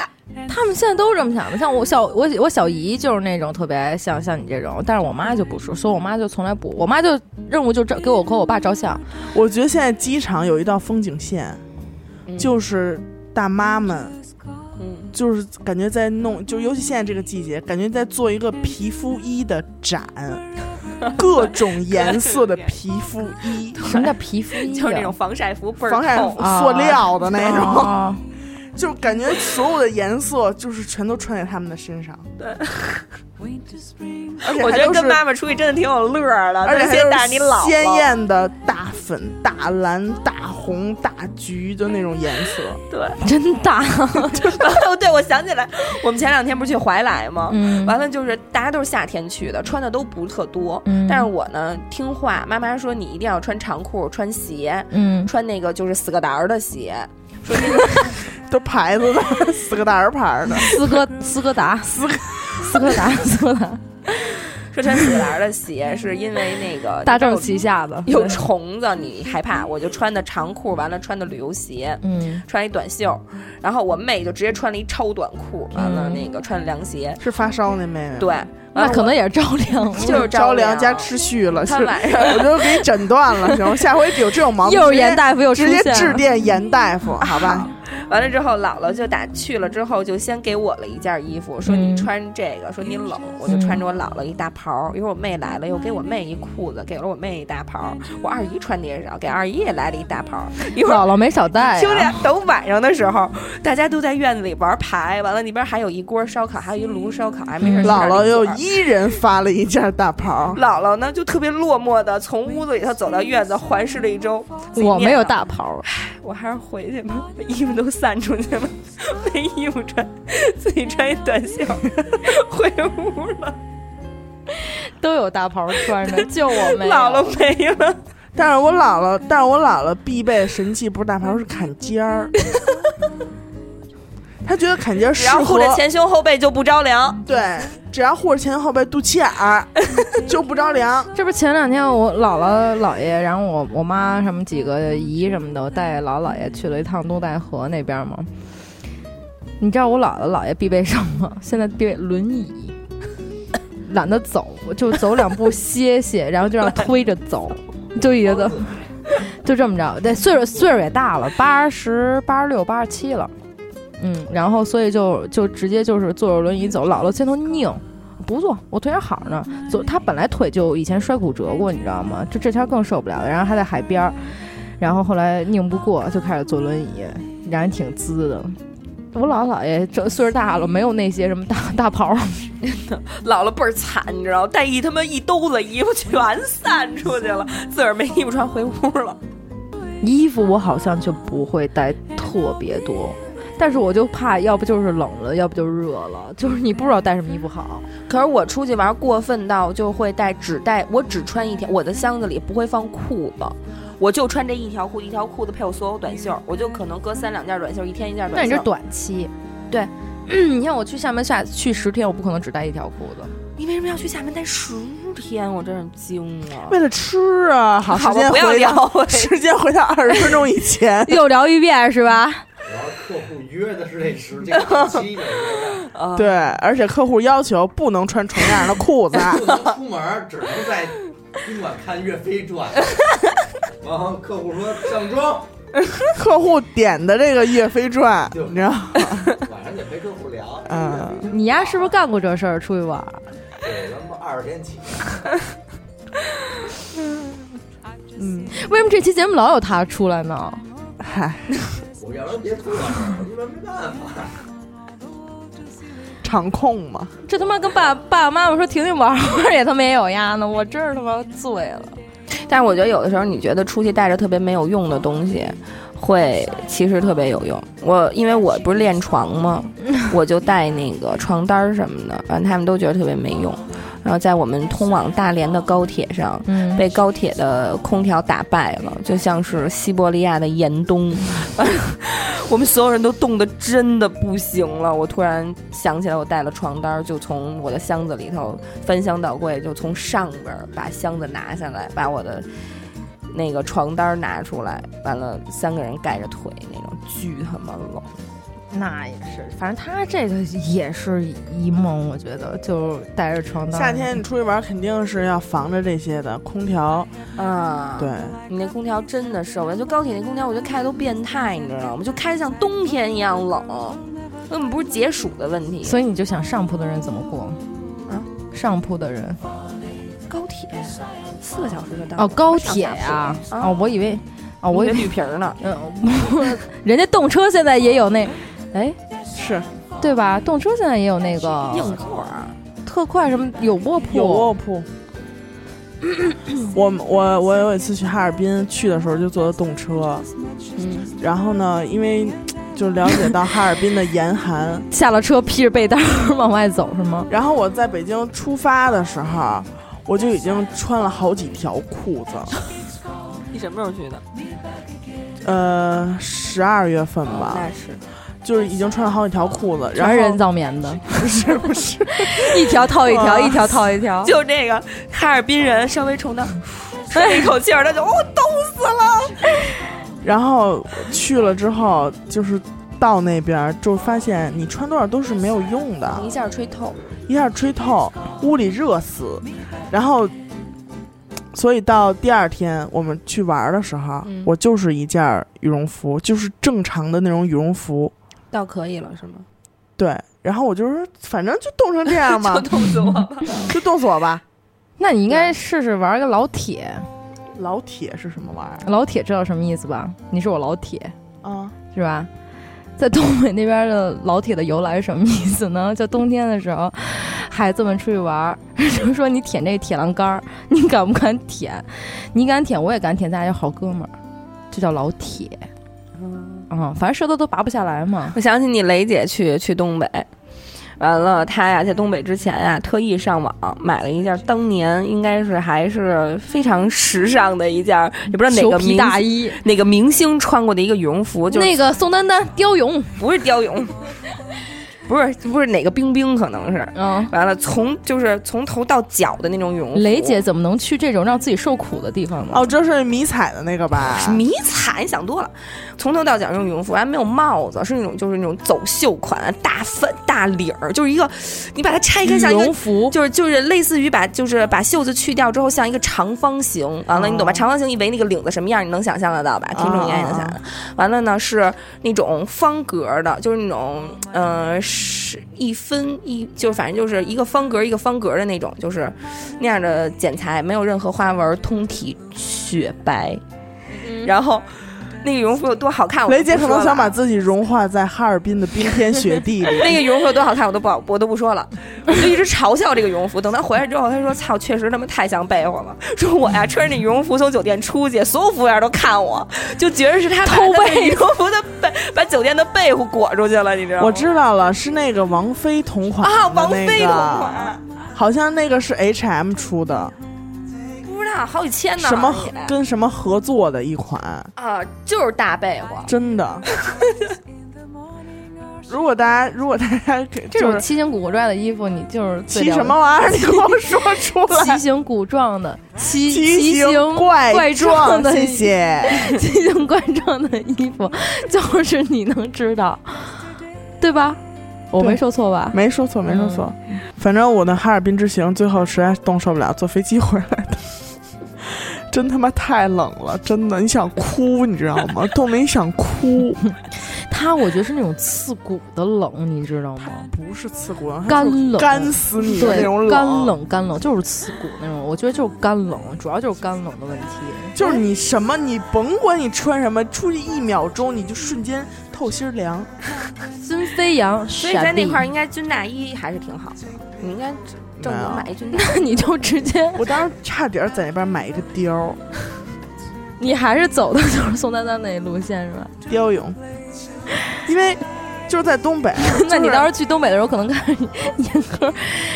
他们现在都是这么想的，像我小我我小姨就是那种特别像像你这种，但是我妈就不是，所以我妈就从来不，我妈就任务就照给我和我爸照相。
我觉得现在机场有一道风景线，就是大妈们。
嗯，
就是感觉在弄，就尤其现在这个季节，感觉在做一个皮肤衣的展，各种颜色的皮肤衣，
什 么叫皮肤衣、啊？
就是 那种防晒服倍儿
防晒
透。
啊
塑料的那 种，
啊，
就感觉所有的颜色就是全都穿在他们的身上。
对，
而且
我
还
觉得
都是
跟，妈妈出去真的挺有乐儿的，
而且
特
还
别
都
带着你姥
是
姥
鲜。艳的大粉、大蓝、大红、大橘的那种颜色。
对，
真大。
哦， 对，我想起来，我们前两天不是去怀来吗？
嗯
完了就是大家都是夏天去的，穿的都不特多。
嗯
但是我呢听话，妈妈说你一定要穿长裤、穿鞋，
嗯，
穿那个就是死个胆儿的鞋，
都牌子的， 四个大人牌儿的，
斯柯斯柯达，斯斯柯达，斯柯达，
说穿死栏 的鞋是因为那个
大众
有
旗下的
有虫子，你害怕，我就穿的长裤，完了穿的旅游鞋，
嗯，
穿一短袖，然后我妹就直接穿了一超短裤，完了那个穿凉鞋，
是发烧那妹妹吗。
对，
嗯那
完了
可嗯能也是照 亮。
我就是
着
凉啊
凉加持续了，是
他晚上
我都给你诊断了，行吗？下回有这种毛病，
又
直接
是严大夫又出
直接
现
致
了，
电严大夫，好吧？
完了之后，姥姥就打去了之后，就先给我了一件衣服，说你
嗯
穿这个，说你冷，我就穿着我姥姥一大袍。一会儿我妹来了，又给我妹一裤子，给了我妹一大袍。
嗯
我二姨穿的也少，给二姨也来了一大袍。一会儿
姥姥没少带啊
兄
呀、
弟，等晚上的时候，大家都在院子里玩牌，完了那边还有一锅烧烤，还有一炉烧烤，还没
嗯
事。
姥姥又。一人发了一件大袍，
姥姥呢，就特别落寞的从屋子里头走到院子，环视了一周。自己
我没有
念叨
大袍，
我还是回去吧，把衣服都散出去了， 没衣服穿，自己穿一短袖回屋了。
都有大袍穿着，就我 没有。
姥姥没了，
但是我姥姥，但是我姥姥必备神器不是大袍，是坎肩儿。她觉得坎肩儿
只
适
要护
合
着前胸后背就不着凉。
对，只要护着前后背肚脐眼儿就不着凉。
这不前两天我姥姥姥爷，然后我我妈什么几个姨什么的，我带姥姥姥爷去了一趟东戴河那边嘛。你知道我姥姥姥爷必备什么？现在必备轮椅，懒得走，就走两步歇歇，然后就让推着走，就一个，就这么着。对，岁数岁数也大了，八十八十六八十七了，嗯，然后所以就就直接就是坐着轮椅走，姥姥先头拧。不坐，我腿上好呢。左，他本来腿就以前摔骨折过，你知道吗？就这条更受不了了。然后还在海边儿，然后后来拧不过，就开始坐轮椅，然后挺滋的。我姥姥姥爷这岁数大了，没有那些什么大大袍，
姥姥倍儿惨，你知道，带一他妈一兜子衣服全散出去了，自个儿没衣服穿回屋了。
衣服我好像就不会带特别多，但是我就怕，要不就是冷了，要不就热了，就是你不知道带什么衣服好。
可是我出去玩过分到就会带只带我只穿一条，我的箱子里不会放裤子，我就穿这一条裤，一条裤子配我所有短袖，我就可能搁三两件短袖，一天一件
但
短
你
袖
这。短期，对。嗯你看我去厦门下去十天，我不可能只带一条裤子。。
你为什么要去厦门待十天？我真是惊了。
为了吃啊，好时
好吧，
间
不要
回到
聊。
时 间回到二十分钟以前
又聊一遍是吧？
主要客户约的是这时间，这期的约
呃，
对，而且客户要求不能穿重样的裤子。啊
的，不能出门，只能在宾馆看《岳飞传》。然后客户说上妆，
客户点的这个《岳飞传》，
对
你知道？
晚上得陪客户聊。
嗯，
你丫是不是干过这事儿？出去玩儿？
对，咱们二十天起。
为什么这期节目老有他出来呢？
嗨，
我要不然别出了，一般没办法。
场控嘛，
这他妈跟爸爸爸妈妈说停停玩会儿也他妈也有丫呢，我真是他妈醉了。
但是我觉得有的时候你觉得出去带着特别没有用的东西，会其实特别有用。我因为我不是练床 吗，我就带那个床单儿什么的，反正他们都觉得特别没用。然后在我们通往大连的高铁上，
嗯，
被高铁的空调打败了，就像是西伯利亚的严冬。 我们所有人都冻得真的不行了。我突然想起来，我带了床单儿，就从我的箱子里头翻箱倒柜，就从上边儿把箱子拿下来，把我的那个床单儿拿出来，完了三个人盖着腿那种，巨他妈冷。
那也是，反正他这个也是一梦，我觉得就带着床单。
夏天你出去玩肯定是要防着这些的，空调
啊，
对，
你那空调真的受不了，就高铁那空调，我觉得开的都变态，你知道吗？就开得像冬天一样冷，根本不是解暑的问题。
所以你就想上铺的人怎么过？
啊，
上铺的人
高铁四个小时就到了
哦，高铁
啊
呀、
啊
哦，我以为，哦，我以为，
我绿皮儿呢，
嗯、 人家动车现在也有那，哎，
是
对吧？动车现在也有那个
硬座儿。啊
特快什么有卧铺，
有卧铺。 我我我有一次去哈尔滨，去的时候就坐的动车，
嗯，
然后呢，因为就了解到哈尔滨的严寒，
下了车披着被单儿 往外走是吗？
然后我在北京出发的时候，我就已经穿了好几条裤子，
你什么时候去的？
呃，十二月份吧，
哦那是
就是已经穿了好几条裤子，然
全
后
是人造棉的，
是不是？
一条套一条，
哇
一条套一条。
就这个哈尔滨人稍微 冲他吹了一口气儿，他就哦冻死了。
然后去了之后，就是到那边就发现你穿多少都是没有用的
一，下吹透，
一下吹透，屋里热死，然后。所以到第二天我们去玩的时候，
嗯
我就是一件儿羽绒服，就是正常的那种羽绒服，
倒可以了是吗？
对，然后我就说，反正就冻成这样 嘛，
冻死我了。
就冻死我吧。
那你应该试试玩个老铁，
老铁是什么玩意
老铁知道什么意思吧？你是我老铁，
儿啊？
是吧？在东北那边的老铁的由来是什么意思呢？ 就冬天的时候，孩子们出去玩儿， 就说你舔这铁栏杆儿， 你敢不敢舔？你敢舔，我也敢舔，咱俩就好哥们儿，这叫老铁。嗯，反正舌头都拔不下来嘛。
我想起你雷姐去去东北，完了她呀在东北之前啊，特意上网买了一件当年应该是还是非常时尚的一件，也不知道哪
裘
个
皮
明
大衣，
哪个明星穿过的一个羽绒服，就是
那个宋丹丹、刁勇，
不是貂 勇，不是不是哪个冰冰，可能是。
嗯，
完了，从就是从头到脚的那种羽绒服。
雷姐怎么能去这种让自己受苦的地方呢？
哦，这是迷彩的那个吧？
啊迷彩，你想多了，从头到脚那种羽绒服，还没有帽子，是那种就是那种走秀款，啊大翻大领儿，就是一个，你把它拆开像一
羽
个
绒服，
就是就是类似于把就是把袖子去掉之后，像一个长方形，完了你懂吧？长方形一围那个领子什么样，你能想象得到吧？听众应该也能想象。完了呢是那种方格的，就是那种呃是一分一，就是反正就是一个方格一个方格的那种，就是那样的剪裁，没有任何花纹，通体雪白，然后。那个羽绒服有多好看？我就
雷姐
不
可
说
能想
了
把自己融化在哈尔滨的冰天雪地 里。
那个羽绒服有多好看，我都不好，我都不说了，我就一直嘲笑这个羽绒服。等他回来之后，他说：“操，确实他妈太像被窝了。”说我呀，穿着那羽绒服从酒店出去，所有服务员都看我，就觉得是他偷被羽绒服的被，把酒店的被子裹出去了，你知道吗？
我知道了，是那个王菲同款
啊，
的
王
那
菲
个
同，款，
好像那个是 H M 出的，
不知道好几千呢，
什么
好像也
跟什么合作的一款，
啊，就是大被窝。
真的。如果大家如果大家给
这
就
种
是
奇形古怪的衣服，你就是最
骑
了
什么玩意儿，你给我说出
奇
来。
形古状的奇
奇
形
形 怪
怪状的
谢谢。
奇形怪状的衣 服，就是你能知道，对吧？我没说错吧？
没说错，没说错。反正我的哈尔滨之行，最后实在是冻受不了，坐飞机回来的。 真他妈太冷了，真的，你想哭，你知道吗？冻得你想 哭，
它我觉得是那种刺骨的冷，你知道吗？
不是刺骨，
干冷，
干死你的那
对
种，
干，冷干冷就是刺骨那种，我觉得就是干冷，主要就是干冷的问题。
哎
就是你什么，你甭管你穿什么，出去一秒钟你就瞬间透心凉。
孙飞扬，
所以在
闪
那
避，
块儿，应该军大衣还是挺好的，你应该正经买一军大衣。
你就直接
我当时差点在那边买一个貂儿，
你还是走的就是宋丹丹那路线 是吧？
貂勇，因为就是在东北，
那你到时候去东北的时候，可能看着严哥，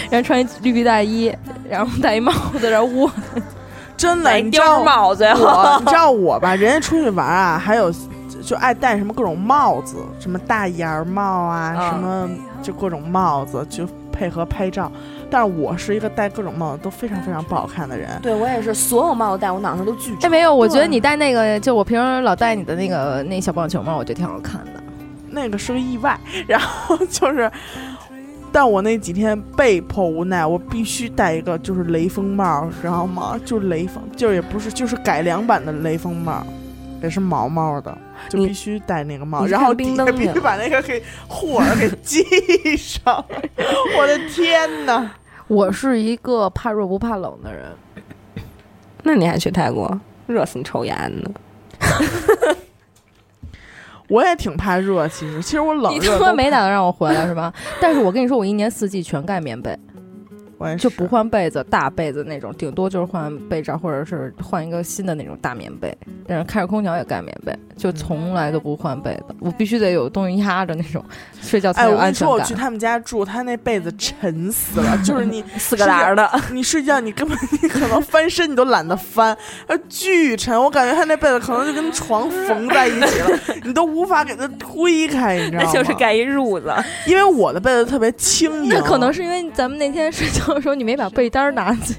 然后穿一绿皮大衣，然后戴一帽子，然后捂
真的，
戴
你知道
貂帽子，
我，你知道我吧？人家出去玩啊，还有就爱戴什么各种帽子，什么大檐儿帽啊，
嗯
什么就各种帽子，就配合拍照。但是我是一个戴各种帽子都非常非常不好看的人。
对我也是，所有帽子戴我脑上都巨
哎，没有，我觉得你戴那个，就我平时老戴你的那个那小棒球帽，我觉得挺好看的。
那个是个意外， 然后就是，但我那几天被迫无奈，我必须戴一个就是雷锋帽，知道吗？就是雷锋，就是也不是，就是改良版的雷锋帽，也是毛毛的，就
你
必须戴那个帽，
你是
然后
看冰
底
灯
下
去
必须
了
把那个给护耳给系上。我的天 哪！
我是一个怕热不怕冷的 人，
那你还去泰国？热死你抽牙呢！
我也挺怕热，其实其实我冷
你
热
他
都
妈没打算让我回来是吧？ 但是我跟你说，我一年四季全盖棉被，
我也
就是不换被子，大被子那种，顶多就是换被罩或者是换一个新的那种大棉被。但是开着空调也盖棉被，就
嗯
从来都不换被子，我必须得有东西压着那种，睡觉才
哎，
有
我跟
安
你
全
说，我
感
去。他们家住，他那被子沉死了，就是你
四个篮儿的，
你睡觉，你根本你可能翻身你都懒得翻， 呃，巨沉，我感觉他那被子可能就跟床缝在一起 了，你都无法给它推开，你知道
那
吗？
就是，盖一褥子。
因为我的被子特别轻盈，
那可能是因为咱们那天睡觉的时候，你没把被单儿拿起，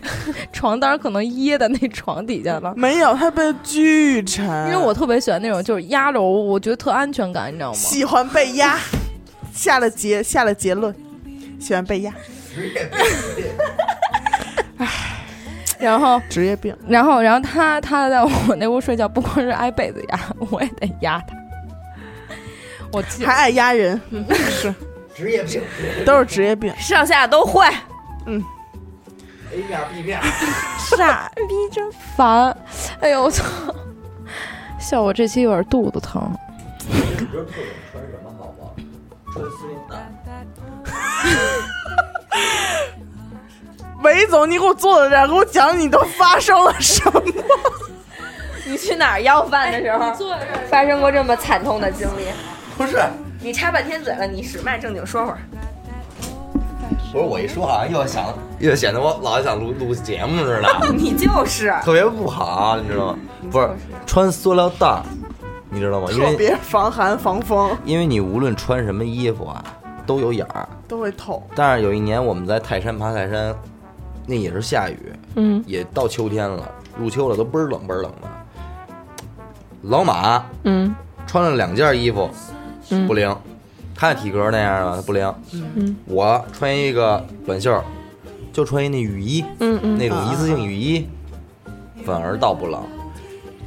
床单儿可能掖在那床底下了。
没有，他被子巨沉，
因为我特别喜欢那种就是压着我，我觉得特安全感，你知道 吗？
喜欢被压，下了结下了结论，喜欢被压，
然后，
职业病。
然后，然后他他在我那屋睡觉，不光是挨被子压，我也得压他。我记
还爱压人，嗯是
职业病
都是职业病。
上下都会。
，A 面 B 哎面，
傻逼真烦，哎呦我操！ 笑我这期有点肚子疼，
你说兔子穿什么好吗？穿丝绒袄。
韦总，你给我坐在这儿，给我讲你都发生了什么？
你去哪儿要饭的时候，发生哎过这么惨痛的经历？
不是，
你插半天嘴了，你实卖正经说会儿。
不是，我一说好像又想又显得我老想录录节目似的。
你就是
特别不好，你知道吗？不是穿塑料袋儿，你知道吗？因
特
为
别防寒防风，
因为你无论穿什么衣服啊，都有眼儿。
都会透。
但是有一年我们在泰山爬泰山，那也是下雨，嗯，也到秋天了，入秋了都倍儿冷倍儿冷的。老马，嗯，穿了两件衣服，不灵。他体格那样的不灵，嗯，我穿一个短袖儿，就穿一那雨衣，嗯嗯，那种一次性雨衣，反而倒不冷。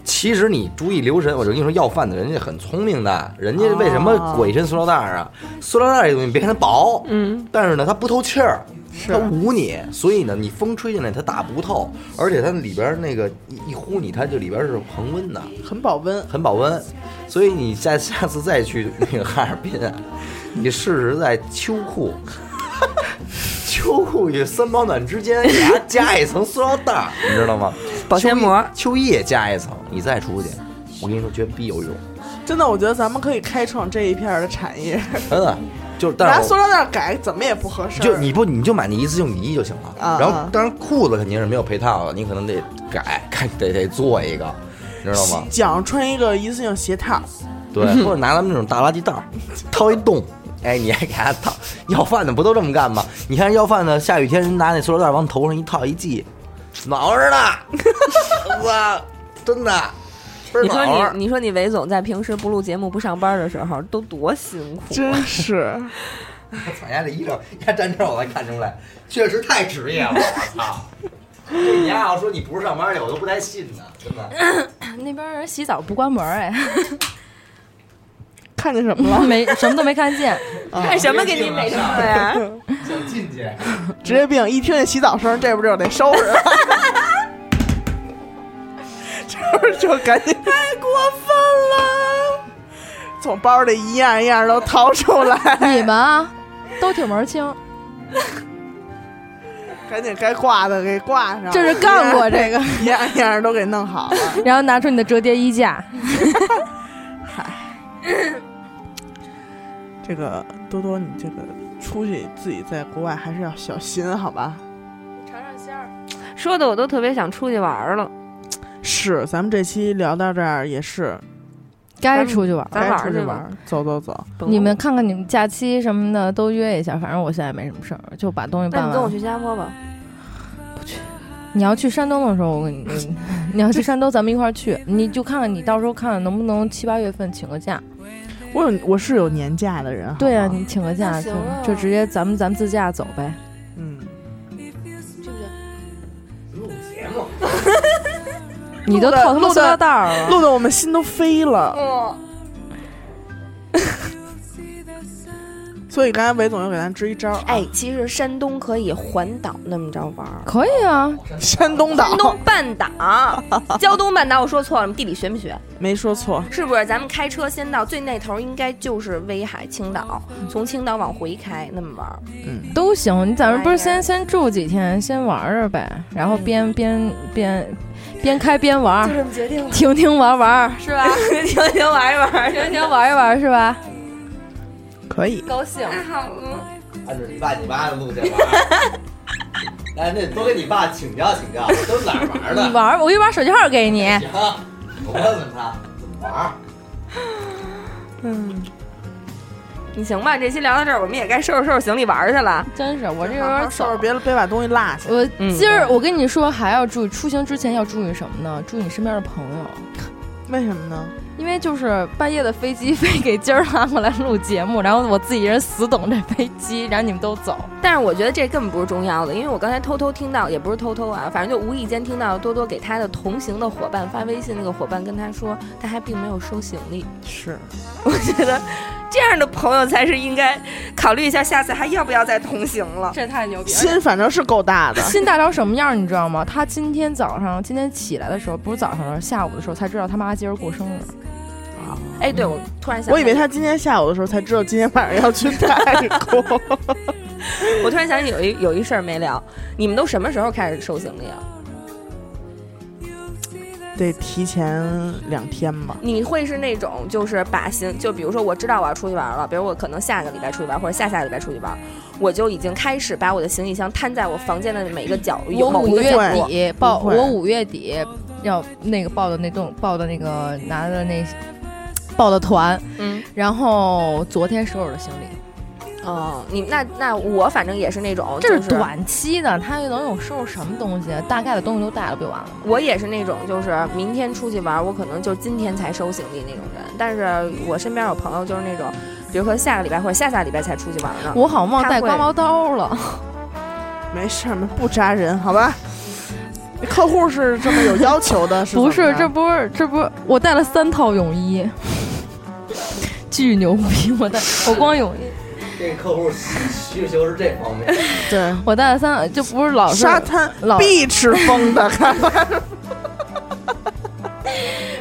其实你注意留神，我就跟你说，要饭的人家很聪明的，人家为什么裹一身塑料袋儿啊？塑料袋儿这东西，别看它薄，嗯，但是呢，它不透气儿，它捂你，所以呢，你风吹进来它打不透，而且它里边儿那个一一呼你，它就里边儿是恒温的，
很保温，
很保温，所以你下下次再去那个哈尔滨啊，你试试在秋裤、 秋裤与三保暖之间加加一层塑料袋儿，你知道吗？
保鲜膜
秋衣也加一层，你再出去，我跟你说绝逼 有用，
真的，我觉得咱们可以开创这一片儿的产业，
真的。就是，但
拿
是
塑
我
料袋改怎么也不合适。
就你不你就买那一次性雨衣就行了。
啊
然
啊
后，当然裤子肯定是没有配套的，你可能得改，看得得做一个，你知 道吗？
讲穿一个一次性鞋套，
对，或者拿咱们那种大垃圾袋儿掏一洞， 哎，你还给它套。要饭的不都这么干吗？你看要饭的，下雨天人拿那塑料袋往头上一套一系，暖和 着呢。哇，真的，倍儿
你说
暖和。
你，你说你韦总在平时不录节目、不上班的时候都多辛苦，啊
真是
操，人家这衣裳，人家站这儿我才看出来，确实太职业了。我操！你丫要说你不是上班去，我都不太信呢，真的。
那边人洗澡不关门哎，
看见什么了？
没什么都没看见。
干哎什么给你美上了呀？
想进去，
职业病，一听见洗澡声，这不就得收拾了？ 这不是就赶紧太过分了，从包里一样一样都
哎
掏出来。
你们啊，都挺门儿清。
赶紧该挂的给挂上，
这是干过这个，
一样一样都给弄好了。
然后拿出你的折叠衣架，
这个多多，你这个出去自己在国外还是要小心，好吧？
说的我都特别想出去玩儿了，
是，咱们这期聊到这儿也是，
该出去玩儿。
咱
该
玩
出
儿
去
去
玩
吧。
儿，走走走。
甭
你们
管
看看你们假期什么的都约一下，反正我现在没什么事儿，就把东西
我，那
办
你跟我
完。
去新加坡吧。
你要去山东的时候，我跟你， 你要去山东，咱们一块儿去，你就看看你到时候看看能不能七八月份请个假。
我有我是有年假的人，好
对呀、啊
吗
你请个假
那
就
行啊
就直接咱们咱们自驾走呗。
嗯，
你
录
都
的
套他妈
录的
塑料袋儿了，
录的我们心都飞了。
哦
所以刚才韦总又给咱支一招，啊
哎，，其实山东可以环岛那么着玩儿，
可以啊，
山东岛
山东半 岛、胶东半岛，我说错了，你地理学没学？
没说错，
是不是？咱们开车先到最那头，应该就是威海、青岛，从青岛往回开那么玩儿。
嗯，
都行。你咱们不是
哎呀
先先住几天，先玩着呗，然后边边边边开边玩，
这么决定了，
停停玩玩，
是 吧？停停玩一玩，
停停玩一玩是吧？
可以。
高兴。
按着你爸你妈的路线玩。哎，那多跟你爸请教请教，都哪儿玩
你？玩儿，我一把手机号给你。
行，我问问他怎么玩。
你行吧？这期聊到这儿，我们也该收拾收拾行李玩儿去了。
真是，我这有
好好
点
收拾，
走。
别别把东西落下。
我
嗯
今儿我跟你说，还要注意出行之前要注意什么呢？注意你身边的朋友，
为什么呢？
因为就是半夜的飞机飞给今儿拉过来录节目，然后我自己一人死等这飞机，然后你们都走。
但是我觉得这根本不是重要的，因为我刚才偷偷听到，也不是偷偷啊，反正就无意间听到多多给他的同行的伙伴发微信，那个伙伴跟他说他还并没有收行李。
是
我觉得这样的朋友才是应该考虑一下，下次还要不要再同行了。
这太牛逼了！
心反正是够大的，
心大成什么样儿你知道吗？他今天早上，今天起来的时候，不是早上，下午的时候才知道他妈今儿过生日。
哎，对，我突然想，
我以为他今天下午的时候才知道今天晚上要去泰国。
我突然想起有一有一事儿没聊，你们都什么时候开始收行李啊？
得提前两天吧。
你会是那种就是把行，就比如说我知道我要出去玩了，比如我可能下个礼拜出去玩，或者下下个礼拜出去玩，我就已经开始把我的行李箱摊在我房间的每一个角
我
有某一
五
个
月
角落。
底报，
不会
我五月底要那个报的那栋报的那个拿的那报的团，
嗯，
然后昨天收拾的行李，
哦，你那那我反正也是那种，
这。
就是
短期的，他能有收拾什么东西？大概的东西都带了不就完了吗？
我也是那种，就是明天出去玩，我可能就今天才收行李那种人。但是我身边有朋友就是那种，比如说下个礼拜或者下下礼拜才出去玩呢。
我好像忘带
他会
刮毛刀了，
没事儿，不扎人，好吧？客户是这么有要求的，是
不
怎
是？这
么着
不是这不是我带了三套泳衣， 巨牛逼！我带我光泳衣。
这客户需求是这方面，
对
我带了三，就不是老是
沙滩
老
beach 风的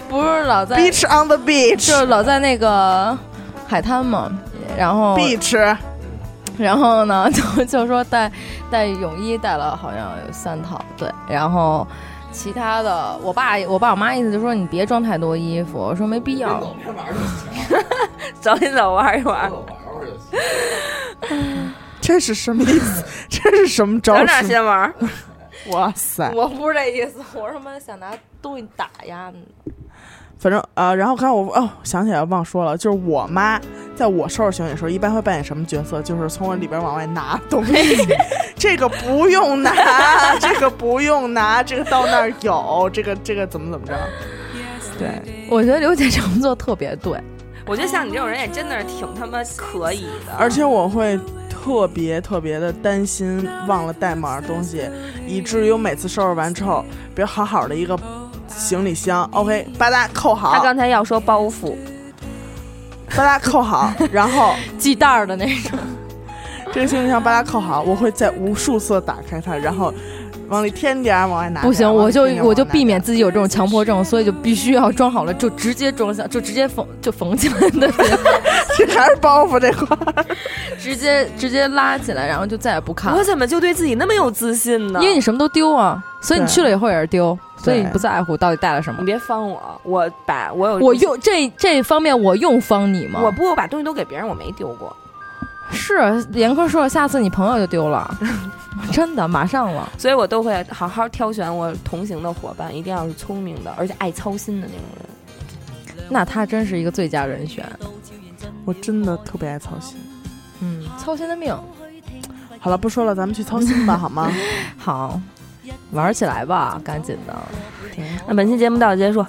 不是老在，
beach on the
就
beach
是老在那个海滩嘛。然后，
beach
然后呢， 就就说带带泳衣带了好像有三套，对，然后。其他的，我爸我爸我妈意思就说你别装太多衣服，我说没必要。
走边玩就行，
走一走，玩一玩，
走玩玩就行。
这是什么意思？这是什么
咱
招
俩
数？
先玩。
哇塞！
我不是这意思，我他妈想拿东西打呀。
反正啊、呃然后刚才我哦想起来忘说了，就是我妈在我收拾行李的时候，一般会扮演什么角色？就是从我里边往外拿东西，这个不用拿，这个不用拿，这个到那儿有，这个这个怎么怎么着？对，
我觉得刘姐这么做特别对，
我觉得像你这种人也真的是挺他妈可以的，
而且我会特别特别的担心忘了带某样东西，以至于我每次收拾完之后，比如好好的一个行李箱，OK，吧嗒扣好
他，刚才要说包袱，
吧嗒扣好，然后。
系带儿的那种。
这个行李箱把它扣好，我会在无数次打开它，然后往里添点儿，往外拿点儿。
不行，
往里
我就
添点儿
我
往
就
外拿
避 免
点
自己有这种强迫症，所以就必须要装好了，就直接装下，就直接缝就缝起来的，
儿，这还是包袱这块儿。
直接直接拉起来，然后就再也不看了
我，怎么就对自己那么有自信呢？
因为你什么都丢啊，所以你
对
去了以后也是丢，所以你
对
不在乎到底带了什么
你。别方我，我把我有
我用这这方面我用方你吗？
我不我把东西都给别人，我没丢过。
是严科说了，下次你朋友就丢 了，真的马上了。
所以我都会好好挑选我同行的伙伴，一定要是聪明的，而且爱操心的那种人。
那他真是一个最佳人选，
我真的特别爱操心。
嗯，操心的命。
好了，不说了，咱们去操心吧，好 吗？
好，玩起来吧，赶紧的。
那本期节目到此结束，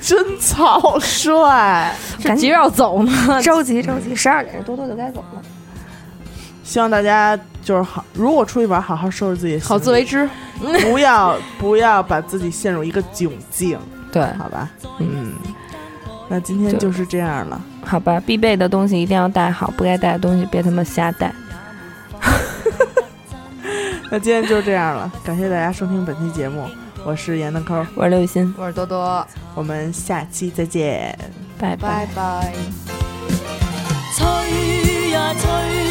真草率，
赶
急
紧
要走呢，
着急着急，十二点多多就该走了。
希望大家就是好，如果出去玩，好好收拾自己的行李，
好自为之。
不要不要把自己陷入一个窘境，
对，
好吧？嗯，那今天
就
就是这样了。
好吧，必备的东西一定要带好，不该带的东西别他妈瞎带。
那今天就是这样了，感谢大家收听本期节目，我是闫德抠，
我是刘雨欣，
我是多多，
我们下期再见。
拜拜。
拜。
吹呀吹，